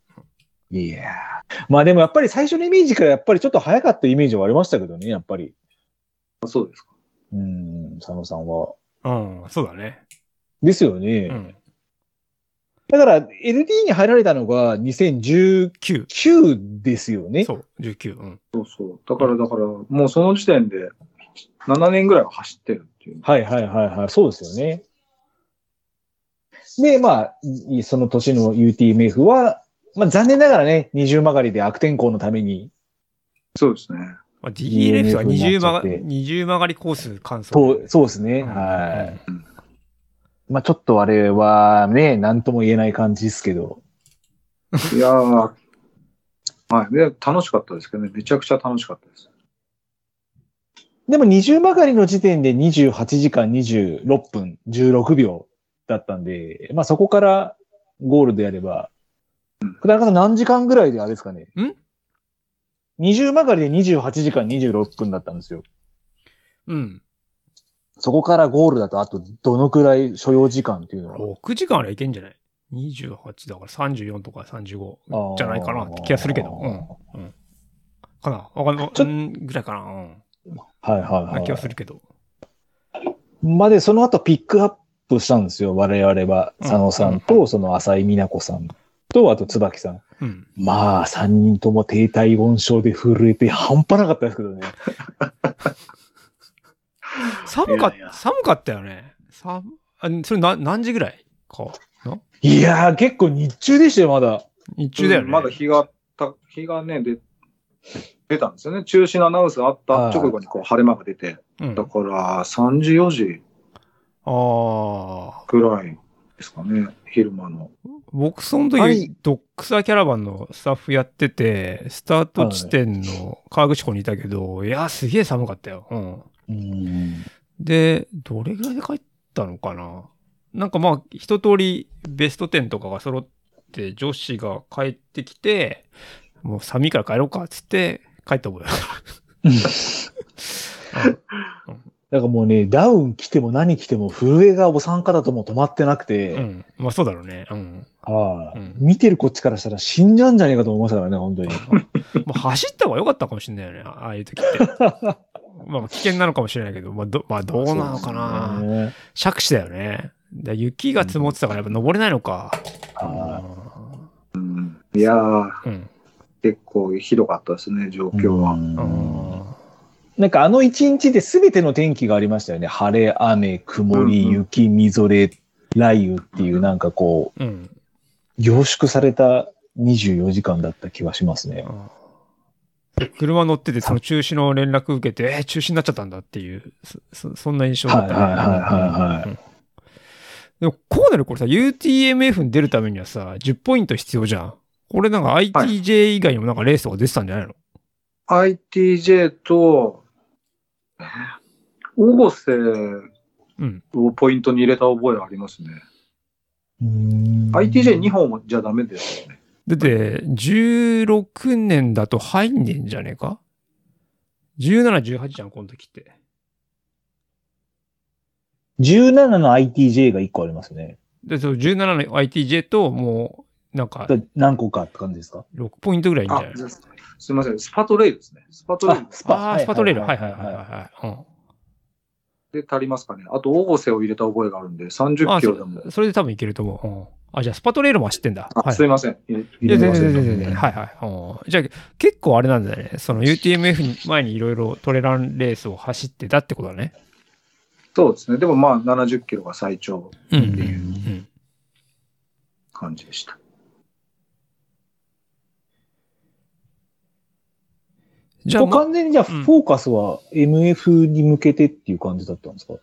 Speaker 1: いやーまあでもやっぱり最初のイメージからやっぱりちょっと早かったイメージはありましたけどね、やっぱり。
Speaker 3: そうですか。
Speaker 1: うん、佐野さんは。
Speaker 2: うん、そうだね。
Speaker 1: ですよね。
Speaker 2: うん。
Speaker 1: だから、LD に入られたのが2019
Speaker 2: 9。
Speaker 1: ですよね。
Speaker 2: そう、19。うん。
Speaker 3: そうそう。だから、だから、もうその時点で、7年ぐらいは走ってるっていう。
Speaker 1: はいはいはいはい、そうですよね。で、まあ、いその年の UTMF は、まあ残念ながらね、二重曲がりで悪天候のために
Speaker 3: そうですね。
Speaker 2: まあ、DNF
Speaker 1: DNF
Speaker 2: は20曲が
Speaker 1: になっちゃって
Speaker 2: 20曲がりコース完走。
Speaker 1: と、そうですね。
Speaker 2: うん
Speaker 1: はい。まあちょっとあれはね、なんとも言えない感じですけど。
Speaker 3: いやー、はい。で、楽しかったですけどね。めちゃくちゃ楽しかったです。
Speaker 1: でも20曲がりの時点で28時間26分16秒だったんで、まあそこからゴールでやれば、福田中さん何時間ぐらいであれですかね
Speaker 2: ん
Speaker 1: ?20 曲がりで28時間26分だったんですよ。
Speaker 2: うん。
Speaker 1: そこからゴールだとあとどのくらい所要時間っていうのは
Speaker 2: 6時間あればいけんじゃない ?28 だから34とか35じゃないかなって気がするけど。うん。かなわかんない。
Speaker 1: ちょ
Speaker 2: うんぐらいかなうん。
Speaker 1: はいはいは。
Speaker 2: ない気がするけど。
Speaker 1: まあで、その後ピックアップしたんですよ。我々は、
Speaker 2: うん
Speaker 1: 佐野さんと、その浅井美奈子さんと、あと椿さん。
Speaker 2: うん。
Speaker 1: まあ、3人とも低体温症で震えて半端なかったですけどね。
Speaker 2: 寒かっ
Speaker 3: いやいや
Speaker 2: 寒かったよね。寒、あ、それな何時ぐらいか。ない
Speaker 1: やー、結構日中でしたよ、まだ。
Speaker 2: 日中だよね。
Speaker 3: うんまだ日がた、日がね、で出たんですよね。中止のアナウンスがあった直後にこう晴れ間が出て。
Speaker 2: うん、
Speaker 3: だ
Speaker 2: あ
Speaker 3: から、3時、4時
Speaker 2: あ。
Speaker 3: ぐらいですかね。昼間の。
Speaker 2: 僕、その
Speaker 1: は
Speaker 2: 時
Speaker 1: い、
Speaker 2: ドックサーキャラバンのスタッフやってて、スタート地点の河口湖にいたけど、いや、すげえ寒かったよ。うん。
Speaker 1: うん。
Speaker 2: で、どれぐらいで帰ったのかななんかまあ、一通りベスト10とかが揃って、女子が帰ってきて、もう寒いから帰ろうかっつって、帰った覚えある。
Speaker 1: だからもうね、ダウン来ても何来ても震えがお参加だともう止まってなく
Speaker 2: う
Speaker 1: て、
Speaker 2: ん。まあそうだろうね。うん。
Speaker 1: はい
Speaker 2: うん
Speaker 1: 見てるこっちからしたら死んじゃうんじゃねえかと思いましたからね、本当に。
Speaker 2: まあ走った方が良かったかもしれないよね。ああいう時 って。まあ危険なのかもしれないけど、まあど,、まあ、どうなのかな。
Speaker 1: ね
Speaker 2: 杓子だよね。で雪が積もってたからやっぱ登れないのか。
Speaker 1: は
Speaker 3: うん、いやー、
Speaker 2: うん。
Speaker 3: 結構ひどかったですね、
Speaker 1: い
Speaker 3: 状況は。
Speaker 2: うん。
Speaker 1: なんかあの一日で全ての天気がありましたよね。晴れ、雨、曇り、
Speaker 3: うんうん
Speaker 1: 雪、みぞれ、雷雨っていうなんかこう、
Speaker 2: うん。
Speaker 1: 凝縮された24時間だった気はしますね。
Speaker 2: で車乗ってて、その中止の連絡受けて、えー中止になっちゃったんだっていう、そそそんな印象だったね。
Speaker 1: はいはいはいはいはい
Speaker 2: うんでも、こうなるこれさ、UTMF に出るためにはさ、10ポイント必要じゃん。これなんか ITJ 以外にもなんかレースとか出てたんじゃないの、
Speaker 3: ITJ と、オゴセ
Speaker 2: うん。
Speaker 3: をポイントに入れた覚えありますね。
Speaker 1: 日
Speaker 3: ITJ2
Speaker 1: 本
Speaker 3: 本もじゃダメですよね。
Speaker 2: だって、16年だと入んねえんじゃねえか ?17、18じゃん、この時って。
Speaker 1: 17の ITJ が1個ありますね。
Speaker 2: で、その17の ITJ と、もう、なんか
Speaker 1: だ、何個かって感じですか
Speaker 2: 6ポイントぐらいいいんじゃな
Speaker 3: あ
Speaker 2: い、
Speaker 3: すみません。スパトレイルですね。スパトレイル。
Speaker 2: ああー、スパトレール。はいはい
Speaker 1: い
Speaker 2: はいはいはい。うん
Speaker 3: で足りますかね。あと、オゴセを入れた覚えがあるんで、30
Speaker 2: あ
Speaker 3: キロでも。
Speaker 2: それで多分いけると思う。うんあ、じゃあスパトレールも走ってんだ。
Speaker 3: あ
Speaker 2: はい
Speaker 3: す。いません。い
Speaker 2: いや、
Speaker 3: 入れ
Speaker 2: 全
Speaker 3: ま
Speaker 2: 然
Speaker 3: せ
Speaker 2: 全
Speaker 3: ん
Speaker 2: 然全然。はいはいうん。じゃあ、結構あれなんだよね。その UTMF に前にいろいろトレランレースを走ってたってことだね。
Speaker 3: そうですね。でもまあ、70キロが最長
Speaker 2: うんうん
Speaker 3: っていう
Speaker 2: うん。
Speaker 3: 感じでした。
Speaker 2: じゃあ、
Speaker 1: もう
Speaker 2: ま
Speaker 1: 完全にじゃあ、
Speaker 2: う
Speaker 1: フ
Speaker 2: ん
Speaker 1: ォーカスは MF に向けてっていう感じだったんですか、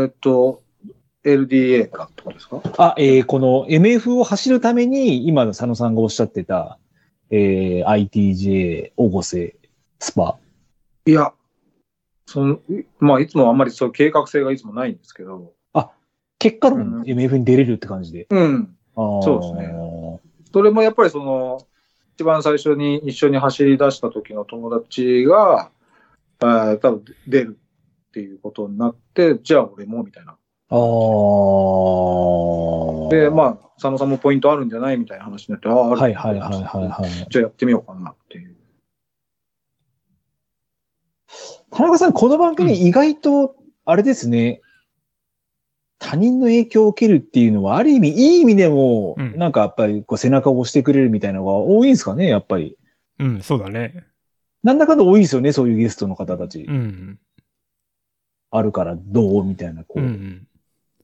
Speaker 3: えっと、LDA かってことですか
Speaker 1: あ、えーこの MF を走るために、今の佐野さんがおっしゃってた、えー ITJ、オゴセ、スパ。
Speaker 3: いや、その、いまあ、いつもあんまりそう計画性がいつもないんですけど、
Speaker 1: 結果
Speaker 3: う
Speaker 1: 論
Speaker 3: ん
Speaker 1: MF に出れるって感じで。
Speaker 3: うん。
Speaker 1: そう
Speaker 3: ですねそれもやっぱりその、一番最初に一緒に走り出した時の友達が、えー、多分出るっていうことになって、じゃあ俺もみたいな。
Speaker 1: あー。
Speaker 3: で、まあ、佐野さんもポイントあるんじゃないみたいな話になって、ああ、ある
Speaker 1: はいはいはいはいはい。
Speaker 3: じゃあやってみようかなっていう。
Speaker 1: 田中さん、この番組意外と、あれですね、他人の影響を受けるっていうのは、ある意味、いい意味でも、
Speaker 2: うん
Speaker 1: なんかやっぱりこう背中を押してくれるみたいなのが多いんですかね、やっぱり。
Speaker 2: うん、そうだね。
Speaker 1: なんだかんだ多いですよね、そういうゲストの方たち。
Speaker 2: うん。
Speaker 1: あるからどうみたいな、こ
Speaker 2: う
Speaker 1: う、
Speaker 2: ん。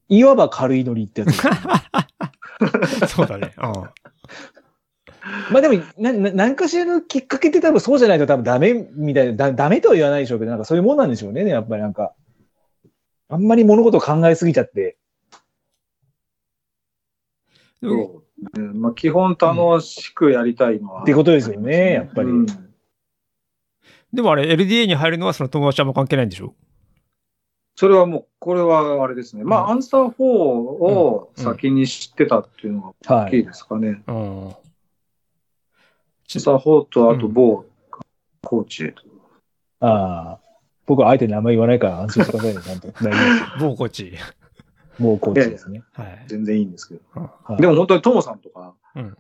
Speaker 1: いわば軽いノリってやつ。
Speaker 2: そうだね。うん。
Speaker 1: まあでも、な、な何かしらのきっかけって多分そうじゃないと多分ダメみたいな、だダメとは言わないでしょうけど、なんかそういうもんなんでしょうね、やっぱりなんか。あんまり物事を考えすぎちゃって。
Speaker 2: でも
Speaker 3: そううんまあ、基本楽しくやりたいのは。
Speaker 1: ってことですよねやっぱり
Speaker 3: うん
Speaker 2: でもあれ、LDA に入るのはその友達はあんま関係ないんでしょ
Speaker 3: それはもう、これはあれですね。まあ、アンサー4を先に知ってたっていうのが
Speaker 1: は
Speaker 3: 大きい
Speaker 1: い。
Speaker 3: ですかね。
Speaker 2: うん。
Speaker 3: アンサー4と、あと
Speaker 2: うん
Speaker 3: 某コーチ。
Speaker 1: ああ。僕はあえて名前言わないから安心してくださいね、ちゃんと。大丈夫です
Speaker 2: 某コーチ。
Speaker 1: もうコーチですね。
Speaker 2: はい。
Speaker 3: 全然いいんですけど。
Speaker 1: はい
Speaker 3: でも本当にトモさんとか、
Speaker 2: うん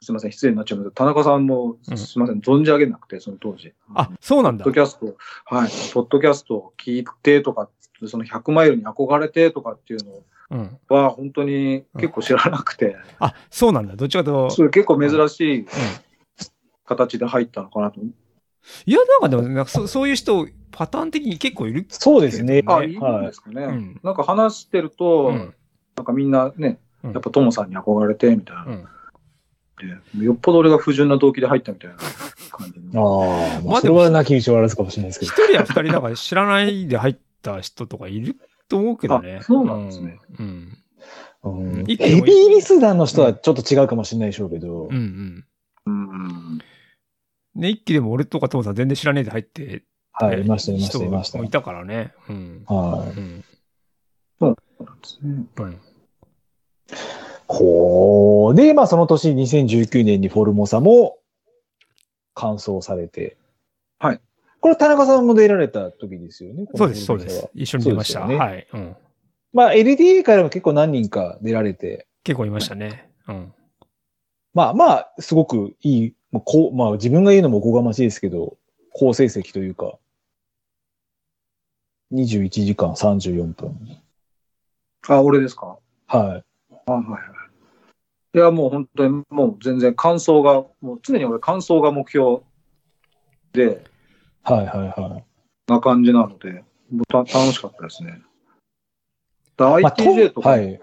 Speaker 3: すいません、失礼になっちゃいますけど田中さんも、
Speaker 2: うん
Speaker 3: すいません、存じ上げなくて、その当時。
Speaker 2: あ、そうなんだ
Speaker 3: ポッド。キャスト、はい、ポッドキャストを聞いてとか、その100マイルに憧れてとかっていうの
Speaker 2: うん。
Speaker 3: は、本当に結構知らなくて、
Speaker 2: あ、そうなんだ。どっちかと。
Speaker 3: それ結構珍しい
Speaker 2: うん
Speaker 3: 形で入ったのかなと思
Speaker 2: いや、なんかでも、なんかそそういう人、パターン的に結構いる。
Speaker 1: そうですね。
Speaker 2: は
Speaker 3: あ、
Speaker 2: い
Speaker 3: いいんですかね。
Speaker 2: うん
Speaker 3: なんか話してると、
Speaker 2: うん。
Speaker 3: なんかみんなね、
Speaker 2: うん
Speaker 3: やっぱトモさんに憧れてみたいな
Speaker 2: う、ん。
Speaker 3: でよっぽど俺が不純な動機で入ったみたいな感じの。
Speaker 1: ああ、
Speaker 2: ま
Speaker 1: ま
Speaker 2: あ
Speaker 1: あ、
Speaker 2: で
Speaker 1: そ
Speaker 2: も
Speaker 1: れは泣き打ちをらずかもしれないですけ
Speaker 2: 一
Speaker 1: ど。
Speaker 2: 人や二人なんか知らないで入った人とかいると思うけどね。
Speaker 3: あそうなんですね。
Speaker 2: うん。
Speaker 1: うん
Speaker 2: 一気に
Speaker 1: ヘビーリスナーの人はちょっと違うかもしれないでしょうけど
Speaker 2: うんう、ん。
Speaker 3: うん。
Speaker 2: ね、一気でも俺とかトモさん全然知らねえで入って、
Speaker 1: はい、
Speaker 2: ね
Speaker 1: いました、いました、いまし
Speaker 2: 人もい
Speaker 1: た。
Speaker 2: たからね。うん。
Speaker 1: は
Speaker 2: うん。
Speaker 3: そうなんですね。
Speaker 2: うん。
Speaker 1: い。ほう。で、まあその年2019年にフォルモサも完走されて。
Speaker 3: はい。
Speaker 1: これ田中さんも出られた時ですよね。こ
Speaker 2: そ
Speaker 1: の
Speaker 2: うです、そうで
Speaker 1: フォルモサ
Speaker 2: す
Speaker 1: は。。
Speaker 2: 一緒に出ました。
Speaker 1: そうですよね
Speaker 2: はい。うん。
Speaker 1: まあ LDA からも結構何人か出られて、
Speaker 2: 結構いましたね。うん。
Speaker 1: まあまあ、すごくいい、まあ、こうまあ自分が言うのもおこがましいですけど、好成績というか、21時間34分。
Speaker 3: あ、俺ですか
Speaker 1: はい。
Speaker 3: あ、はいはい。いや、もう本当に、もう全然感想が、もう常に俺感想が目標で、
Speaker 1: はいはいはい。
Speaker 3: な感じなので、もうた楽しかったですね。だ
Speaker 1: まあ、と
Speaker 3: ITJ とか
Speaker 1: は、い。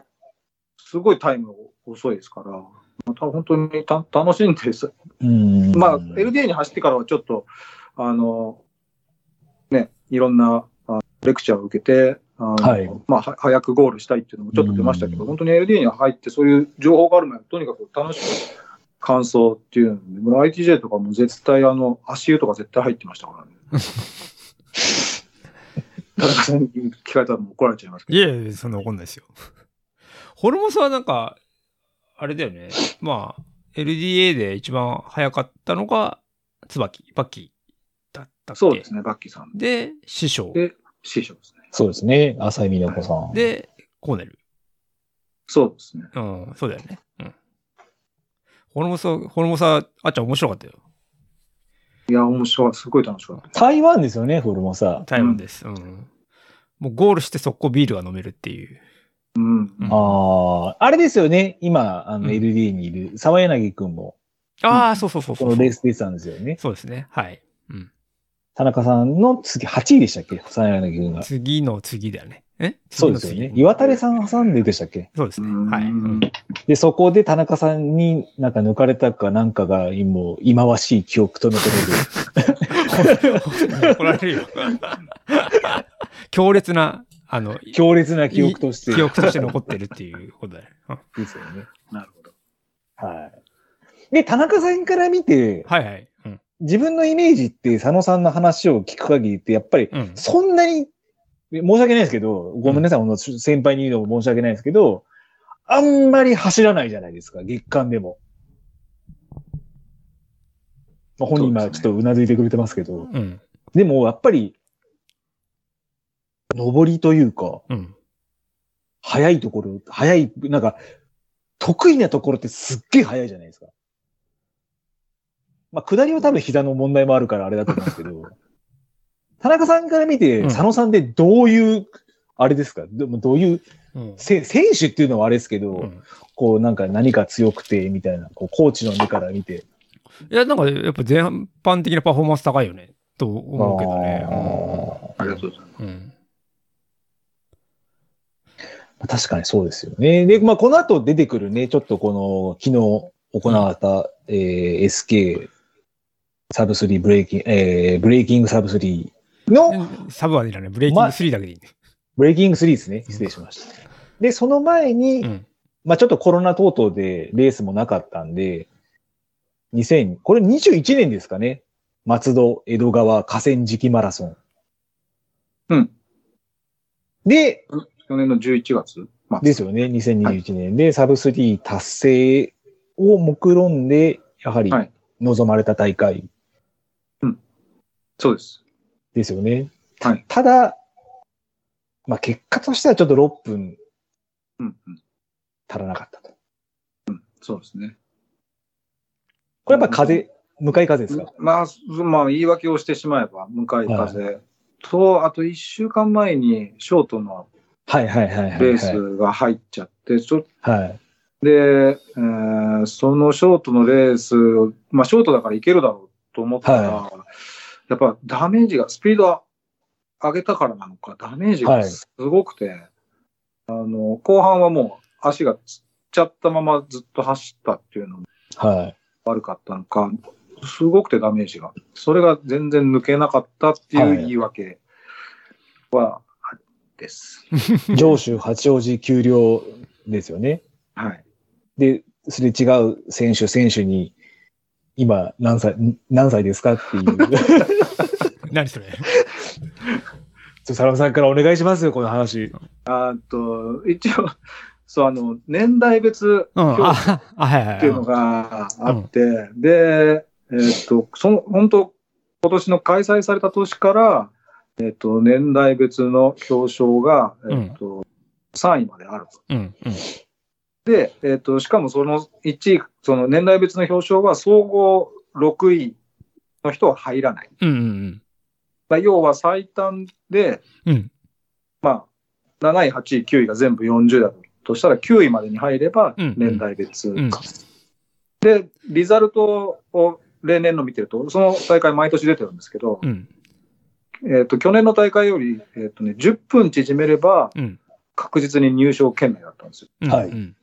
Speaker 3: すごいタイム遅いですから、まあた本当にた楽しんでです、
Speaker 1: うん。
Speaker 3: まあ、LDA に走ってからはちょっと、あの、ね、いろんなあレクチャーを受けて、あの
Speaker 1: はい
Speaker 3: まあ、は早くゴールしたいっていうのもちょっと出ましたけ
Speaker 1: う
Speaker 3: ど、
Speaker 1: ん
Speaker 3: 本当に LDA に入って、そういう情報がある前にとにかく楽しく感想っていうので、もう ITJ とかも絶対、あの、足湯とか絶対入ってましたからね。 田中さんに聞かれたらもう怒られちゃいますけ
Speaker 2: いやいや、そんな怒んないですよ。 ホルモスはなんか、あれだよね。まあ、LDA で一番早かったのが、椿、バッキーだった
Speaker 3: ど、
Speaker 2: っけ
Speaker 3: そうですね、バッキーさん。
Speaker 2: で、師匠。
Speaker 3: で、師匠ですね。
Speaker 1: そうですね。浅井美奈子さん。
Speaker 2: で、コーネル。
Speaker 3: そうですね。
Speaker 2: うん、そうだよね。うん。ホルモスは、ホルモスは、あっちゃん面白かったよ。
Speaker 3: いや、面白い。すごい楽しかった。
Speaker 1: 台湾ですよね、フォルモサ。
Speaker 2: 台湾です。うん。もうゴールして速攻ビールが飲めるっていう。
Speaker 3: うん。
Speaker 2: うん
Speaker 1: ああ、あれですよね。今、あの、
Speaker 2: うん
Speaker 1: LD にいる沢柳くんも、
Speaker 2: ああ、そうそうそうそ
Speaker 1: こ
Speaker 2: う
Speaker 1: のレース出てたんですよね。
Speaker 2: そうですね。はい。うん。
Speaker 1: 田中さんの次、8位でしたっけ沢柳くんが。
Speaker 2: 次の次だよね。え
Speaker 1: そうで
Speaker 2: 次の
Speaker 1: すよ
Speaker 2: 次
Speaker 1: ね。岩垂さん挟んででしたっけ
Speaker 2: そうですね。はい。うん
Speaker 1: で、そこで田中さんになんか抜かれたかなんかが、もう、忌まわしい記憶と残 れる
Speaker 2: 怒られるよ。強烈な、あの、
Speaker 1: 強烈な記憶として。
Speaker 2: 記憶として残ってるっていうことだね。うん
Speaker 1: ですよね。
Speaker 3: なるほど。
Speaker 1: はい。で、田中さんから見て、
Speaker 2: はいはい。うん。
Speaker 1: 自分のイメージって佐野さんの話を聞く限りって、やっぱり、
Speaker 2: うん。
Speaker 1: そんなに、申し訳ないですけど、ごめんなさい、ほんと先輩に言うのも申し訳ないですけど、あんまり走らないじゃないですか、月間でも。まあ、本人
Speaker 3: そ
Speaker 1: 今
Speaker 3: う
Speaker 1: ち
Speaker 3: で
Speaker 1: ょっ
Speaker 3: すね
Speaker 1: とうなずいてくれてますけど、
Speaker 2: うん。
Speaker 1: でもやっぱり、上りというか、
Speaker 2: うん。
Speaker 1: 速いところ、速い、なんか、得意なところってすっげえ速いじゃないですか。まあ、下りは多分膝の問題もあるからあれだと思うんですけ ど、田中さんから見て、
Speaker 2: うん
Speaker 1: 佐野さんってどういう、あれですかでもどういう、
Speaker 2: うん
Speaker 1: せ選手っていうのはあれですけど、
Speaker 2: うん
Speaker 1: こうなんか何か強くて、みたいな、こう、コーチの目から見て。
Speaker 2: いや、なんか、やっぱ全般的なパフォーマンス高いよね、と思うけどね。
Speaker 1: あー
Speaker 3: ありがとうございま
Speaker 2: う
Speaker 3: す。
Speaker 2: ん。
Speaker 1: まあ確かにそうですよね。で、まあ、この後出てくるね、ちょっとこの、昨日行われた、えー SK サブ3ブレイキング、えーブレイキングサブ3の、
Speaker 2: うんサブはね、ブレイキング3だけでいいね。
Speaker 1: ブレイキング3ですね。失礼しました。で、その前に、
Speaker 2: うん。
Speaker 1: まあ、ちょっとコロナ等々でレースもなかったんで、2000、これ21年ですかね。松戸、江戸川、河川敷マラソン。
Speaker 3: うん。
Speaker 1: で、
Speaker 3: 去年の11月。まあ、
Speaker 1: ですよね、2021年でサブ3達成を目論んで、やはり
Speaker 3: はい
Speaker 1: 望まれた大会
Speaker 3: そうです。
Speaker 1: ですよね。
Speaker 3: はい
Speaker 1: ただ、まあ、結果としてはちょっと6分
Speaker 3: うんうん。
Speaker 1: 足らなかったと。
Speaker 3: そうですね。
Speaker 1: これやっぱ風、向かい風ですか、
Speaker 3: まあ、そまあ、言い訳をしてしまえば、向かい風、と、あと1週間前にショートの
Speaker 1: はいはいはいはい、はい。
Speaker 3: レースが入っちゃって、そ
Speaker 1: はい。
Speaker 3: で、えーそのショートのレース、まあ、ショートだからいけるだろうと思ったら、
Speaker 1: は
Speaker 3: やっぱダメージが、スピードは上げたからなのか、ダメージがすごくて、あの、後半はもう足がつっちゃったままずっと走ったっていうのも
Speaker 1: はい。
Speaker 3: 悪かったのか、すごくてダメージが。それが全然抜けなかったってい
Speaker 1: はいう
Speaker 3: 言い訳は、です。
Speaker 1: 上州八王子丘陵ですよね。
Speaker 3: はい。
Speaker 1: で、すれ違う選手、選手に、今、何歳、ん何歳ですか っていう。
Speaker 2: 何それ。
Speaker 1: 佐野さんからお願いしますよ、この話。
Speaker 3: あと、一応、そう、あの、年代別、
Speaker 2: うん。あ、あはいはい
Speaker 3: っ
Speaker 2: は
Speaker 3: て
Speaker 2: い。
Speaker 3: いうのがあって、で、えっと、その、本当今年の開催された年から、えっと、年代別の表彰が、
Speaker 2: うん
Speaker 3: えっと、3位まであると。
Speaker 2: うん。うん。
Speaker 3: で、えっと、しかもその1位、その年代別の表彰は総合6位の人は入らない。
Speaker 2: うん。うん
Speaker 3: まあ、要は最短で、
Speaker 2: うん。うん。
Speaker 3: まあ、7位、8位、9位が全部40だとしたら、9位までに入れば、
Speaker 2: うん
Speaker 3: 年代別
Speaker 2: うん。
Speaker 3: で、リザルトを例年の見てると、その大会毎年出てるんですけど、
Speaker 2: うん。
Speaker 3: えっ、と、去年の大会より、えっ、とね、10分縮めれば
Speaker 2: うん。
Speaker 3: 確実に入賞圏内だったんですよ。
Speaker 2: うん。
Speaker 1: はい
Speaker 2: うん。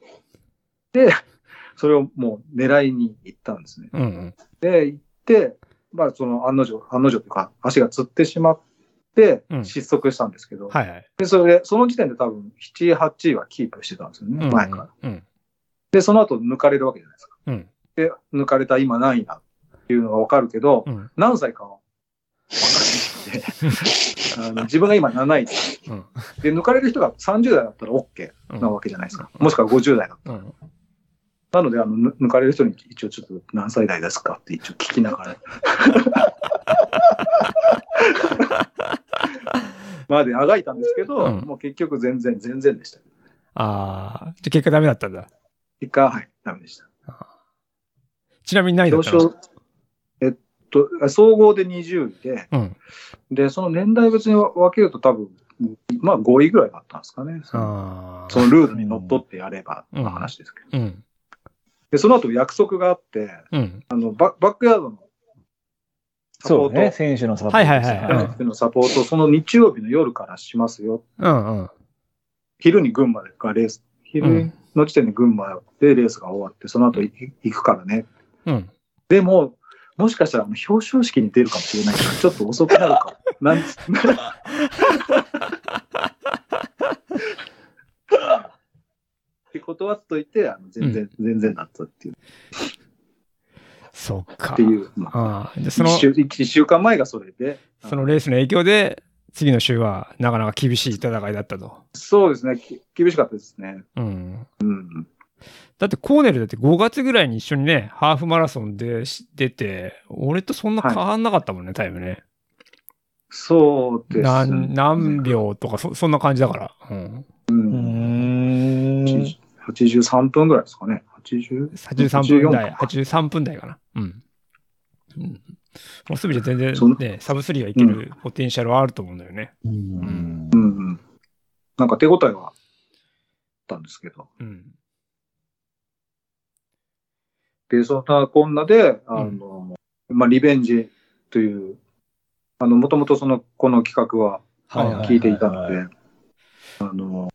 Speaker 3: それをもう狙いに行ったんですね。
Speaker 2: うんうん。
Speaker 3: で、行って、まあ、その案の定、案の定というか、足がつってしまって
Speaker 2: う、ん
Speaker 3: 失速したんですけど、
Speaker 2: はいはい。
Speaker 3: で、それで、その時点で多分、7、8位はキープしてたんですよ
Speaker 2: う
Speaker 3: ね、
Speaker 2: ん
Speaker 3: 前から。。
Speaker 2: うん。
Speaker 3: で、その後抜かれるわけじゃないですか。
Speaker 2: うん。
Speaker 3: で、抜かれた今何位だっていうのがわかるけど、
Speaker 2: うん。
Speaker 3: 何歳かは分かんないんであの自分が今7位で
Speaker 2: うん。
Speaker 3: で、抜かれる人が30代だったら OK
Speaker 2: うん
Speaker 3: なわけじゃないですか。もしくは50代だ。
Speaker 2: うん。
Speaker 3: なので、あの、ぬ抜かれる人に一応ちょっと何歳代ですかって一応聞きながら。 まであがいたんですけど、
Speaker 2: うん
Speaker 3: もう結局全然、全然でした。
Speaker 2: ああ、じゃあ結果ダメだったんだ。
Speaker 3: 結果、はい、ダメでした。
Speaker 2: ちなみに何位だった
Speaker 3: 表
Speaker 2: の
Speaker 3: 彰、えっと、あ総合で20位で、
Speaker 2: うん。
Speaker 3: で、その年代別に分けると多分、まあ5位ぐらいだったんですかね。その
Speaker 2: ああ。
Speaker 3: そのルールにのっとってやれば
Speaker 2: うん
Speaker 3: の話ですけど。
Speaker 2: うん。
Speaker 3: で、その後約束があって、
Speaker 2: うん。
Speaker 3: あのババックヤードのサポ
Speaker 1: そう
Speaker 3: ート、
Speaker 1: ね。選手のサポート。
Speaker 2: はいはいはい
Speaker 3: バックヤードのサポートをその日曜日の夜からしますよ。
Speaker 2: うん。うん。
Speaker 3: 昼に群馬でレース、
Speaker 2: うん
Speaker 3: 昼の時点で群馬でレースが終わって、その後い行くからね。
Speaker 2: うん。
Speaker 3: でも、もしかしたらあの表彰式に出るかもしれないから、ちょっと遅くなるか。なんつって断っといて、あの全然、全然だったっていう、
Speaker 2: そっか。
Speaker 3: っていう、まあ、
Speaker 2: ああ。で、そ
Speaker 3: 一
Speaker 2: の、
Speaker 3: 週一週間前がそれで、
Speaker 2: そのレースの影響で、次の週はなかなか厳しい戦いだったと。
Speaker 3: そうですね、き厳しかったですね。
Speaker 2: うん。
Speaker 3: うん。
Speaker 2: だってコーネルだって5月ぐらいに一緒にね、ハーフマラソンでし出て、俺とそんな変わんなかったもんね、タイムね。
Speaker 3: そうですね。
Speaker 2: 何、何秒とかそ、そんな感じだから。うん。
Speaker 3: う。
Speaker 1: うんーん。
Speaker 3: 83分ぐらいですかね。80?
Speaker 2: 83分台、
Speaker 3: 84か
Speaker 2: 83分台かな。うん。うん。もうすぐじゃ全
Speaker 3: そ
Speaker 2: 然
Speaker 3: ん
Speaker 2: ね、サブ3がいけるポテンシャルはあると思うんだよね。
Speaker 1: うん
Speaker 3: うんうん。なんか手応えはあったんですけど。
Speaker 2: うん。
Speaker 3: で、そんなこんなで、あの、まあ、リベンジという、あの、もともとその、この企画は
Speaker 1: はいはいはいはい
Speaker 3: 聞いていたので、あの、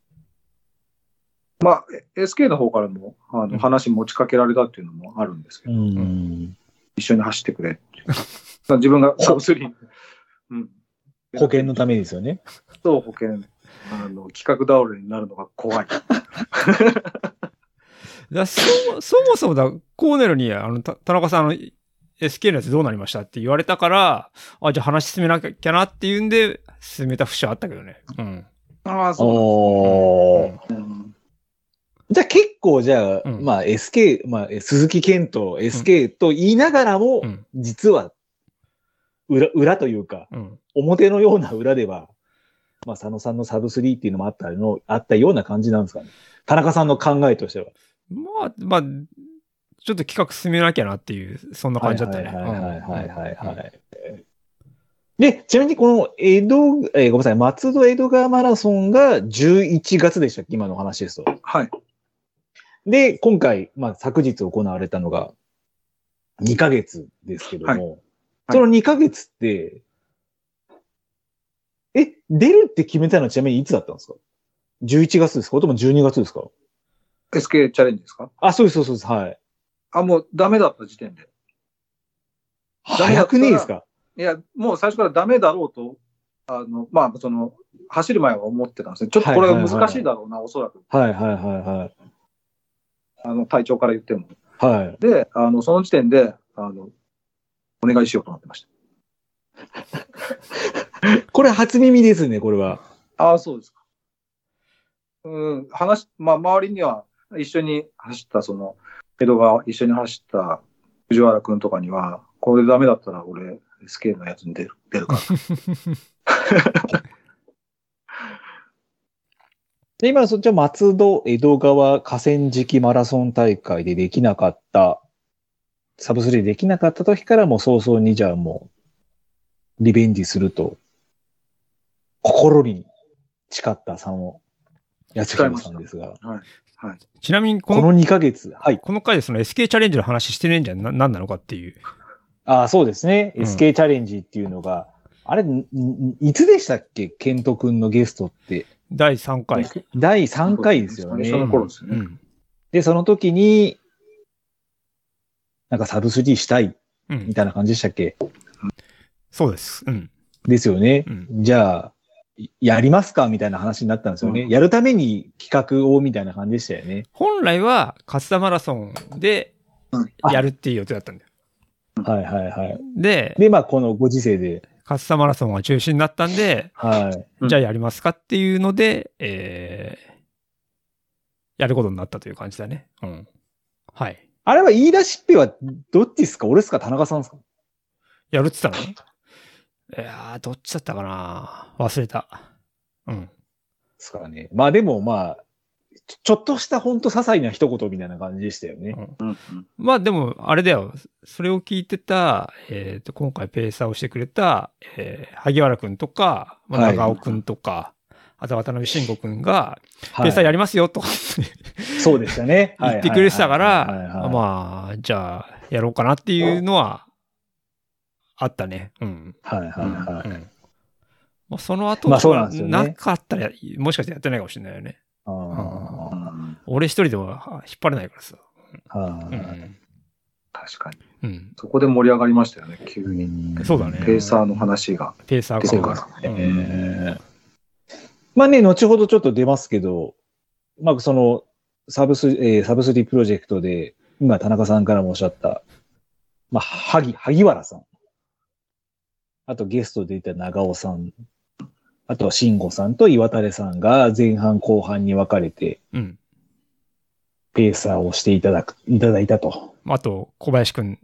Speaker 3: まあ、え SK の方からも、あ
Speaker 2: うん
Speaker 3: の、話持ちかけられたっていうのもあるんですけ
Speaker 1: う
Speaker 3: ど、
Speaker 1: ん。
Speaker 3: 一緒に走ってくれって。自分がサブスリー、うん。
Speaker 1: 保険のためですよね。
Speaker 3: と保険、あの、企画倒れになるのが怖い。
Speaker 2: だそそもそもだ、コーネルに、あの、た田中さん、あの、SK のやつどうなりましたって言われたから、あ、じゃあ話進めなきゃなっていうんで、進めた節はあったけどね。うん。
Speaker 3: ああ、そう
Speaker 1: おー。
Speaker 3: なんですね。うん
Speaker 1: じゃあ結構じゃあ、
Speaker 2: うん
Speaker 1: まあ SK、まあえ鈴木健と SK と言いながらも、
Speaker 2: うん
Speaker 1: 実は裏、裏というか、
Speaker 2: うん。
Speaker 1: 表のような裏では、まあ佐野さんのサブ3っていうのもあったの、あったような感じなんですかね。田中さんの考えとしては。
Speaker 2: まあ、まあ、ちょっと企画進めなきゃなっていう、そんな感じだったね。
Speaker 1: はいはいはいはいはい、
Speaker 2: うん
Speaker 1: はいで、ちなみにこの江戸、えーごめんなさい、松戸江戸川マラソンが11月でしたっけ今の話ですと。
Speaker 3: はい。
Speaker 1: で、今回、まあ、昨日行われたのが、2ヶ月ですけども、
Speaker 3: はいはい
Speaker 1: その2ヶ月って、え、出るって決めたのはちなみにいつだったんですか ?11 月ですかそれとも12月ですか
Speaker 3: SK チャレンジですか
Speaker 1: あ、そうです、そうですそうです、はい。
Speaker 3: あ、もうダメだった時点で。
Speaker 1: 早くねえですか
Speaker 3: いや、もう最初からダメだろうと、あの、まあ、その、走る前は思ってたんですね。ちょっとこれが難しいだろうな、おそらく。
Speaker 1: はいはいは
Speaker 3: あの、隊長から言って
Speaker 1: い
Speaker 3: も。
Speaker 1: はい。はい。
Speaker 3: で、あの、その時点で、あの、お願いしようと思ってまし
Speaker 1: これ初耳ですね、これは。
Speaker 3: た。ああ、そうですか。うん、話、まあ、周りには、一緒に走った、その、江戸川、一緒に走った藤原くんとかには、これダメだったら俺、SK のやつに出る、出るから。
Speaker 1: で、今、そっちは松戸、江戸川、河川敷マラソン大会でできなかった、サブスリーできなかった時からもう早々にじゃあもう、リベンジすると、心に誓ったさんを、やつひろさんですが、
Speaker 3: はい。
Speaker 2: ち なみにこ
Speaker 1: こ
Speaker 2: の、
Speaker 1: の2ヶ月、はい。
Speaker 2: この回でその SK チャレンジの話してねえんじゃん。な、なんなのかっていう。
Speaker 1: ああ、そうですね。
Speaker 2: うん
Speaker 1: SK チャレンジっていうのが、あれ、んんいつでしたっけケント君のゲストって。
Speaker 2: 第3回。
Speaker 1: 第3回ですよね。
Speaker 3: 最初の頃です
Speaker 2: う
Speaker 3: ね。
Speaker 2: ん。
Speaker 1: で、その時に、なんかサブスリーしたい、
Speaker 2: うん
Speaker 1: み。たいな感じでしたっけ
Speaker 2: そうです。うん。
Speaker 1: ですよね。
Speaker 2: う
Speaker 1: じゃあ、いやりますかみたいな話になったんですよね。
Speaker 3: うん
Speaker 1: やるために企画を、みたいな感じでしたよね。
Speaker 2: 本来は、勝田マラソンで
Speaker 3: うん、
Speaker 2: やるっていう予定だったんだよ。
Speaker 1: はいはいはい。
Speaker 2: で、
Speaker 1: で、まあ、このご時世で、
Speaker 2: 勝田マラソンが中止になったんで、
Speaker 1: はい。
Speaker 3: うん
Speaker 2: じゃあやりますかっていうので、えー、やることになったという感じだね。うん。はい。
Speaker 1: あれは言い出しっぺは、どっちですか俺ですか田中さんですか
Speaker 2: やるって言ったのいやー、どっちだったかな忘れた。うん。
Speaker 1: ですからね。まあでもまあ、ちょちょっとしたほんと些細な一言みたいな感じでしたよね。
Speaker 3: うんうん
Speaker 2: まあでも、あれだよ。それを聞いてた、えっ、と、今回ペーサーをしてくれた、えー、萩原くんとか、まあ、
Speaker 1: はい
Speaker 2: 長尾くんとか、あと渡辺慎吾くんが、
Speaker 1: はい
Speaker 2: ペーサーやりますよとかって
Speaker 1: そうでしたね。
Speaker 2: 言ってくれてた
Speaker 1: は
Speaker 2: か
Speaker 1: いはいはい
Speaker 2: ら
Speaker 1: は、い
Speaker 2: まあ、じゃあ、やろうかなっていうのは、あったね。うん。
Speaker 1: はいはいは
Speaker 2: う
Speaker 1: い。
Speaker 2: んまあ、その後、
Speaker 1: まあそうなんですよね
Speaker 2: なかったら、もしかしてやってないかもしれないよね。
Speaker 1: あー
Speaker 3: うん
Speaker 2: 俺一人ではあ引っ張れないからさ。
Speaker 1: あ
Speaker 2: う
Speaker 1: ー
Speaker 2: ん。
Speaker 3: 確かに。
Speaker 2: うん。
Speaker 3: そこで盛り上がりましたよね、急に。
Speaker 2: そうだね
Speaker 3: ペーサーの話が
Speaker 2: ペーサー
Speaker 3: 出
Speaker 2: が
Speaker 3: てから。
Speaker 2: うん
Speaker 1: えーまあね、後ほどちょっと出ますけど、まあその、サブス、えーサブスリープロジェクトで、今田中さんからもおっしゃった、まあ、萩、萩原さん。あとゲストでいた長尾さん。あとは慎吾さんと岩垂さんが前半後半に分かれて、
Speaker 2: うん。
Speaker 1: ペーサーをしていただく、いただいたと。
Speaker 2: あと、小林くん。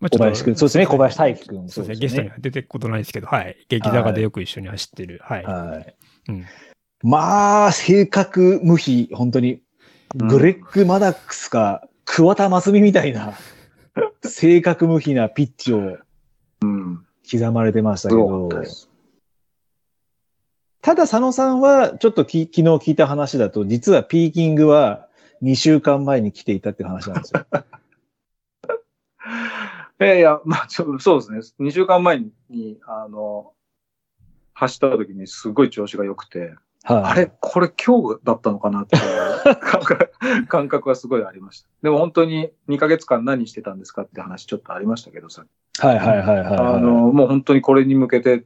Speaker 2: まあちょ
Speaker 1: 小
Speaker 2: っと
Speaker 1: 林くん。そうですね、小林大輝くん。
Speaker 2: そうですね、ゲストには出てくことないですけど、はい。劇坂でよく一緒に走ってる。はい。
Speaker 1: はい。
Speaker 2: うん
Speaker 1: まあ、性格無比、本当に、
Speaker 3: うん
Speaker 1: グレッグ・マダックスか、桑田真澄みたい な、性格無比なピッチを
Speaker 3: うん。
Speaker 1: 刻まれてましたけ
Speaker 3: すご
Speaker 1: ど
Speaker 3: かった、です。
Speaker 1: ただ佐野さんは、ちょっとき昨日聞いた話だと、実はピーキングは2週間前に来ていたっていう話なん ですよ。
Speaker 3: いやいや、まあ、ちょそうですね。2週間前に、あの、走った時にすごい調子が良くて、
Speaker 1: はい
Speaker 3: あれこれ今日だったのかなっていう 感覚感覚はすごいありました。でも本当に2ヶ月間何してたんですかって話ちょっとありましたけどさ。
Speaker 1: はいはいはいはいはい。
Speaker 3: あの、もう本当にこれに向けて、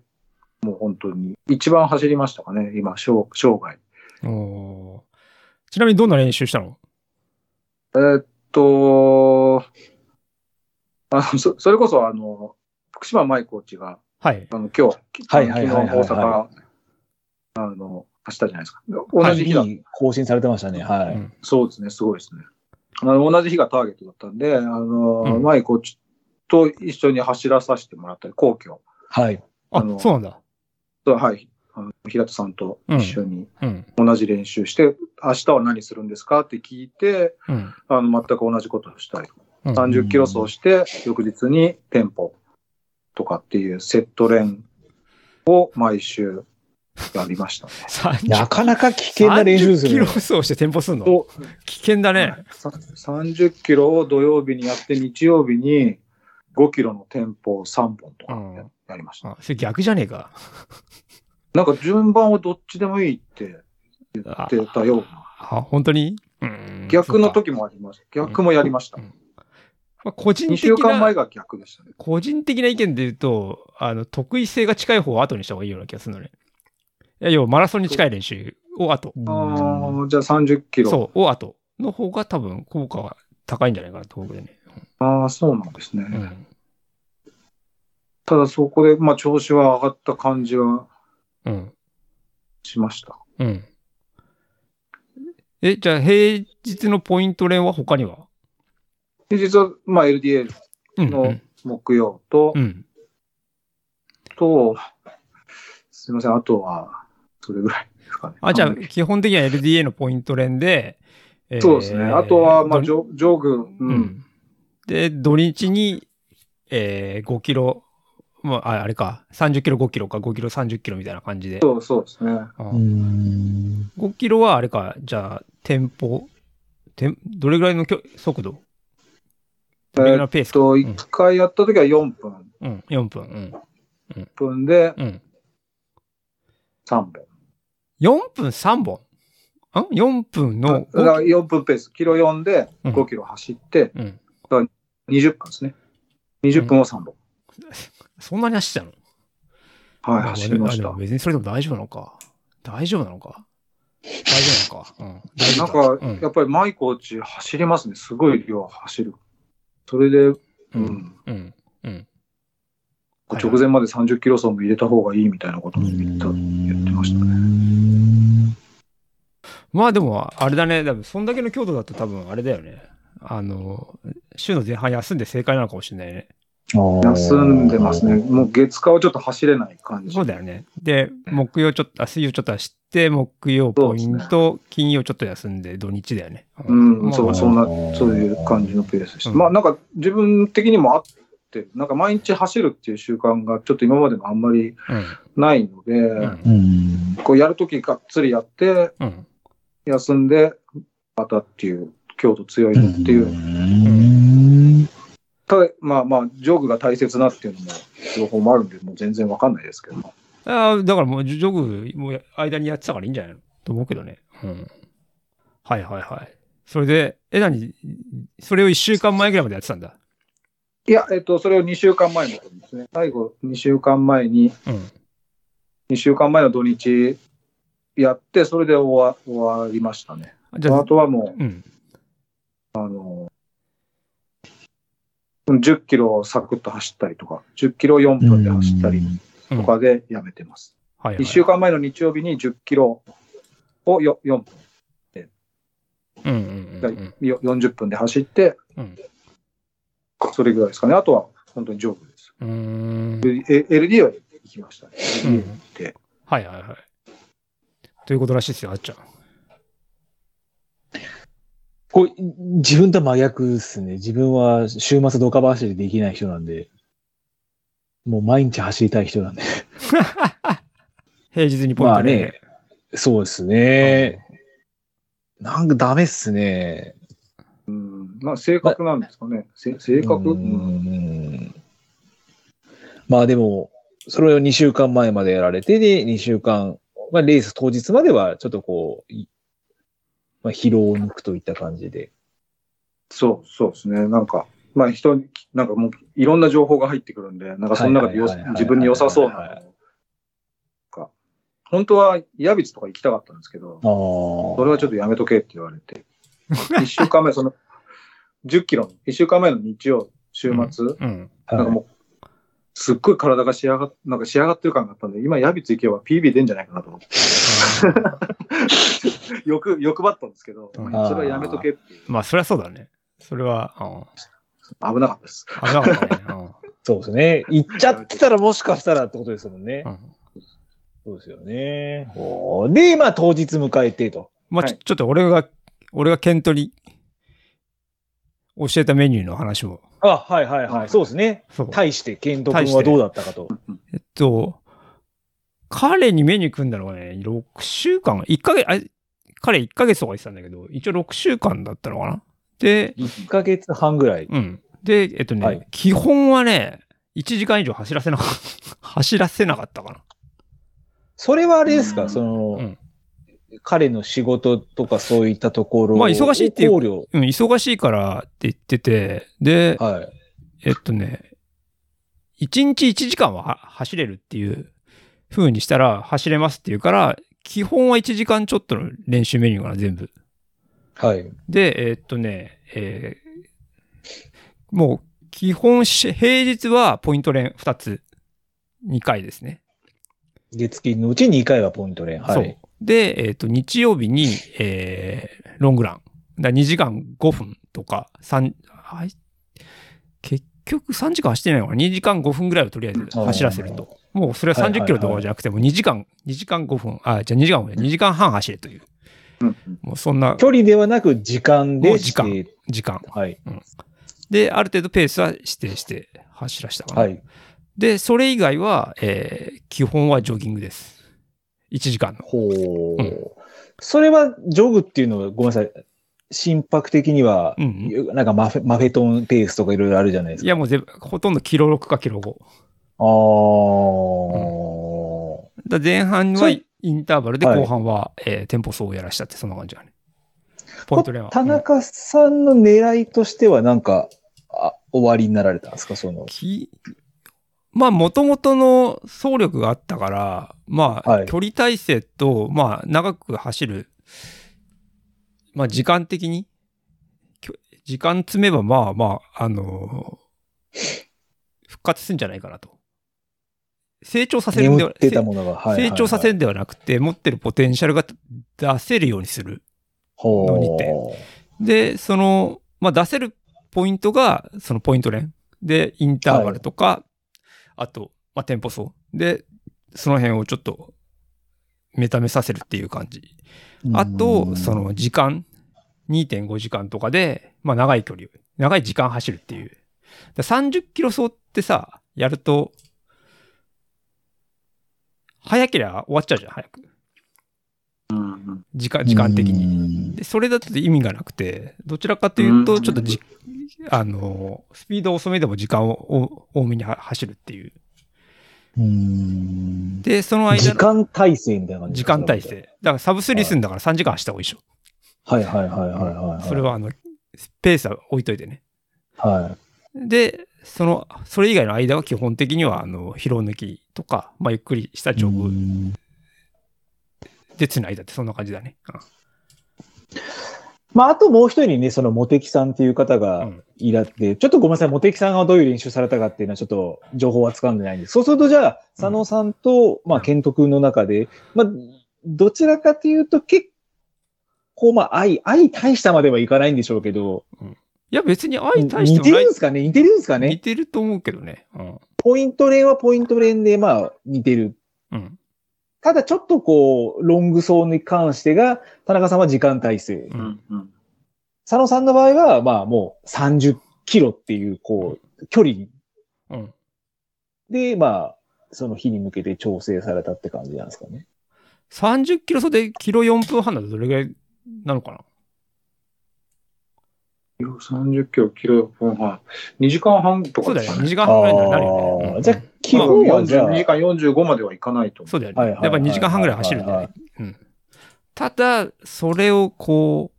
Speaker 3: もう本当に一番走りましたかね、今、生生涯。
Speaker 2: おーちなみにどんな練習したの
Speaker 3: えーっと、あのそそれこそあの、福島舞コーチが、
Speaker 2: はい。
Speaker 3: あの今日、
Speaker 1: はいはいはいはいはい
Speaker 3: 昨日大阪、あの、走ったじゃないですか。同じ日だ、
Speaker 1: いい更新されてましたね。はい。
Speaker 2: うん
Speaker 3: そうですね、すごいですね。あの同じ日がターゲットだったんで、あの、
Speaker 2: うん
Speaker 3: 舞コーチと一緒に走らさせてもらったり、皇居、
Speaker 1: はい。
Speaker 2: あ
Speaker 3: あの
Speaker 2: そうなんだ。
Speaker 3: とはい、あの平田さんと一緒に、
Speaker 2: うん。
Speaker 3: 同じ練習して、明日は何するんですかって聞いて、
Speaker 2: うん。
Speaker 3: あの、全く同じことをしたりとか、
Speaker 2: うん
Speaker 3: 30キロ走して、翌日にテンポとかっていうセット練を毎週やりましたね。
Speaker 2: 30
Speaker 1: なかなか危険な練習です
Speaker 2: 30キ
Speaker 1: よ
Speaker 2: ロ
Speaker 1: ね。
Speaker 2: 走してテンポすんの
Speaker 3: と
Speaker 2: 危険だね。
Speaker 3: さ30キロを土曜日にやって、日曜日に5キロのテンポを3本とかや
Speaker 2: うん
Speaker 3: やりました。
Speaker 2: あそれ逆じゃねえか。
Speaker 3: なんか順番をどっちでもいいって
Speaker 2: あ
Speaker 3: 言ってたような。
Speaker 2: あ本当にうん
Speaker 3: 逆の
Speaker 2: そうか
Speaker 3: 時もありました。逆もやりました
Speaker 2: うん。まあ個人
Speaker 3: 2
Speaker 2: 的
Speaker 3: 週間
Speaker 2: な、
Speaker 3: 前が逆でしたね。
Speaker 2: 個人的な意見で言うと、あの、得意性が近い方を後にした方がいいような気がするのね。いや、要はマラソンに近い練習を後。
Speaker 1: うん
Speaker 3: ああ、じゃあ30キロ。
Speaker 2: そう、を後の方が多分効果は高いんじゃないかなと思うけどね。
Speaker 3: ああ、そうなんですね。
Speaker 2: うん。
Speaker 3: ただそこで、まあ、調子は上がった感じは
Speaker 2: うん。
Speaker 3: しました。
Speaker 2: うん。え、じゃあ平日のポイント練は他には
Speaker 3: 平日は、まあ、LDA
Speaker 2: うん。う
Speaker 3: の
Speaker 2: ん
Speaker 3: 木曜と、
Speaker 2: うん。
Speaker 3: と、すいません、あとは、それぐらいですかね。
Speaker 2: あ、じゃあ
Speaker 3: の
Speaker 2: 基本的には LDA のポイント連で、えー
Speaker 3: そうですね。あとは、まあ、
Speaker 2: ど
Speaker 3: 上上軍、う。
Speaker 2: うんん。で、土日に、えー、5キロ、まあ、ああれか、30キロ5キロか、5キロ30キロみたいな感じで。
Speaker 3: そうそうですね。
Speaker 2: あ
Speaker 1: うん
Speaker 2: 5キロはあれか、じゃあ、テンポ、テンどれぐらいのきょ速度どれぐらいのペースか。
Speaker 3: と、
Speaker 2: うん
Speaker 3: 一回やった時は4分、
Speaker 2: うん、4分。
Speaker 3: 分で
Speaker 2: うん。うん。
Speaker 3: 3本。
Speaker 2: 4分3本ん ?4 分
Speaker 3: だ
Speaker 2: の
Speaker 3: か
Speaker 2: 5
Speaker 3: ら4分ペース。キロ4で
Speaker 2: うん
Speaker 3: 5キロ走って、
Speaker 2: うん。
Speaker 3: 20分ですね。20分を3本。
Speaker 2: そんなに走っちゃうの
Speaker 3: はい、
Speaker 2: あ
Speaker 3: 走りまし
Speaker 2: で
Speaker 3: た
Speaker 2: も。別にそれでも大丈夫なのか。大丈夫なのか。大丈夫なのか。うん。大丈
Speaker 3: な
Speaker 2: 夫
Speaker 3: んか、
Speaker 2: うん
Speaker 3: やっぱりマイコーチ走りますね。すごい量走る。それで、う
Speaker 2: うん。
Speaker 3: ん、
Speaker 2: うん。うん。はい
Speaker 3: 直前まで30キロ走も入れた方がいいみたいなことも言った、言ってましたね。
Speaker 2: まあでも、あれだね。多分そんだけの強度だと多分あれだよね。あの、週の前半休んで正解なのかもしれないね。
Speaker 3: 休んでますね。。もう月火はちょっと走れない感じ。
Speaker 2: そうだよね。で、木曜ちょっと、あ水曜ちょっと走って、木曜ポイント、金曜ちょっと休んで、土日だよね。
Speaker 3: うん、そ
Speaker 2: まあ
Speaker 3: う、そんな、そういう感じのペースでした。まあなんか自分的にもあって、なんか毎日走るっていう習慣がちょっと今までもあんまりないので、
Speaker 2: うん。うん
Speaker 1: うん。
Speaker 3: こうやるときがっつりやって、
Speaker 2: うん。
Speaker 3: 休んで、またっていう、強度強いのっていう、
Speaker 1: うん。
Speaker 3: ただ、まあまあ、ジョグが大切なっていうのも、情報もあるんで、もう全然わかんないですけど。
Speaker 2: ああ、だからもう、ジョジョグ、もう、間にやってたからいいんじゃないのと思うけどね。うん。はいはいはい。それで、え、なに、それを1週間前ぐらいまでやってたんだ。
Speaker 3: いや、えっと、それを2週間前のことですね。最後、2週間前に、
Speaker 2: うん。
Speaker 3: 2週間前の土日やって、それで終わ終わりましたね。
Speaker 2: じゃ
Speaker 3: あ
Speaker 2: あ、
Speaker 3: とはも
Speaker 2: うん。
Speaker 3: う、10キロをサクッと走ったりとか、10キロ4分で走ったり
Speaker 2: うん
Speaker 3: とかでやめてます。
Speaker 2: はいはい。
Speaker 3: 1週間前の日曜日に10キロをよ4分、
Speaker 2: うんうんうんうん。
Speaker 3: よ40分で走って
Speaker 2: うん、
Speaker 3: それぐらいですかね。あとは、本当にジョグです。
Speaker 2: うーん。
Speaker 3: え LD は行きましたね。
Speaker 2: う
Speaker 3: LD
Speaker 2: ん
Speaker 3: 行って。
Speaker 2: はいはいはい。ということらしいですよ、あっちゃん。
Speaker 1: これ、自分とは真逆ですね。自分は週末ドカバ走りできない人なんで、もう毎日走りたい人なんで。
Speaker 2: 平日にポイン
Speaker 1: ま
Speaker 2: ト
Speaker 1: あ
Speaker 2: で、
Speaker 1: ね、そうですね。なんかダメっすね。
Speaker 3: うんまあ、性格なんですかね。せ性格、
Speaker 1: う
Speaker 3: うんん
Speaker 1: まあでも、それを2週間前までやられて、で、2週間、まあレース当日まではちょっとこう、いまあ疲労を抜くといった感じで。
Speaker 3: そう、そうですね。なんか、まあ人に、なんかもういろんな情報が入ってくるんで、なんかその中でよ
Speaker 1: はいはいはいはい
Speaker 3: 自分に良さそうなのが。本当は、矢道とか行きたかったんですけど
Speaker 1: あ、あ
Speaker 3: それはちょっとやめとけって言われて。一週間前、その、10キロの、一週間前の日曜、週末、
Speaker 2: うん。
Speaker 1: は
Speaker 3: ないんかもう、すっごい体が仕上がっ、なんか仕上がってる感があったんで、今、矢つ行けば PB 出んじゃないかなと思って、 欲、欲張ったんですけど、そ
Speaker 2: うん
Speaker 3: れはやめとけっていう。
Speaker 2: まあ、そりゃそうだね。それは、うん。
Speaker 3: 危なかったです。
Speaker 2: あ、だからね。うん
Speaker 1: そうですね。行っちゃってたらもしかしたらってことですもんね。
Speaker 2: うん。
Speaker 1: そうですよね。おーで、まあ当日迎えてと。
Speaker 2: まあ、ち
Speaker 3: は
Speaker 2: ょちょっと俺が、俺がケントに教えたメニューの話を。
Speaker 1: あ、はいはいはい。そうですね。
Speaker 2: そう。
Speaker 1: 対して、ケント君はどうだったかと。
Speaker 2: えっと、彼にメニュー組んだのがね、6週間、1ヶ月、あ彼1ヶ月とか言ってたんだけど、一応6週間だったのかなで、
Speaker 1: 1ヶ月半ぐらい。
Speaker 2: うん。で、えっとね、
Speaker 1: はい
Speaker 2: 基本はね、1時間以上走らせなかった、 走らせなかったかな。
Speaker 1: それはあれですか、
Speaker 3: うん
Speaker 1: その、
Speaker 2: うん
Speaker 1: 彼の仕事とかそういったところ
Speaker 2: まあ忙しいっていう
Speaker 1: 考慮。
Speaker 2: うん、忙しいからって言ってて、で、
Speaker 1: はい。
Speaker 2: えっとね、1日1時間はは走れるっていう風にしたら走れますっていうから、基本は1時間ちょっとの練習メニューかな、全部。
Speaker 1: はい。
Speaker 2: で、えっとね、えーもう基本し、平日はポイント連2つ、2回ですね。
Speaker 1: 月金のうち2回はポイントね。は
Speaker 2: そう
Speaker 1: い。。
Speaker 2: で、えっ、と、日曜日に、えー、ロングラン。だ2時間5分とか、3、はい、結局3時間走ってないのかな ?2 時間5分ぐらいをとりあえず走らせると。もうそれは30キロとかじゃなくても2時間、2時間5分、あ、じゃあ2時間2時間半走れという。
Speaker 3: うん
Speaker 2: もうそんな
Speaker 1: 距離ではなく時間
Speaker 2: もう
Speaker 1: で
Speaker 2: 時間
Speaker 1: 指定
Speaker 2: 時間。
Speaker 1: はい。
Speaker 2: で、ある程度ペースは指定して走らせたかな。
Speaker 1: はい。
Speaker 2: で、それ以外は、えー基本はジョギングです。1時間の。
Speaker 1: ほう、
Speaker 2: うん
Speaker 1: それはジョグっていうのはごめんなさい。心拍的には、
Speaker 2: うんうん
Speaker 1: なんかマフェマフェトンペースとかいろいろあるじゃないです
Speaker 2: い
Speaker 1: か。
Speaker 2: や、もう全部、ほとんどキロ6かキロ5。
Speaker 1: あー
Speaker 2: だ前半
Speaker 1: そ
Speaker 2: は
Speaker 1: れ
Speaker 2: インターバルで
Speaker 1: はい
Speaker 2: 後半は、えーテンポ層をやらしたってそんな感じだね。ポイントレアは。
Speaker 1: 田
Speaker 2: うん
Speaker 1: 中さんの狙いとしてはなんか、あ終わりになられたんですかその。
Speaker 2: きまあ、もともとの走力があったから、まあ、
Speaker 1: はい
Speaker 2: 距離体制と、まあ、長く走る、まあ、時間的に、きょ時間積めば、まあまあ、あのー復活するんじゃないかなと。成長させるん
Speaker 1: 眠
Speaker 2: では
Speaker 1: ってたものが、はいはいはい
Speaker 2: 成長させるんではなくて、持ってるポテンシャルが出せるようにする。のに
Speaker 1: ほ
Speaker 2: てで、その、まあ、出せるポイントが、そのポイント連。で、インターバルとか、あと、まあ、テンポ走。で、その辺をちょっと、目覚めさせるっていう感じ。あと、そ、の時間、2.5時間とかで、まあ長い距離、長い時間走るっていう。だ30キロ走ってさ、やると、早ければ終わっちゃうじゃん、早く。
Speaker 3: うん
Speaker 2: 時間、時間的に。
Speaker 1: に。
Speaker 2: で、それだと意味がなくて、どちらかという
Speaker 3: う
Speaker 2: と、
Speaker 3: ん
Speaker 2: ちょっとじ、あの、スピード遅めでも時間をお多めには走るっていう。
Speaker 1: うん
Speaker 2: で、その間
Speaker 1: 時
Speaker 2: の
Speaker 1: 間体制みたいな感じ
Speaker 2: 時間体。制。だからサブスリーするんだから3時間走った方がいいでしょ。
Speaker 1: はいはいはいはいはい。
Speaker 2: それ。はあの、ペースは置いといてね。
Speaker 1: は
Speaker 2: で、その、それ以外の間は基本的には、あの、疲労抜きとか、まあ、ゆっくりした
Speaker 1: い。
Speaker 2: ジョ
Speaker 1: う
Speaker 2: グ
Speaker 1: ん
Speaker 2: で繋いだって、そんな感じだね。
Speaker 1: まあ、あともう一人ね、そのモテキさんっていう方
Speaker 2: う
Speaker 1: が
Speaker 2: ん。
Speaker 1: いらって、ちょっとごめんなさい、モテキさんがどういう練習されたかっていうのはちょっと情報は掴んでないんです。そうするとじゃあ、佐野さんと、まあ、ケント君の中で、まあ、どちらかというと結構、まあ、愛、愛大したまではいかないんでしょうけど、
Speaker 2: いや、別に相対し
Speaker 1: 似
Speaker 2: て
Speaker 1: て
Speaker 2: もな
Speaker 1: る
Speaker 2: い
Speaker 1: んで。すかね似てるんですか
Speaker 2: 似
Speaker 1: ね
Speaker 2: てると思うけどね。うん。
Speaker 1: ポイント連はポイント連で、まあ、似てる。
Speaker 2: うん。
Speaker 1: ただちょっとこう、ロング走に関してが、田中さんは時間体制。
Speaker 2: う。
Speaker 3: うんんうん
Speaker 1: 佐野さんの場合は、まあもう30キロっていう、こう、距離
Speaker 2: うん。
Speaker 1: で、まあ、その日に向けて調整されたって感じなんですかね。
Speaker 2: 30キロ走でキロ4分半だとどれぐらいなのかな
Speaker 3: キロ30キロ、キロ分半。2時間半と
Speaker 2: そ
Speaker 3: か
Speaker 2: うだ
Speaker 3: です
Speaker 2: よね。2
Speaker 3: かね。
Speaker 2: 時間半ぐらいになるよね。
Speaker 1: あ
Speaker 2: う
Speaker 1: ー
Speaker 2: ん
Speaker 1: じゃあ、基
Speaker 3: まあ
Speaker 1: 本はじゃあ、
Speaker 3: 2時間45まではいかないと思う。
Speaker 2: そうだよ
Speaker 1: はい
Speaker 2: ね
Speaker 1: は。い
Speaker 2: やっぱ2時間半ぐらい走るんじゃな
Speaker 1: はいい
Speaker 2: うん。ただ、それをこ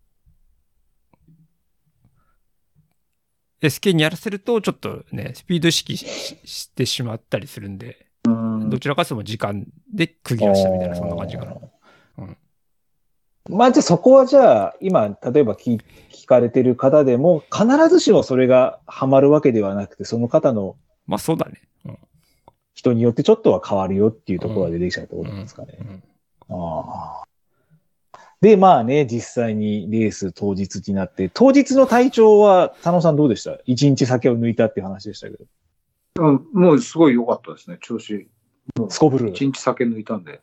Speaker 2: う、SK にやらせると、ちょっとね、スピード意識しししてしまったりするんで、
Speaker 3: うん
Speaker 2: どちらかとも時間で区切らしたみたいな、そんな感じかな。うん
Speaker 1: まあじゃあそこはじゃあ、今、例えば聞聞かれてる方でも、必ずしもそれがハマるわけではなくて、その方の
Speaker 2: まあそうだね。うん
Speaker 1: 人によってちょっとは変わるよっていうところが出てきちゃうってことなんですかね。
Speaker 2: うん。
Speaker 1: ああ。で、まあね、実際にレース当日になって、当日の体調は、佐野さんどうでした一日酒を抜いたっていう話でしたけど。
Speaker 3: うんもうすごい良かったですね、調子。
Speaker 1: すこぶる。
Speaker 3: 一日酒抜いたんで、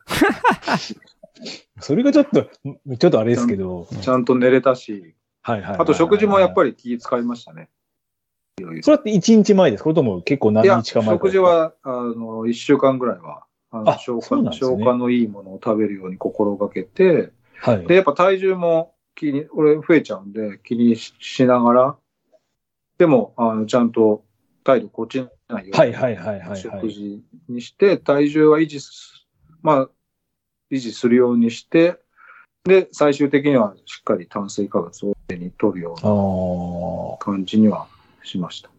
Speaker 1: それがちょっと、んちょっとあれですけど。
Speaker 3: ちゃんと寝れたし、
Speaker 1: はいはい。
Speaker 3: あと食事もやっ
Speaker 1: り。
Speaker 3: ぱり気使いましたね。
Speaker 1: それって一日前ですか。これとも結構
Speaker 3: いや
Speaker 1: 何、日か前から
Speaker 3: 食事、は、あの、一週間ぐらいは、あの
Speaker 1: あ
Speaker 3: 消
Speaker 1: そ
Speaker 3: 化
Speaker 1: うなんですね
Speaker 3: 消化のいいものを食べるように心がけて、
Speaker 1: はい。
Speaker 3: で、やっぱ体重も気に、俺増えちゃうんで気にししながら、でも、あの、ちゃんと体力落ちないよう
Speaker 1: はい
Speaker 3: に
Speaker 1: はいはいはい、は
Speaker 3: 食
Speaker 1: い。
Speaker 3: 事にして、体重は維持す、まあ、維持するようにして、で、最終的にはしっかり炭水化物を手に取るよう
Speaker 1: あ
Speaker 3: な
Speaker 1: ー
Speaker 3: 感じにはしました。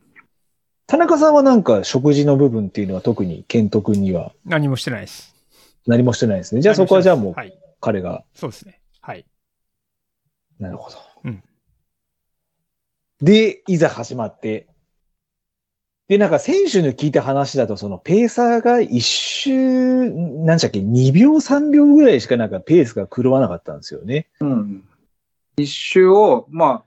Speaker 1: 田中さんはなんか食事の部分っていうのは特に健人君には
Speaker 2: 何もしてないです。
Speaker 1: 何もしてないですね。じゃあそこはじゃあもう
Speaker 2: はい。
Speaker 1: 彼が
Speaker 2: そうですね。はい。
Speaker 1: なるほど。
Speaker 2: うん
Speaker 1: で、いざ始まって。で、なんか選手の聞いた話だと、そのペーサーが一周、ん何でしたっけ、2秒3秒ぐらいしかなんかペースが狂わなかったんですよね。
Speaker 3: うん。一周を、ま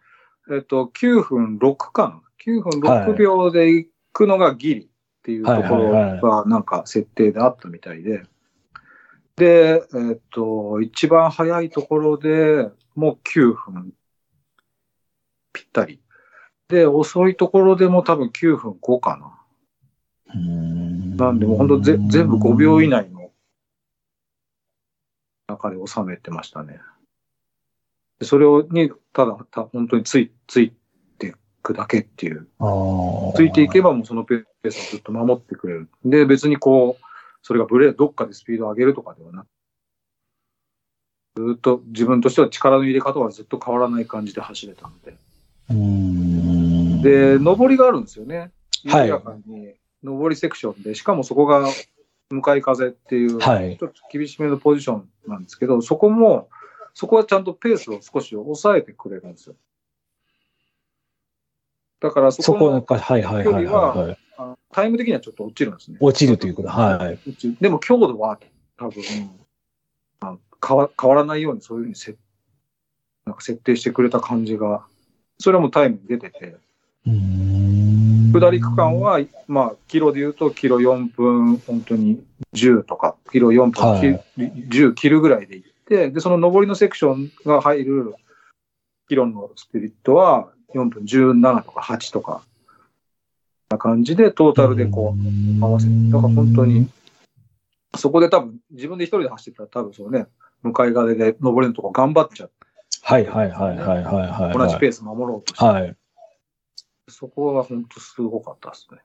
Speaker 3: あ、えっと、9分6間、9分
Speaker 1: はい
Speaker 3: 6秒で行くのがギリっていうとこ
Speaker 1: はいはい
Speaker 3: ろがなんか設定であったみたいで、で、えっと、一番早いところでもう9分ぴったり。で、遅いところでも多分9分5かな。なんでもう本当ぜ全部5秒以内の中で収めてましたね。でそれをに、ただた本当につい、ついていくだけっていう。
Speaker 1: ああ
Speaker 3: ついていけばもうそのペースをずっと守ってくれる。で、別にこう、それがブレ、どっかでスピードを上げるとかではなく、ずっと自分としては力の入れ方はずっと変わらない感じで走れたので。
Speaker 1: うん
Speaker 3: で、上りがあるんですよね。
Speaker 1: はい
Speaker 3: 緩やかに、上りセクションで、しかもそこが向かい風っていう、
Speaker 1: はい
Speaker 3: ち。ょっと厳しめのポジションなんですけど、そこも、そこはちゃんとペースを少し抑えてくれるんですよ。だからそ
Speaker 1: そ
Speaker 3: こ
Speaker 1: こ
Speaker 3: の
Speaker 1: なんか、はいはいはいはい、はい。
Speaker 3: あのタイム的にはちょっと落ちるんですね。
Speaker 1: 落ちるということ。はい。
Speaker 3: 落ちるでも強度は多分、あの変わ変わらないようにそういうふうにせなんか設定してくれた感じが、それはもうタイムに出てて、
Speaker 1: うん
Speaker 3: 下り区間は、まあ、キロで言うと、キロ4分、本当に10とか、キロ4分、
Speaker 1: はい
Speaker 3: 10切るぐらいで行って、で、その上りのセクションが入る、キロのスピリットは、4分17とか8とか、な感じで、トータルでこう、合わせて、だから本当に、そこで多分、自分で一人で走ってたら、多分そうね、向かい側で上りのとこ頑張っちゃう。
Speaker 1: はいはいはいはいはいはい。
Speaker 3: 同じペース守ろうとして、
Speaker 1: はい。
Speaker 3: そこは本当すごかったですね。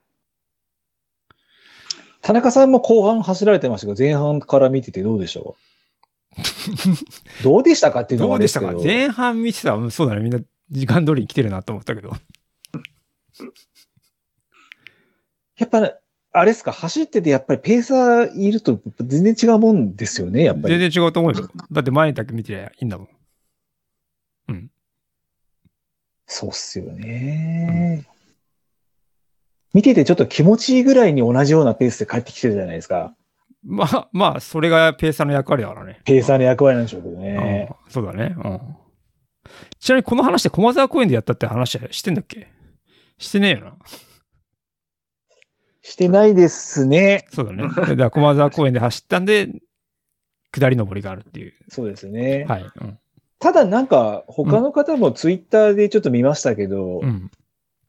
Speaker 1: 田中さんも後半走られてましたが、前半から見ててどうでしたか どうでしたかっていうの
Speaker 2: ど
Speaker 1: はあ
Speaker 2: う
Speaker 1: れ
Speaker 2: でし
Speaker 1: す
Speaker 2: た
Speaker 1: けど
Speaker 2: か前半見てたら、うんそうだね、みんな時間通りに来てるなと思ったけど。
Speaker 1: やっぱ、あれですか、走っててやっぱりペーサーいると全然違うもんですよね、やっぱり。
Speaker 2: 全然違うと思うよ。だって前だけ見てりゃいいんだもん。
Speaker 1: そうっすよね。見ててちょっと気持ちいいぐらいに同じようなペースで帰ってきてるじゃないですか。
Speaker 2: まあ、まあ、それがペーサーの役割だからね。
Speaker 1: ペーサーの役割なんでしょうけどね。
Speaker 2: うんそうだね。うん。ちなみにこの話で駒沢公園でやったって話はしてんだっけしてねえよな。
Speaker 1: してないですね。
Speaker 2: そう だね。だから駒沢公園で走ったんで、下り上りがあるっていう。
Speaker 1: そうですね。
Speaker 2: はい。うん。
Speaker 1: ただなんか、他の方もツイッターでちょっと見ましたけど、
Speaker 2: うん。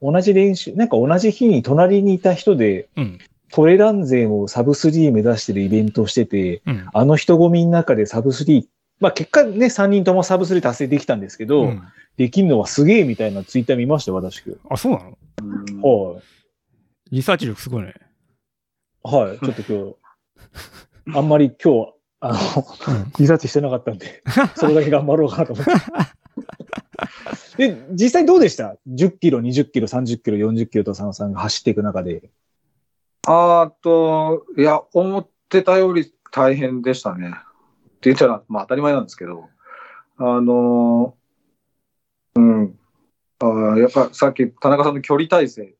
Speaker 1: 同じ練習、なんか同じ日に隣にいた人で、
Speaker 2: うん。
Speaker 1: トレラン勢もサブ3目指してるイベントをしてて、
Speaker 2: うん。
Speaker 1: あの人混みの中でサブ3、まあ結果ね、3人ともサブ3達成できたんですけど、
Speaker 2: うん
Speaker 1: できるのはすげえみたいなツイッター見ましたよ、私。
Speaker 2: あ、そうなの
Speaker 1: はい。
Speaker 2: リサーチ力すごいね。
Speaker 1: はい、ちょっと今日、あんまり今日、あの、
Speaker 2: うん
Speaker 1: リサーチしてなかったんで、それだけ頑張ろうかなと思って。で、実際どうでした ?10 キロ、20キロ、30キロ、40キロと佐野さんが走っていく中で。
Speaker 3: あーっと、いや、思ってたより大変でしたね。って言ったら、まあ当たり前なんですけど、あのーうん。あーやっぱさっき田中さんの距離体制、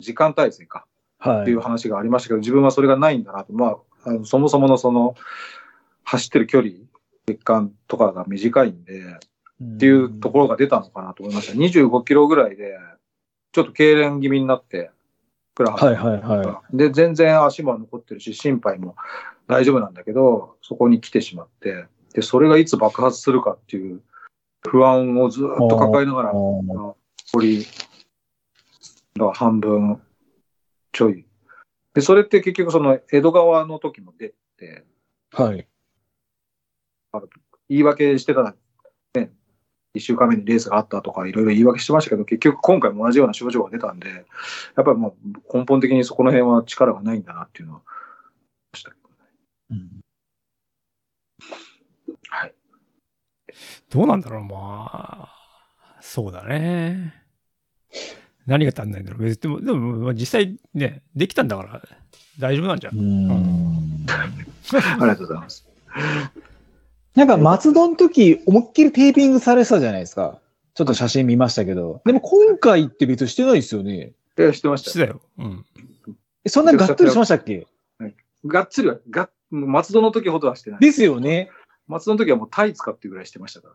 Speaker 3: 時間体制かっ
Speaker 1: は
Speaker 3: ていう
Speaker 1: い。
Speaker 3: 話がありましたけど、自分はそれがないんだなと。まあ、あのそもそものその、走ってる距離、血管とかが短いんで、
Speaker 1: っ
Speaker 3: っていうところが出たのかなと思いました。25キロぐらいで、ちょっと痙攣気味になって、ふくらはぎ
Speaker 1: はいはいは
Speaker 3: で、全然足も残ってるし、心配も大丈夫なんだけど、そこに来てしまって、で、それがいつ爆発するかっていう不安をずっと抱えなが
Speaker 1: い。
Speaker 3: ら、
Speaker 1: おー
Speaker 3: 残りが半分ちょい。で、それって結局その江戸川の時も出て、
Speaker 1: はい。
Speaker 3: 言い訳してたら、ね、一週間目にレースがあったとか、いろいろ言い訳してましたけど、結局今回も同じような症状が出たんで、やっぱりもう根本的にそこの辺は力がないんだなっていうのは、したけどね。はい。
Speaker 2: どうなんだろう、まあ。そうだね。何が足んないんだろう。別にでも、でも、まあ実際ね、できたんだから、大丈夫なんじゃん
Speaker 1: う。ん。
Speaker 3: ありがとうございます。
Speaker 1: なんか松戸の時、思いっきりテーピングされてたじゃないですか。ちょっと写真見ましたけど。でも今回って別にしてないですよね。
Speaker 3: で、して まし
Speaker 2: して
Speaker 3: た
Speaker 2: た
Speaker 3: よ。
Speaker 2: よ。うん。
Speaker 1: えそんながっつりしましたっけ
Speaker 3: がっつりは、がっ松戸の時ほどはしてない。
Speaker 1: ですよね。
Speaker 3: 松戸の時はもうタイツかっていうぐらいしてましたか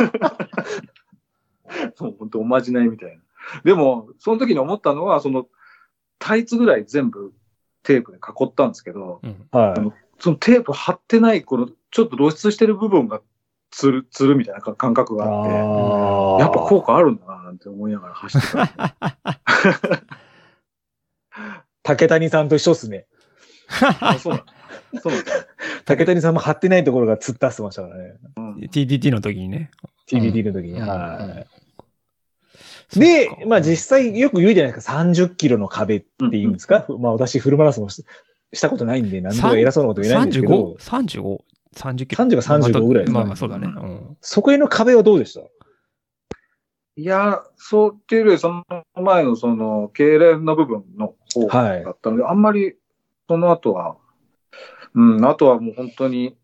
Speaker 3: らね。 もう本当おまじないみたいな。でも、その時に思ったのは、その、タイツぐらい全部テープで囲ったんですけど、
Speaker 2: うん。
Speaker 1: はい。
Speaker 3: そのテープ貼ってない、この、ちょっと露出してる部分が、つる、つるみたいなか感覚があって、
Speaker 1: ああ。
Speaker 3: やっぱ効果あるんだな、なんて思いながら走ってた。
Speaker 1: 竹谷さんと一緒っすね。
Speaker 3: あそうなんだ。そうなんだ。
Speaker 1: 竹谷さんも貼ってないところが突っ出してましたからね。
Speaker 2: TDT の時にね。
Speaker 1: TBD の時
Speaker 2: う
Speaker 1: に。
Speaker 2: ん
Speaker 1: は
Speaker 2: そ
Speaker 1: い。で
Speaker 2: っか、
Speaker 1: まあ実際よく言うじゃないですか、30キロの壁って言うんですか、まあ私フルマラソンもししたことないんで、何とか偉そうなこと言えないんですけど、
Speaker 2: 35?35?30 キロ。
Speaker 1: 30か35ぐらいですか
Speaker 2: まあ
Speaker 1: ね
Speaker 2: まあそうだね。うん。
Speaker 1: そこへの壁はどうでした
Speaker 3: いや、そうっていうより、その前のその、痙攣の部分の方
Speaker 1: はい
Speaker 3: だったので、あんまり、その後は、うん、あとはもう本当に、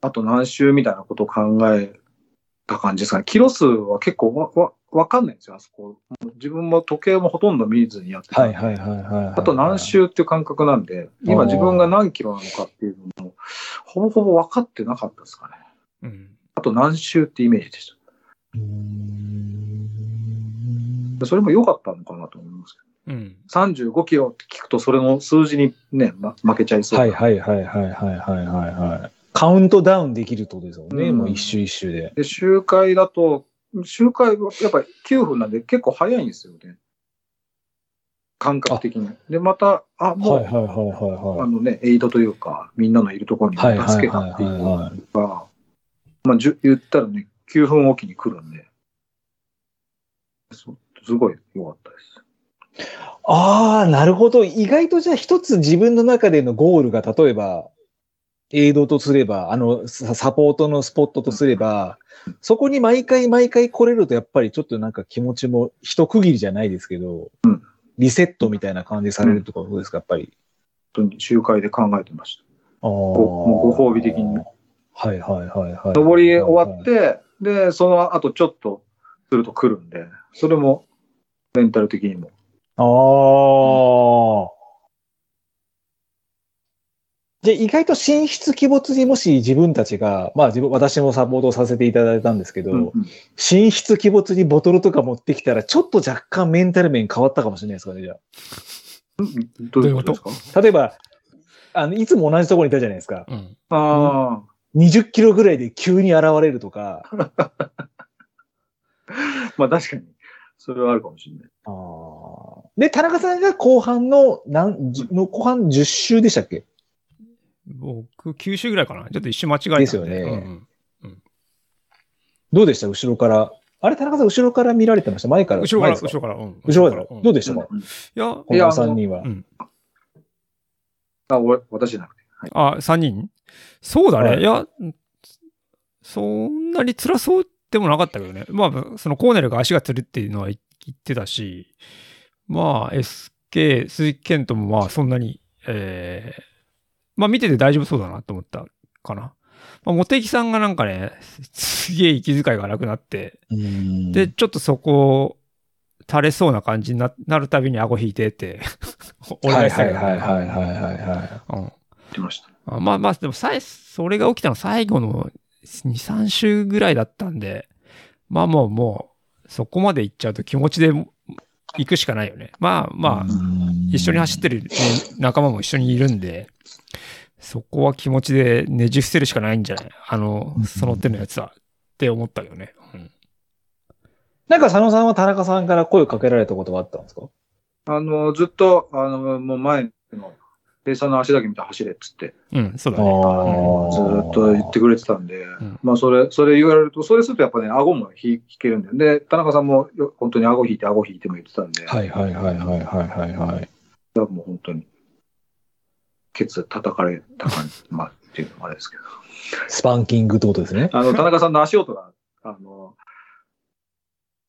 Speaker 3: あと何周みたいなことを考えた感じですかね。キロ数は結構わ、わ、わかんないんですよ、あそこ。自分も時計もほとんど見ずにやってた
Speaker 1: は
Speaker 3: んで
Speaker 1: いはいはいはいはい。
Speaker 3: あと何周っていう感覚なんで、今自分が何キロなのかっていうのも、ほぼほぼ分かってなかったですかね。
Speaker 2: うん。
Speaker 3: あと何周ってイメージでした。
Speaker 1: うーん
Speaker 3: それも良かったのかなと思いますけ
Speaker 2: うん。
Speaker 3: ど。35キロって聞くと、それの数字にね、ま、負けちゃいそう。
Speaker 1: はいはいはいはいはいはいはいはい。カウントダウンできるってことですよね、
Speaker 3: うん
Speaker 1: もう一周一周で。
Speaker 3: で、周回だと、周回はやっぱり9分なんで結構早いんですよね。感覚的に。で、また、あ、もう、
Speaker 1: はいはいはいはい
Speaker 3: あ
Speaker 1: はい。
Speaker 3: のね、エイドというか、みんなのいるところに
Speaker 1: はいはい
Speaker 3: 助け
Speaker 1: は
Speaker 3: が
Speaker 1: い
Speaker 3: ってい
Speaker 1: はいう
Speaker 3: の
Speaker 1: は
Speaker 3: が、まあ、じゅ言ったらね、9分おきに来るんで、そうすごい良かったです。
Speaker 1: い。ああ、なるほど。意外とじゃあ一つ自分の中でのゴールが例えば、映像とすれば、あの、ササポートのスポットとすれば、そこに毎回毎回来れるとやっぱりちょっとなんか気持ちも一区切りじゃないですけど、
Speaker 3: うん
Speaker 1: リセットみたいな感じされるってことですか、やっぱり。
Speaker 3: 本当に周回で考えてました。
Speaker 1: あー
Speaker 3: もうご褒美的に。
Speaker 1: はいはいはいはい。
Speaker 3: 登り終わって、で、その後ちょっとすると来るんで、それもメンタル的にも。
Speaker 1: ああ。で、意外と神出鬼没にもし自分たちが、まあ自分、私もサポートをさせていただいたんですけど、
Speaker 3: うんうん
Speaker 1: 神出鬼没にボトルとか持ってきたら、ちょっと若干メンタル面変わったかもしれないですかね、じゃ
Speaker 3: どういうことですか
Speaker 1: あ。例えば、あの、いつも同じところにいたじゃないですか。
Speaker 2: うん。
Speaker 3: あ
Speaker 1: 20キロぐらいで急に現れるとか、
Speaker 3: あ、まあ確かに、それはあるかもしれない。
Speaker 1: あーで、田中さんが後半の、なん、じの後半10周でしたっけ
Speaker 2: 僕、9周ぐらいかな。ちょっと一周間違えたんで。
Speaker 1: ですよね
Speaker 2: うん
Speaker 1: どうでした後ろから。あれ、田中さん、後ろから見られてました前から
Speaker 2: 後ろか
Speaker 1: 前
Speaker 2: ら、
Speaker 1: です
Speaker 2: 後ろから。うん
Speaker 1: 後ろから
Speaker 2: うん
Speaker 1: どうでしたか
Speaker 3: うん
Speaker 2: いや、
Speaker 1: この3人は
Speaker 2: う。ん。
Speaker 3: あ、俺、私じゃなくて。
Speaker 2: あ、3人そうだね。
Speaker 1: はい
Speaker 2: い、や、そんなに辛そうでもなかったけどね。まあ、そのコーネルが足がつるっていうのは言ってたし、まあ、SK、鈴木健人もまあ、そんなに、えー、まあ、見てて大丈夫そうだなと思ったかな。まあ、茂木さんがなんかね、すげえ息遣いが荒くなって、
Speaker 1: うん
Speaker 2: で、、ちょっとそこ、垂れそうな感じにななるたびに顎引いてって、 お
Speaker 1: は
Speaker 2: 願
Speaker 1: い
Speaker 2: いした
Speaker 1: は
Speaker 2: け
Speaker 1: い
Speaker 2: ど
Speaker 1: はいはいはいはいは
Speaker 2: うん
Speaker 3: 言ってました。
Speaker 2: あまあまあ、でもさえ、それが起きたの最後の2、3週ぐらいだったんで、まあもうもう、そこまで行っちゃうと気持ちで行くしかないよね。まあまあ、
Speaker 1: い。
Speaker 2: 一緒に走ってる、ね、仲間も一緒にいるんで、そこは気持ちでねじ伏せるしかないんじゃないあの
Speaker 1: うん、
Speaker 2: その手のやつは、って思ったけどね。うん
Speaker 1: なんか佐野さんは田中さんから声をかけられたことがあったんですか
Speaker 3: あの、ずっと、あの、もう前の、平さんの足だけ見て走れっつって、
Speaker 2: うん、そう
Speaker 1: あ
Speaker 2: だね。
Speaker 1: ー
Speaker 3: ずーっと言ってくれてたんで、
Speaker 2: ん
Speaker 3: まあ、それ、それ言われると、それするとやっぱね、顎も引引けるんだよ。で、田中さんもよ本当に顎引いて、顎引いても言ってたんで、
Speaker 1: はいはいはいはいはいはいはい。
Speaker 3: だからもう本当に、ケツ叩かれた感じ、まあ、っていうのもあれですけど。
Speaker 1: スパンキングってことですね。
Speaker 3: あの、田中さんの足音が、あの、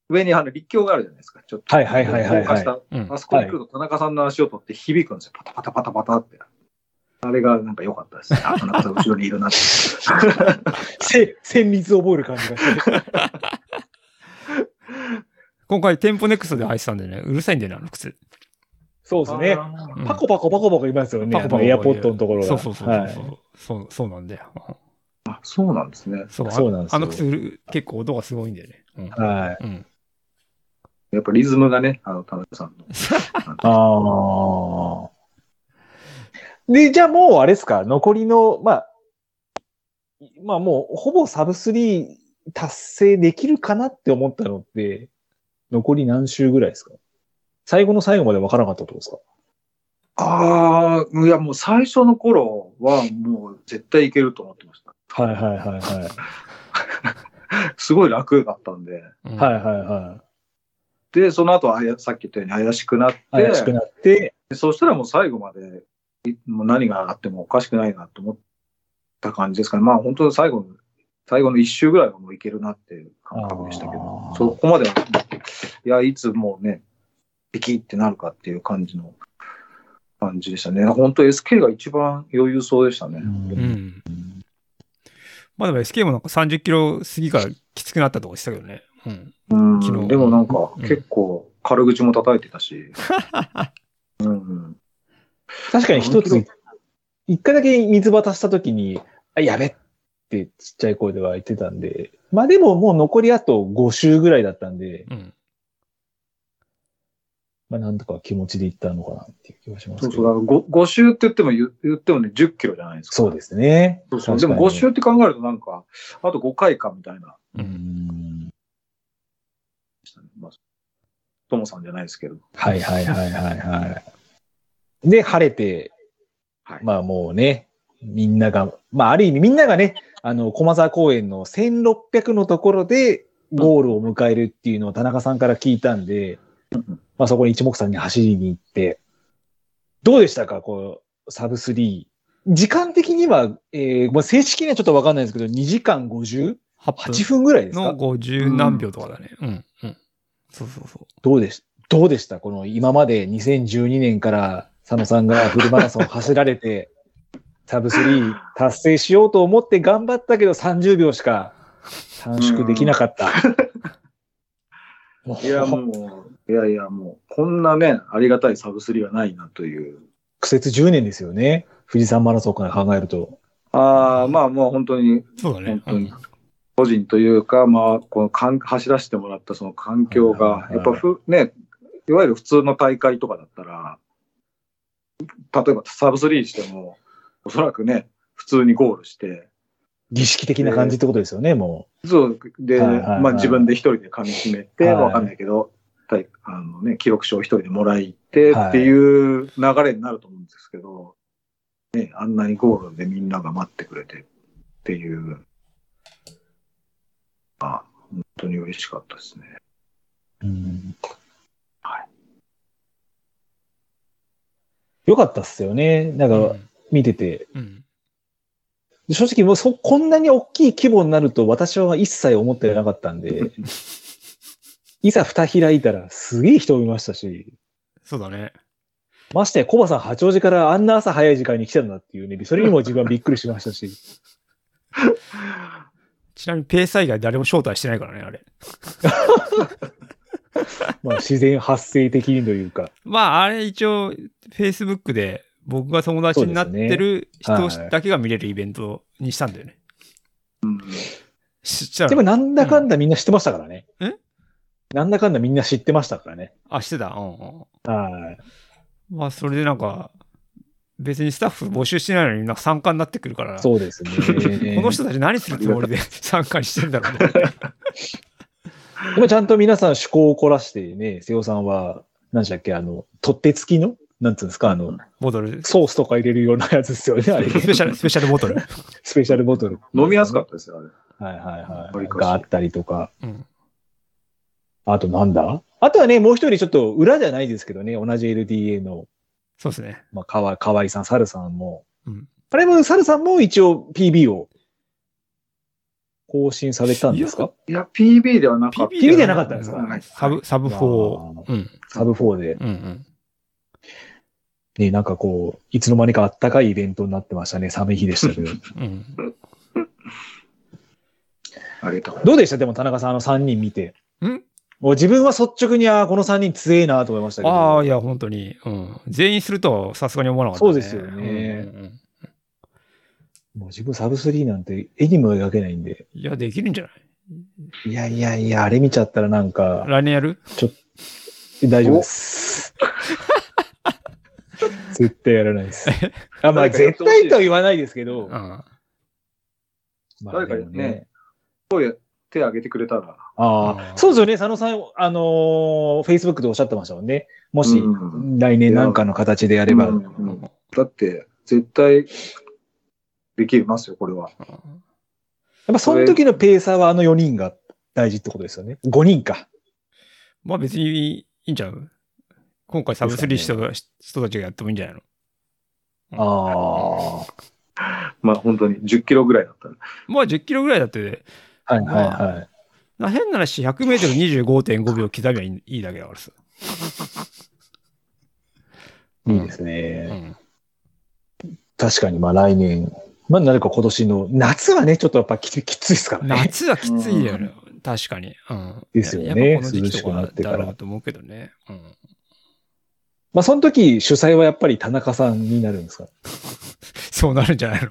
Speaker 3: 上にあの、立教があるじゃないですか、ちょっと。
Speaker 1: はいはいはいはいはい
Speaker 3: 高架下
Speaker 2: うん
Speaker 3: あそこに来ると田中さんの足音って響くんですよ。パタパタパタパタって。あれがなんか良かったです。あ、田中さん後ろにいるなって。
Speaker 1: せ、旋律を覚える感じがして。
Speaker 2: 今回、テンポネクストで入ってたんでね、うるさいんだよね、あの靴。
Speaker 1: そうですね。
Speaker 2: うん
Speaker 1: パコパコパコパコいますよね。
Speaker 2: パコパコ
Speaker 1: エアポッドのところが。
Speaker 2: そうそうそうそう、
Speaker 1: はい
Speaker 2: そう。そうなんだよ。
Speaker 3: あそうなんですね。
Speaker 2: そう
Speaker 1: そうなんですよ
Speaker 2: あの靴、結構音がすごいんだよね。うん。
Speaker 1: はい。
Speaker 2: うん、
Speaker 3: やっぱリズムがね、あの、田中さんの。
Speaker 1: ああ。で、じゃあもうあれですか、残りの、まあ、まあもうほぼサブ3達成できるかなって思ったのって、残り何週ぐらいですか最後の最後まで分からなかったってことですか
Speaker 3: ああ、いやもう最初の頃はもう絶対いけると思ってました。
Speaker 1: はいはいはいはい。
Speaker 3: すごい楽だったんで。
Speaker 2: うん
Speaker 1: はいはいは
Speaker 3: で、その後あや、さっき言ったように怪しくなって、
Speaker 1: い。怪しくなって、
Speaker 3: でそしたらもう最後まで、いもう何があってもおかしくないなと思った感じですかね。まあ本当最後の、最後の一周ぐらいはもういけるなっていう感覚でしたけ
Speaker 1: あ
Speaker 3: ど
Speaker 1: ー、
Speaker 3: そこまでは、いや、いつもうね、ピキってなるかっていう感じの感じでしたね。本当 SK が一番余裕そうでしたね。
Speaker 2: うん。まあでも SK もなんか30キロ過ぎからきつくなったとかしたけどね。うん。
Speaker 3: うん、
Speaker 2: 昨日
Speaker 3: でもなんか
Speaker 2: うん
Speaker 3: 結構軽口も叩いてたし。うんうん、
Speaker 1: 確かに一つ、一回だけ水渡した時に、あ、やべってちっちゃい声では言ってたんで、まあでももう残りあと5週ぐらいだったんで、
Speaker 2: うん。
Speaker 1: まあ、なんとか気持ちでいったのかなっていう気がします
Speaker 3: そう
Speaker 1: け
Speaker 3: そ
Speaker 1: ど。
Speaker 3: う、だから 5, 5周って言っても言言ってもね、10キロじゃないですか。
Speaker 1: そうですね。
Speaker 3: そうそう。
Speaker 1: 確
Speaker 3: で
Speaker 1: かに
Speaker 3: も5周って考えるとなんか、あと5回かみたいな、
Speaker 1: うーん。
Speaker 3: まあ、ともさんじゃないですけど。
Speaker 1: はいはいはいはいはい。で、晴れて、
Speaker 3: はい
Speaker 1: まあもうね、みんなが、まあある意味みんながね、あの、駒沢公園の1600のところでゴールを迎えるっていうのを田中さんから聞いたんで、まあそこに一目散に走りに行って、どうでしたか、こう、サブ3。時間的には、えーまあ、正式にはちょっとわかんないですけど、2時間58
Speaker 2: 8
Speaker 1: 分ぐらいですか
Speaker 2: の50何秒とかだね。うん。うん。そうそうそう。
Speaker 1: どうでしどうでしたこの今まで2012年から佐野さんがフルマラソン走られて、サブ3達成しようと思って頑張ったけど30秒しか短縮できなかった。もう
Speaker 3: いや、も う、いやいや、もう、こんなね、ありがたいサブスリーはないなという。
Speaker 1: 苦節10年ですよね。富士山マラソンから考えると。
Speaker 3: ああ、まあもう本当に、
Speaker 2: そうだね
Speaker 3: 本。当に
Speaker 2: うん
Speaker 3: 個人というか、まあ、このかん走らせてもらったその環境
Speaker 1: はい
Speaker 3: が
Speaker 1: は、い
Speaker 3: やっぱふ、ね、いわゆる普通の大会とかだったら、例えばサブスリーしても、おそらくね、普通にゴールして、
Speaker 1: 儀式的な感じってことですよね、も
Speaker 3: そう、で、
Speaker 1: はいはいはい
Speaker 3: まあ自分で一人で紙締めて、
Speaker 1: はい
Speaker 3: わかんないけど、大あのね、記録書を一人でもらいてっていう流れになると思うんですけど、ね、あんなにゴールでみんなが待ってくれてっていう、まあ、本当に嬉しかったですね。
Speaker 1: う。うん
Speaker 3: は
Speaker 1: よかったっすよね。なん
Speaker 2: う
Speaker 1: か
Speaker 2: ん
Speaker 1: 見てて。
Speaker 2: うん。
Speaker 1: 正直もうそ、こんなに大きい規模になると私は一切思ってなかったん で、いざ蓋開いたらすげえ人いましたし、
Speaker 2: そうだね。
Speaker 1: ましてやコバさん八王子からあんな朝早い時間に来たんだっていうね、それにも自分はびっくりしました し、
Speaker 2: ちなみにペース以外誰も招待してないからね、あれ。
Speaker 1: まあ自然発生的にというか、
Speaker 2: まあ、あれ一応、Facebook で僕が友達になってる
Speaker 1: そう
Speaker 2: 人
Speaker 1: ですねはい
Speaker 2: だけが見れるイベントにしたんだよね。
Speaker 3: うん
Speaker 2: そした
Speaker 1: でも
Speaker 2: ら、
Speaker 1: なんだかんだみんな知ってましたからね。
Speaker 2: うんえ
Speaker 1: なんだかんだみんな知ってましたからね。
Speaker 2: あ、してた。うんうん。
Speaker 1: はい。
Speaker 2: まあ、それでなんか、別にスタッフ募集してないのになんか参加になってくるから、
Speaker 1: そうですね。
Speaker 2: この人たち何するつもりで 参加してるんだろうね。
Speaker 1: でもちゃんと皆さん趣向を凝らしてね、瀬尾さんは、何でしたっけ、あの、取っ手付きのなんつうんですか、あの、
Speaker 2: ボトル。ス
Speaker 1: ソースとか入れるようなやつですよね、あれ。
Speaker 2: ペシャル、スペシャルボトル。
Speaker 1: スペシャルボトル。
Speaker 3: 飲みやすかったですよ、あれ。
Speaker 1: た。はいはいは
Speaker 3: わ
Speaker 1: い。
Speaker 3: りかし
Speaker 1: があったりとか。
Speaker 2: うん。
Speaker 1: あとなんだあとはね、もう一人ちょっと裏じゃないですけどね、同じ LDA の、
Speaker 2: そうですね。
Speaker 1: まあ、かわかわいさん、サルさんも。
Speaker 2: うん
Speaker 1: あれも、サルさんも一応 PB を更新されたんですか
Speaker 3: いや、PB ではなかった。
Speaker 1: PB ではなかったんですか
Speaker 2: うんサブ、サブ
Speaker 1: あ
Speaker 2: 4。うん。
Speaker 1: サブ4で。
Speaker 2: うんうん。
Speaker 1: ね、なんかこう、いつの間にかあったかいイベントになってましたね、寒い日でしたけど。
Speaker 2: うん。
Speaker 3: ありがとう。
Speaker 1: どうでしたでも田中さん、あの3人見て。
Speaker 2: ん
Speaker 1: もう自分は率直に、ああ、この3人強えなと思いましたけど。
Speaker 2: ああ、いや、本当に。うん。全員するとはさすがに思わなかった、
Speaker 1: そうですよね
Speaker 2: うんうんうん
Speaker 1: もう自分サブスリーなんて絵にも描けないんで。
Speaker 2: いや、できるんじゃない
Speaker 1: いやいやいや、あれ見ちゃったらなんか、
Speaker 2: 来年やる
Speaker 1: 大丈夫です。絶対やらないです。あ、まあ
Speaker 3: 誰かやって
Speaker 1: 絶
Speaker 3: ほしい
Speaker 1: 対とは言わないですけど
Speaker 2: う。ん。
Speaker 1: まあ
Speaker 3: 誰か
Speaker 1: でも
Speaker 3: ね。手挙げてくれたら。
Speaker 1: ああ、そうですよね。佐野さん、あのー、Facebook でおっしゃってましたもんね。もし、
Speaker 3: うん
Speaker 1: 来年なんかの形でやれば。
Speaker 3: うんうんだって、絶対、できますよ、これは。
Speaker 1: やっぱその時のペーサーはあの4人が大事ってことですよね。5人か。
Speaker 2: まあ別にいいんちゃう今回サブスリーした人たちがやってもいいんじゃないの
Speaker 1: あ
Speaker 3: まあ、本当に10キロぐらいだったら。
Speaker 2: まあ10キロぐらいだって、
Speaker 1: あ。はいはいはい。
Speaker 2: な変な話100メートル25.5秒刻みはいいいいだけだからさ。うん
Speaker 1: いいですね。
Speaker 2: うん。
Speaker 1: 確かに、まあ来年。まあ誰か今年の、夏はね、ちょっとやっぱきつきついですからね。
Speaker 2: 夏はきついよね。確かに。うん。
Speaker 1: ですよね
Speaker 2: やっぱこの
Speaker 1: 涼
Speaker 2: 時期と
Speaker 1: しくな
Speaker 2: か
Speaker 1: ってから
Speaker 2: だろうと思うけどね。うん。
Speaker 1: まあその時、主催はやっぱり田 中さんになるんですか
Speaker 2: そうなるんじゃないの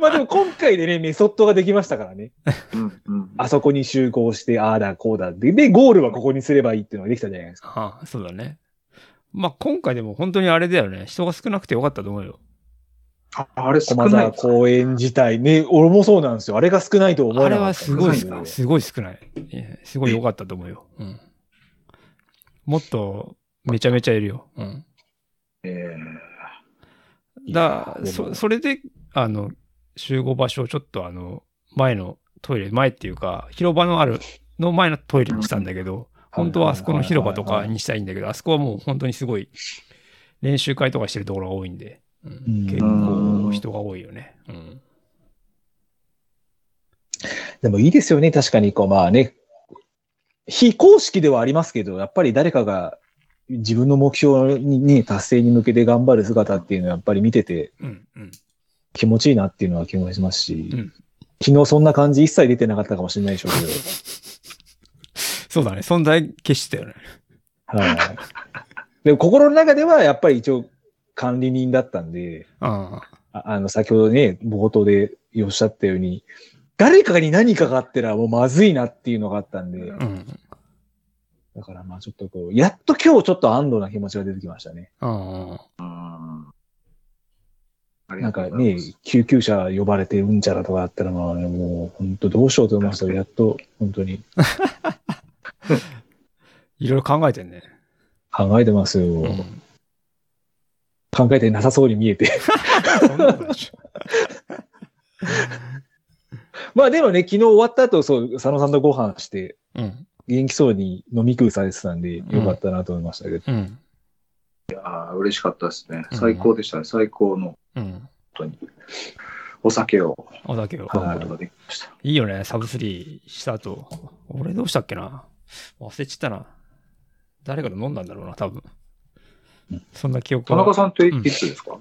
Speaker 1: まあでも今回でね、メソッドができましたからね。
Speaker 3: うんうん
Speaker 1: あそこに集合して、ああだこうだで、で、ゴールはここにすればいいっていうのができたじゃないですか。
Speaker 2: ああ、そうだね。まあ、今回でも本当にあれだよね。人が少なくてよかったと思うよ。
Speaker 3: ああれ少
Speaker 1: 駒
Speaker 3: ない
Speaker 1: 沢
Speaker 3: ですね
Speaker 1: 公園自体ね、俺もそうなんですよ。あれが少ないと思
Speaker 2: あ
Speaker 1: わな
Speaker 2: れ
Speaker 1: か
Speaker 2: は
Speaker 1: った
Speaker 2: すごい
Speaker 1: ですよ
Speaker 2: 少、すごい少ない。いやすごい良かったと思うよ。うん。もっと、めちゃめちゃいるよ。うん。
Speaker 3: え
Speaker 2: だ
Speaker 1: いやでも
Speaker 2: そ、それで、あの、集合場所をちょっとあの、前のトイレ、前っていうか、広場のある、の前のトイレにしたんだけど、本当はあそこの広場とかにしたいんだけど、あそこはもう本当にすごい、練習会とかしてるところが多いんで、うん
Speaker 1: うん
Speaker 2: 結構人が多いよね。うん。
Speaker 1: でもいいですよね、確かに、こう、まあね、非公式ではありますけど、やっぱり誰かが自分の目標にに達成に向けて頑張る姿っていうのはやっぱり見てて
Speaker 2: うん。うん。
Speaker 1: 気持ちいいなっていうのは気もしますし、
Speaker 2: うん
Speaker 1: 昨日そんな感じ一切出てなかったかもしれないでしょうけ
Speaker 2: そうだね。存在消してたよね。
Speaker 1: ど、はい。でも心の中ではやっぱり一応管理人だったんで、
Speaker 2: あ
Speaker 1: ああの、先ほどね、冒頭でおっしゃったように、誰かに何かがあったらもうまずいなっていうのがあったんで、
Speaker 2: あ。うん。
Speaker 1: だからまあちょっとこう、やっと今日ちょっと安堵な気持ちが出てきましたね。
Speaker 2: ああ。
Speaker 3: ー
Speaker 1: なんかね、救急車呼ばれてうんちゃらとかあったらまあねもう本当どうしようと思いましたけど、やっと本当に
Speaker 2: いろいろ考えてんね。
Speaker 1: 考えてますよ。
Speaker 2: うん。
Speaker 1: 考えてなさそうに見えて。
Speaker 2: そんなことないでしょ。
Speaker 1: まあでもね、昨日終わった後、そう、佐野さんとご飯して、
Speaker 2: うん。
Speaker 1: 元気そうに飲み食うされてたんで、よかったなと思いましたけど。
Speaker 2: うん。
Speaker 3: あー嬉しかったですね。
Speaker 2: うん
Speaker 3: 最高でしたね。最高の
Speaker 2: うん。
Speaker 3: 本当にお酒を
Speaker 2: おだけを。
Speaker 1: は
Speaker 3: 飲むことができました。
Speaker 2: いいよね、サブスリーした後。俺どうしたっけな忘れちったな。誰かと飲んだんだろうな、多分
Speaker 1: うん。
Speaker 2: そんな記憶
Speaker 3: 田中
Speaker 2: は。
Speaker 3: さんって
Speaker 2: うん
Speaker 3: いつですか、
Speaker 2: ん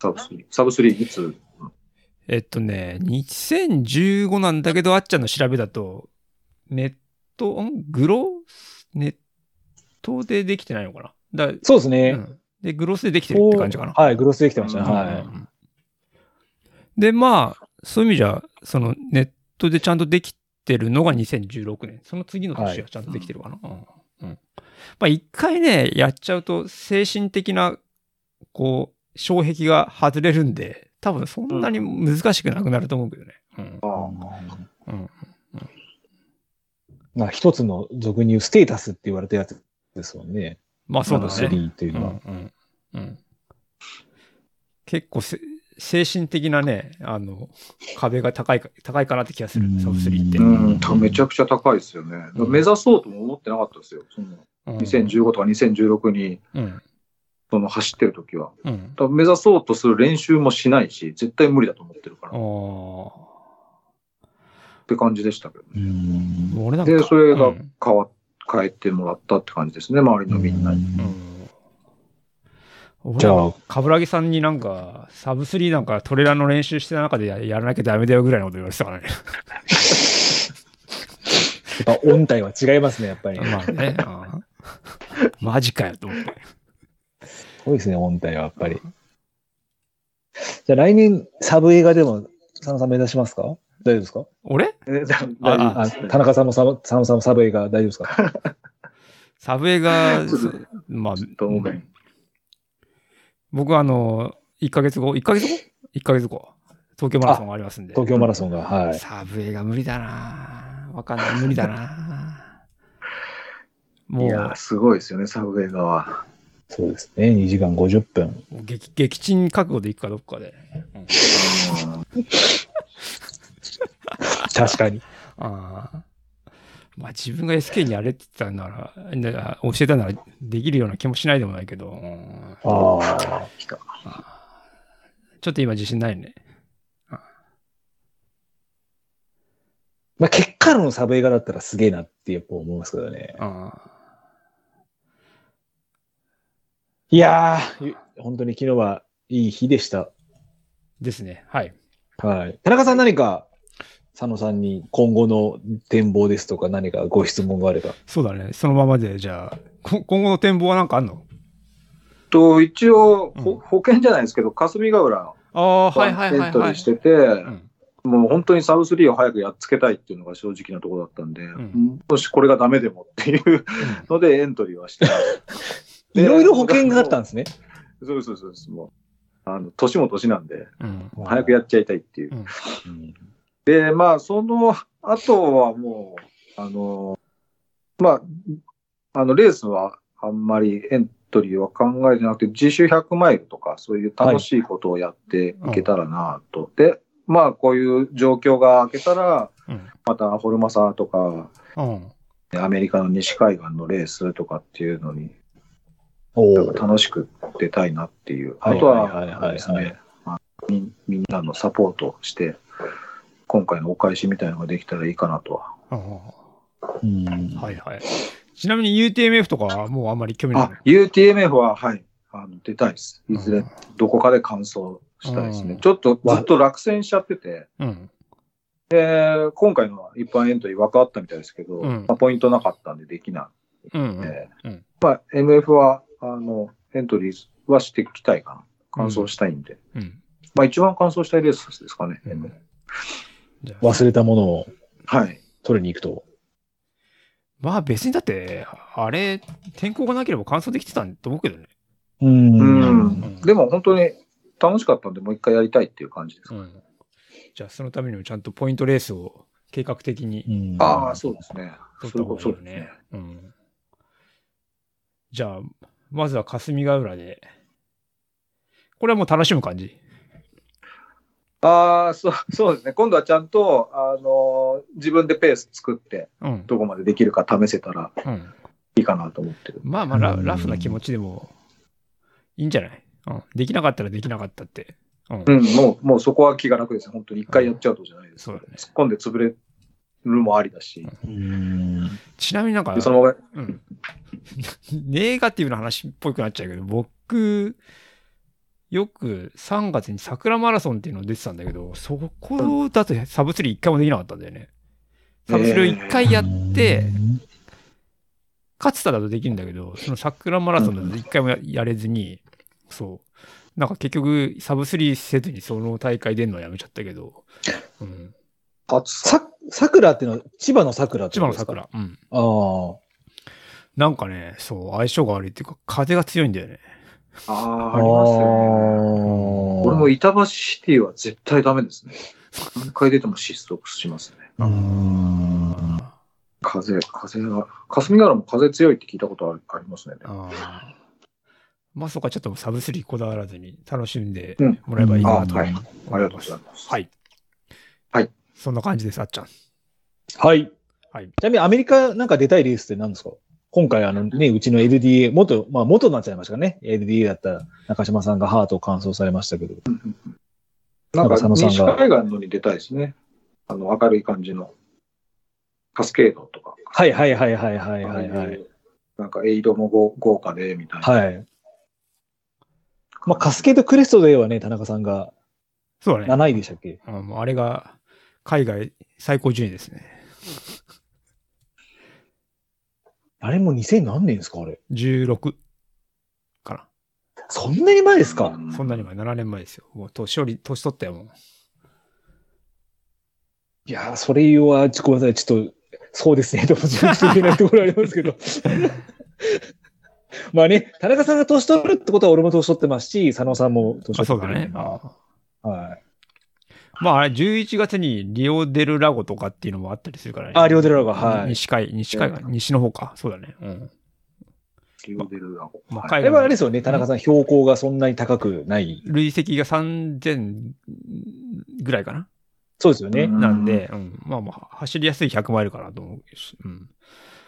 Speaker 3: サブスリー。サブスリーいつ
Speaker 2: えっとね、2015なんだけど、あっちゃんの調べだと、ネット、んグロスネットでできてないのかなだ、
Speaker 1: そうですね。
Speaker 2: うんで、グロスでできてるって感じかな。
Speaker 1: はい、グロスできてましたね。
Speaker 3: うん
Speaker 1: はい。
Speaker 2: で、まあ、そういう意味じゃ、そのネットでちゃんとできてるのが2016年。その次の年はちゃんとできてるかな。うんうんまあ、一回ね、やっちゃうと、精神的な、こう、障壁が外れるんで、多分そんなに難しくなくなると思うけどね。うん
Speaker 3: あ。
Speaker 2: うん。
Speaker 1: まあ一つの俗に言うステータスって言われたやつですもんね。
Speaker 2: まあ、そうだ
Speaker 1: サブス
Speaker 2: ね。
Speaker 1: リーっていう
Speaker 2: う
Speaker 1: のは。
Speaker 2: んうんうん。結構せ、精神的なね、あの、壁が高いか、高いかなって気がする
Speaker 1: う、ん
Speaker 2: サブスリーって
Speaker 3: う。ん、多分めちゃくちゃ高いですよね。だから目指そうとも思ってなかったですよ。その
Speaker 2: うん
Speaker 3: 2015とか2016に
Speaker 2: うん。
Speaker 3: その走ってる時は。
Speaker 2: うん。
Speaker 3: 多分目指そうとする練習もしないし、絶対無理だと思ってるからっ
Speaker 2: あ
Speaker 3: て感じでしたけどね。
Speaker 1: うん
Speaker 2: あ。俺なんか。
Speaker 3: で、それ
Speaker 2: う
Speaker 3: が
Speaker 2: ん
Speaker 3: 変わっ変えてもらったって感じですね、周りのみんな
Speaker 2: う
Speaker 3: に。
Speaker 2: ん
Speaker 1: じ
Speaker 2: 俺
Speaker 1: ゃ
Speaker 2: は、
Speaker 1: あ、
Speaker 2: 冠城さんになんか、サブスリーなんかトレーラーの練習してた中でややらなきゃダメだよぐらいのこと言われてた からね。
Speaker 1: やっぱ音体は違いますね、やっぱり。
Speaker 2: まあね。うんマジかよと思って。
Speaker 1: すごいですね、音体はやっぱり。じゃあ来年、サブ映画でも、佐野さん目指しますか大丈夫ですか
Speaker 2: 俺
Speaker 3: えだ
Speaker 2: あ
Speaker 3: 大丈夫
Speaker 1: あ、
Speaker 3: です
Speaker 1: 田中さんもサブ佐野さんもサブ映画大丈夫ですか
Speaker 2: サブ映画
Speaker 3: ちょっと、
Speaker 2: まあ
Speaker 3: ちょっとごめん、
Speaker 2: 僕はあの、1ヶ月後、1ヶ月後 ?1 ヶ月後。東京マラソンがありますんで。
Speaker 1: 東京マラソンが、はい。
Speaker 2: サブ映画無理だなわかんない。無理だなも、
Speaker 3: いうやー、すごいですよね、サブウェイ側。
Speaker 1: そうですね、2時間50分。
Speaker 2: もう激激沈覚悟で行くかどっかで。
Speaker 1: 確かに。
Speaker 2: ああ。まあ自分が SK にやれって言ったなら、なら教えたならできるような気もしないでもないけど、うん
Speaker 1: ああ。
Speaker 3: 来た
Speaker 2: ちょっと今自信ないね。
Speaker 1: まあ、結果論のサブ映画だったらすげえなってやっぱ思いますけどね。
Speaker 2: あ
Speaker 1: いやー、ゆ本当に昨日はいい日でした。
Speaker 2: ですね。はい。
Speaker 1: はい。田中さん何か、佐野さんに今後の展望ですとか何かご質問があれば。
Speaker 2: そうだね。そのままで、じゃあ、こ今後の展望はなんかあんの
Speaker 3: と、一応、
Speaker 2: うん
Speaker 3: ほ保険じゃないですけど、霞ヶ浦
Speaker 2: ああ、はいはいは
Speaker 3: エ
Speaker 2: い
Speaker 3: ント
Speaker 2: は
Speaker 3: リー
Speaker 2: い
Speaker 3: してて、
Speaker 2: うん。
Speaker 3: もう本当にサブスリーを早くやっつけたいっていうのが正直なところだったんで、
Speaker 1: ん
Speaker 3: もしこれがダメでもっていうのでエントリーはしてます。
Speaker 1: いろいろ保険があったんですね。
Speaker 3: そうそうそうそう。もう、あの、年も年なんで、
Speaker 2: うん。
Speaker 3: 早くやっちゃいたいっていう。
Speaker 2: うん
Speaker 1: うん
Speaker 3: で、まあ、その後はもう、あの、まあ、あの、レースはあんまりエントリーは考えてなくて、自主100マイルとか、そういう楽しいことをやっていけたらなと。で、まあ、こういう状況が明けたら、
Speaker 2: うん
Speaker 3: またフォルマサーとか、
Speaker 2: うん。
Speaker 3: アメリカの西海岸のレースとかっていうのに、
Speaker 1: お
Speaker 3: なん
Speaker 1: ー
Speaker 3: か楽しく出たいなっていう。
Speaker 1: は
Speaker 3: あ
Speaker 1: い
Speaker 3: と
Speaker 1: はいはいはい
Speaker 3: は
Speaker 1: はい
Speaker 3: ですね、まあみみんなのサポートをして、今回のお返しみたいなのができたらいいかなとは。
Speaker 2: うん
Speaker 1: うん
Speaker 2: はいはい。ちなみに UTMF とかはもうあんまり興味ない
Speaker 3: あ
Speaker 2: の。、
Speaker 3: UTMF は、はい、あの出たいです。いず
Speaker 2: う
Speaker 3: れ
Speaker 2: ん、
Speaker 3: どこかで完走したいですね。
Speaker 2: うん
Speaker 3: ちょっとずっと落選しちゃってて、
Speaker 2: うん。
Speaker 3: で今回の一般エントリー分かったみたいですけど、
Speaker 2: うん
Speaker 3: まあ、ポイントなかったんでできな
Speaker 2: うん
Speaker 3: いん
Speaker 2: うん。
Speaker 3: で、
Speaker 2: うん
Speaker 3: まあ、MF は、あの、エントリーはしていきたいかな。完走したいんで。
Speaker 2: うん。
Speaker 3: まあ、一番完走したいレースですかね。
Speaker 2: うんじゃあ
Speaker 1: 忘れたものを
Speaker 3: はい。
Speaker 1: 取りに行くと。
Speaker 2: まあ別にだって、あれ、天候がなければ完走できてたと思うけどね。
Speaker 1: う
Speaker 3: うん
Speaker 1: ん。
Speaker 2: ん
Speaker 3: でも本当に楽しかったんで、もう一回やりたいっていう感じですか。
Speaker 2: うん。じゃあそのためにもちゃんとポイントレースを計画的に
Speaker 1: うん
Speaker 3: ああ、そうですね。
Speaker 2: 取った
Speaker 3: そういう
Speaker 2: 方
Speaker 3: こ
Speaker 2: がいい
Speaker 3: と
Speaker 2: よ
Speaker 3: です
Speaker 2: ね
Speaker 3: ね。。
Speaker 2: うん。じゃあ、まずは霞ヶ浦で。これはもう楽しむ感じ。
Speaker 3: ああ、そう、そうですね。今度はちゃんと、あのー自分でペース作って、
Speaker 2: うん。
Speaker 3: どこまでできるか試せたら
Speaker 2: うん。
Speaker 3: いいかなと思ってる。
Speaker 2: まあまあラ、
Speaker 1: うん
Speaker 2: ラフな気持ちでもいいんじゃない、うん、できなかったらできなかったって。うん。
Speaker 3: うん、もう、もうそこは気が楽ですね。本当に一回やっちゃうとじゃないです
Speaker 2: そ
Speaker 3: か。
Speaker 2: うだね。
Speaker 3: 突っ込んで潰れるのもありだし、
Speaker 1: うん
Speaker 2: ちなみになんか
Speaker 3: で、そのまま、
Speaker 2: うん。ネガティブな話っぽくなっちゃうけど、僕、よく3月に桜マラソンっていうの出てたんだけど、そこだとサブスリー1回もできなかったんだよね。サブスリーを1回やって、勝つただとできるんだけど、その桜マラソンだと一回もややれずに、そう。なんか結局、サブスリーせずにその大会出るのはやめちゃったけど、うん。
Speaker 3: 初さ、
Speaker 1: さ、桜ってのは千葉の桜って
Speaker 2: 千
Speaker 1: こ
Speaker 2: 葉
Speaker 1: と
Speaker 2: の
Speaker 1: ですか。
Speaker 2: 桜。うん。
Speaker 1: ああ。
Speaker 2: なんかね、そう、相性が悪いっていうか、風が強いんだよね。
Speaker 3: ああ、ありますよね。
Speaker 1: よ
Speaker 3: 俺も板橋シティは絶対ダメですね。何回出ても失速しますね。
Speaker 1: うん。
Speaker 3: 風、風が、霞ヶ浦も風強いって聞いたことあるありますね。
Speaker 2: ああ。まあ、そうか、ちょっとサブスリーこだわらずに楽しんで
Speaker 3: うん
Speaker 2: もらえばいい
Speaker 3: あ
Speaker 2: な
Speaker 3: あ
Speaker 2: と
Speaker 3: は
Speaker 2: 思
Speaker 3: い。あ
Speaker 2: います。
Speaker 3: りがとうございます。
Speaker 2: はい。
Speaker 3: はい。
Speaker 2: そんな感じです、あっちゃん。
Speaker 1: はい。
Speaker 2: はい
Speaker 1: ちなみにアメリカなんか出たいレースって何ですか今回あのね、うちの LDA、元、まあ元になっちゃいましたかね。LDA だった中島さんがハートを完走されましたけど。
Speaker 3: なんか、
Speaker 1: なんか佐
Speaker 3: 西
Speaker 1: 野さんが
Speaker 3: 海岸のに出たいですね。あの、明るい感じの、カスケードとか。
Speaker 1: はいはいはいはいはいはいは
Speaker 3: ああ
Speaker 1: い。
Speaker 3: う。なんか、エイドも豪豪華で、みたいな。
Speaker 1: はい。まあカスケードクレストではね、田中さんが
Speaker 2: そうだね。
Speaker 1: 7位でしたっけ
Speaker 2: あもうあれが海外最高順位ですね。
Speaker 1: あれも2000何年ですかあれ。
Speaker 2: 16か
Speaker 1: そんなに前ですか
Speaker 2: な。そんなに前、7年前ですよ。もう年寄り、年取ったよ、もう。
Speaker 1: いやー、それは、ちょごめんなさい、ちょっと、そうですね、とも自分していないところありますけど。 まあね、田中さんが年取るってことは俺も年取ってますし、佐野さんも年
Speaker 2: あ、
Speaker 1: 取
Speaker 2: そ
Speaker 1: っ
Speaker 2: う
Speaker 1: て
Speaker 2: だ
Speaker 1: る
Speaker 2: ね。
Speaker 1: は
Speaker 2: あ
Speaker 1: い。
Speaker 2: まあ、あれ、11月にリオデルラゴとかっていうのもあったりするからね。
Speaker 1: あ、リオデルラゴ、はい。
Speaker 2: 西海、西海岸、西の方か。そうだね。うん。
Speaker 3: リオデルラゴ
Speaker 2: まあ、
Speaker 3: はい
Speaker 1: あ
Speaker 2: 海
Speaker 1: れ
Speaker 2: 外
Speaker 1: はあ
Speaker 2: の
Speaker 1: れですよね、田中さん、標高がそんなに高くない。
Speaker 2: 累積が3000ぐらいかな。
Speaker 1: そうですよね。
Speaker 3: うん
Speaker 2: なんで、うん、まあまあ、走りやすい100マイルかなと思うし、うん。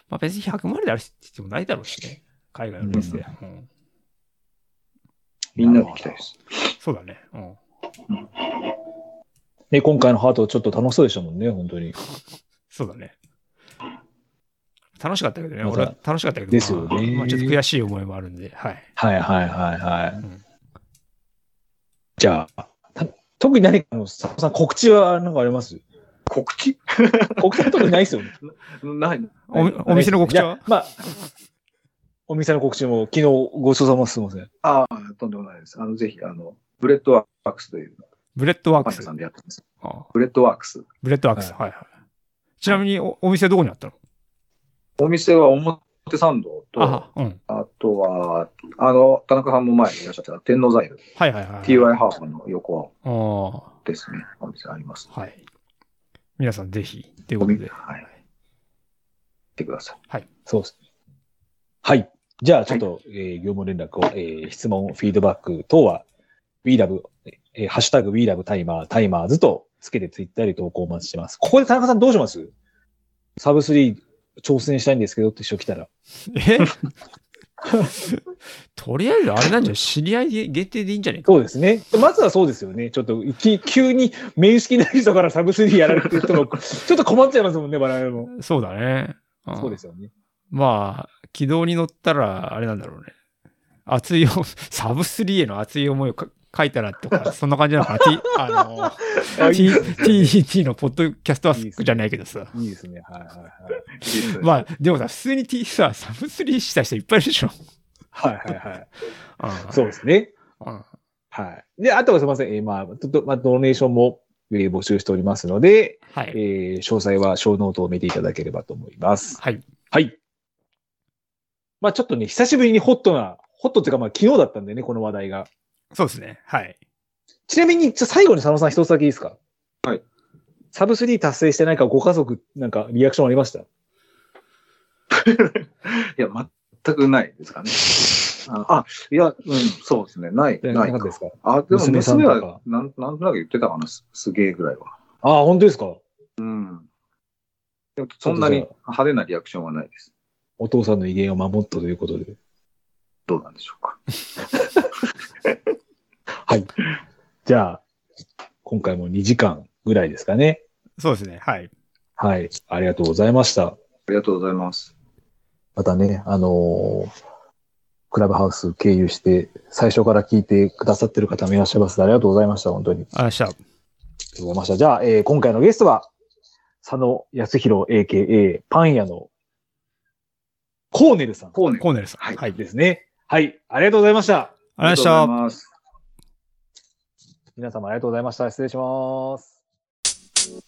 Speaker 2: まあ別に100マイルである必要ないだろうしね。海外のレースで。うん。
Speaker 3: みんなで行きたいです。
Speaker 2: そうだね。うん。
Speaker 1: ね、今回のハート、ちょっと楽しそうでしたもんね、本当に。
Speaker 2: そうだね。楽しかったけどね。
Speaker 1: また
Speaker 2: 俺は楽しかったけど。
Speaker 1: ですよね
Speaker 2: まあまあちょっと悔しい思いもあるんで。はい。
Speaker 1: はいはいはいはい。
Speaker 2: うん
Speaker 1: じゃあ、た特に何かあの、佐野さん、告知は何かあります
Speaker 3: 告知
Speaker 1: 告知は特にないですよね。
Speaker 3: ないの
Speaker 2: おみお店の告知
Speaker 1: い
Speaker 2: は
Speaker 1: やまあ、お店の告知も昨日ごちそうさまですすいません。
Speaker 3: ああ、とんでもないです。あの、ぜひ、あの、ブレッドワークスという
Speaker 2: ブレッドワー
Speaker 3: パ
Speaker 2: ク
Speaker 3: ン屋
Speaker 2: ス
Speaker 3: さ。んでやってます。
Speaker 2: あ
Speaker 3: ブレッドワークス。
Speaker 2: ブレッドワークス。はいはい。ちなみにお、お店どこにあったの
Speaker 3: お店は表参道と、あ
Speaker 2: あ、うん。
Speaker 3: とは、あの、田中さんも前にいらっしゃった天王座湯、
Speaker 2: はいはいはい。
Speaker 3: TY ハーフの横
Speaker 2: ああ。
Speaker 3: ですね。お店あります。
Speaker 2: はい。皆さんぜひ、という
Speaker 3: お
Speaker 2: こと
Speaker 3: 店、
Speaker 2: で。
Speaker 3: はい。来てください。
Speaker 1: そうですね。はい。じゃあ、ちょっと、えー業務連絡を、えー質問、フィードバック等は、WeLove、えーハッシュタグ WeLove タイマー、タイマーズとつけてツイッターで投稿お待ちしてます。ここで田中さんどうしますサブ3挑戦したいんですけどって人来たら。
Speaker 2: え とりあえずあれなんじゃない知り合いで限定でいいんじゃないか
Speaker 1: そうですね。まずはそうですよね。ちょっと、き急に面識ない人からサブ3やられてる人も、ちょっと困っちゃいますもんね、我々も。
Speaker 2: そうだね。ん
Speaker 1: そうですよね。
Speaker 2: まあ、軌道に乗ったら、あれなんだろうね。熱い思い、 サブ3への熱い思いをか書いたら とか、そんな感じなのかな。T、あの、T、TET のポッドキャストはじゃないけどさ。
Speaker 1: いいですね。はいはいはい。
Speaker 2: まあ、でもさ、普通に T さ、サブ3した人いっぱいいるでしょ。
Speaker 1: はいはいはい。
Speaker 2: うん
Speaker 1: そうですね。
Speaker 2: うん
Speaker 1: はい。で、あとはすみません。えーまあ、ど、どまあ、ドネーションも、えー募集しておりますので、
Speaker 2: は
Speaker 1: え
Speaker 2: い。
Speaker 1: ー詳細は小ノートを見ていただければと思います。
Speaker 2: はい。
Speaker 1: はい。まあ、ちょっとね、久しぶりにホットな、ホットっていうか、まあ、昨日だったんでね、この話題が。
Speaker 2: そうですね。はい。
Speaker 1: ちなみに、ちょ最後に佐野さん一つだけいいですか
Speaker 3: はい。
Speaker 1: サブ3達成してないか、ご家族、なんか、リアクションありました
Speaker 3: いや、全くないですかね。あ、あいや、うん、そうですね。ない、
Speaker 1: な
Speaker 3: ない
Speaker 1: かったですか
Speaker 3: あ、でも
Speaker 1: 娘さん
Speaker 3: 娘
Speaker 1: とか
Speaker 3: はなん、なんとなく言ってたかな、すすげえぐらいは。
Speaker 1: ああ、本当ですか
Speaker 3: うん。でもそんなに派手なリアクションはないです。
Speaker 1: お父さんの威厳を守ったということで。
Speaker 3: どうなんでしょうか。
Speaker 1: じゃあ、今回も2時間ぐらいですかね。
Speaker 2: そうですね。はい。
Speaker 1: はい。ありがとうございました。
Speaker 3: ありがとうございます。
Speaker 1: またね、あのークラブハウス経由して、最初から聞いてくださってる方もいらっしゃいます。ありがとうございました、本当に。あ
Speaker 2: あした。
Speaker 1: りがとうございました。じゃあ、えー今回のゲストは、佐野康弘 AKA パン屋のコーネルさん
Speaker 3: コーネ
Speaker 2: コーネルさん。
Speaker 3: はい
Speaker 2: はい。ありがとう
Speaker 1: ですね。はい、ありがとうございました。
Speaker 2: ございました。
Speaker 3: ます。
Speaker 1: 皆様ありがとうございました。失礼します。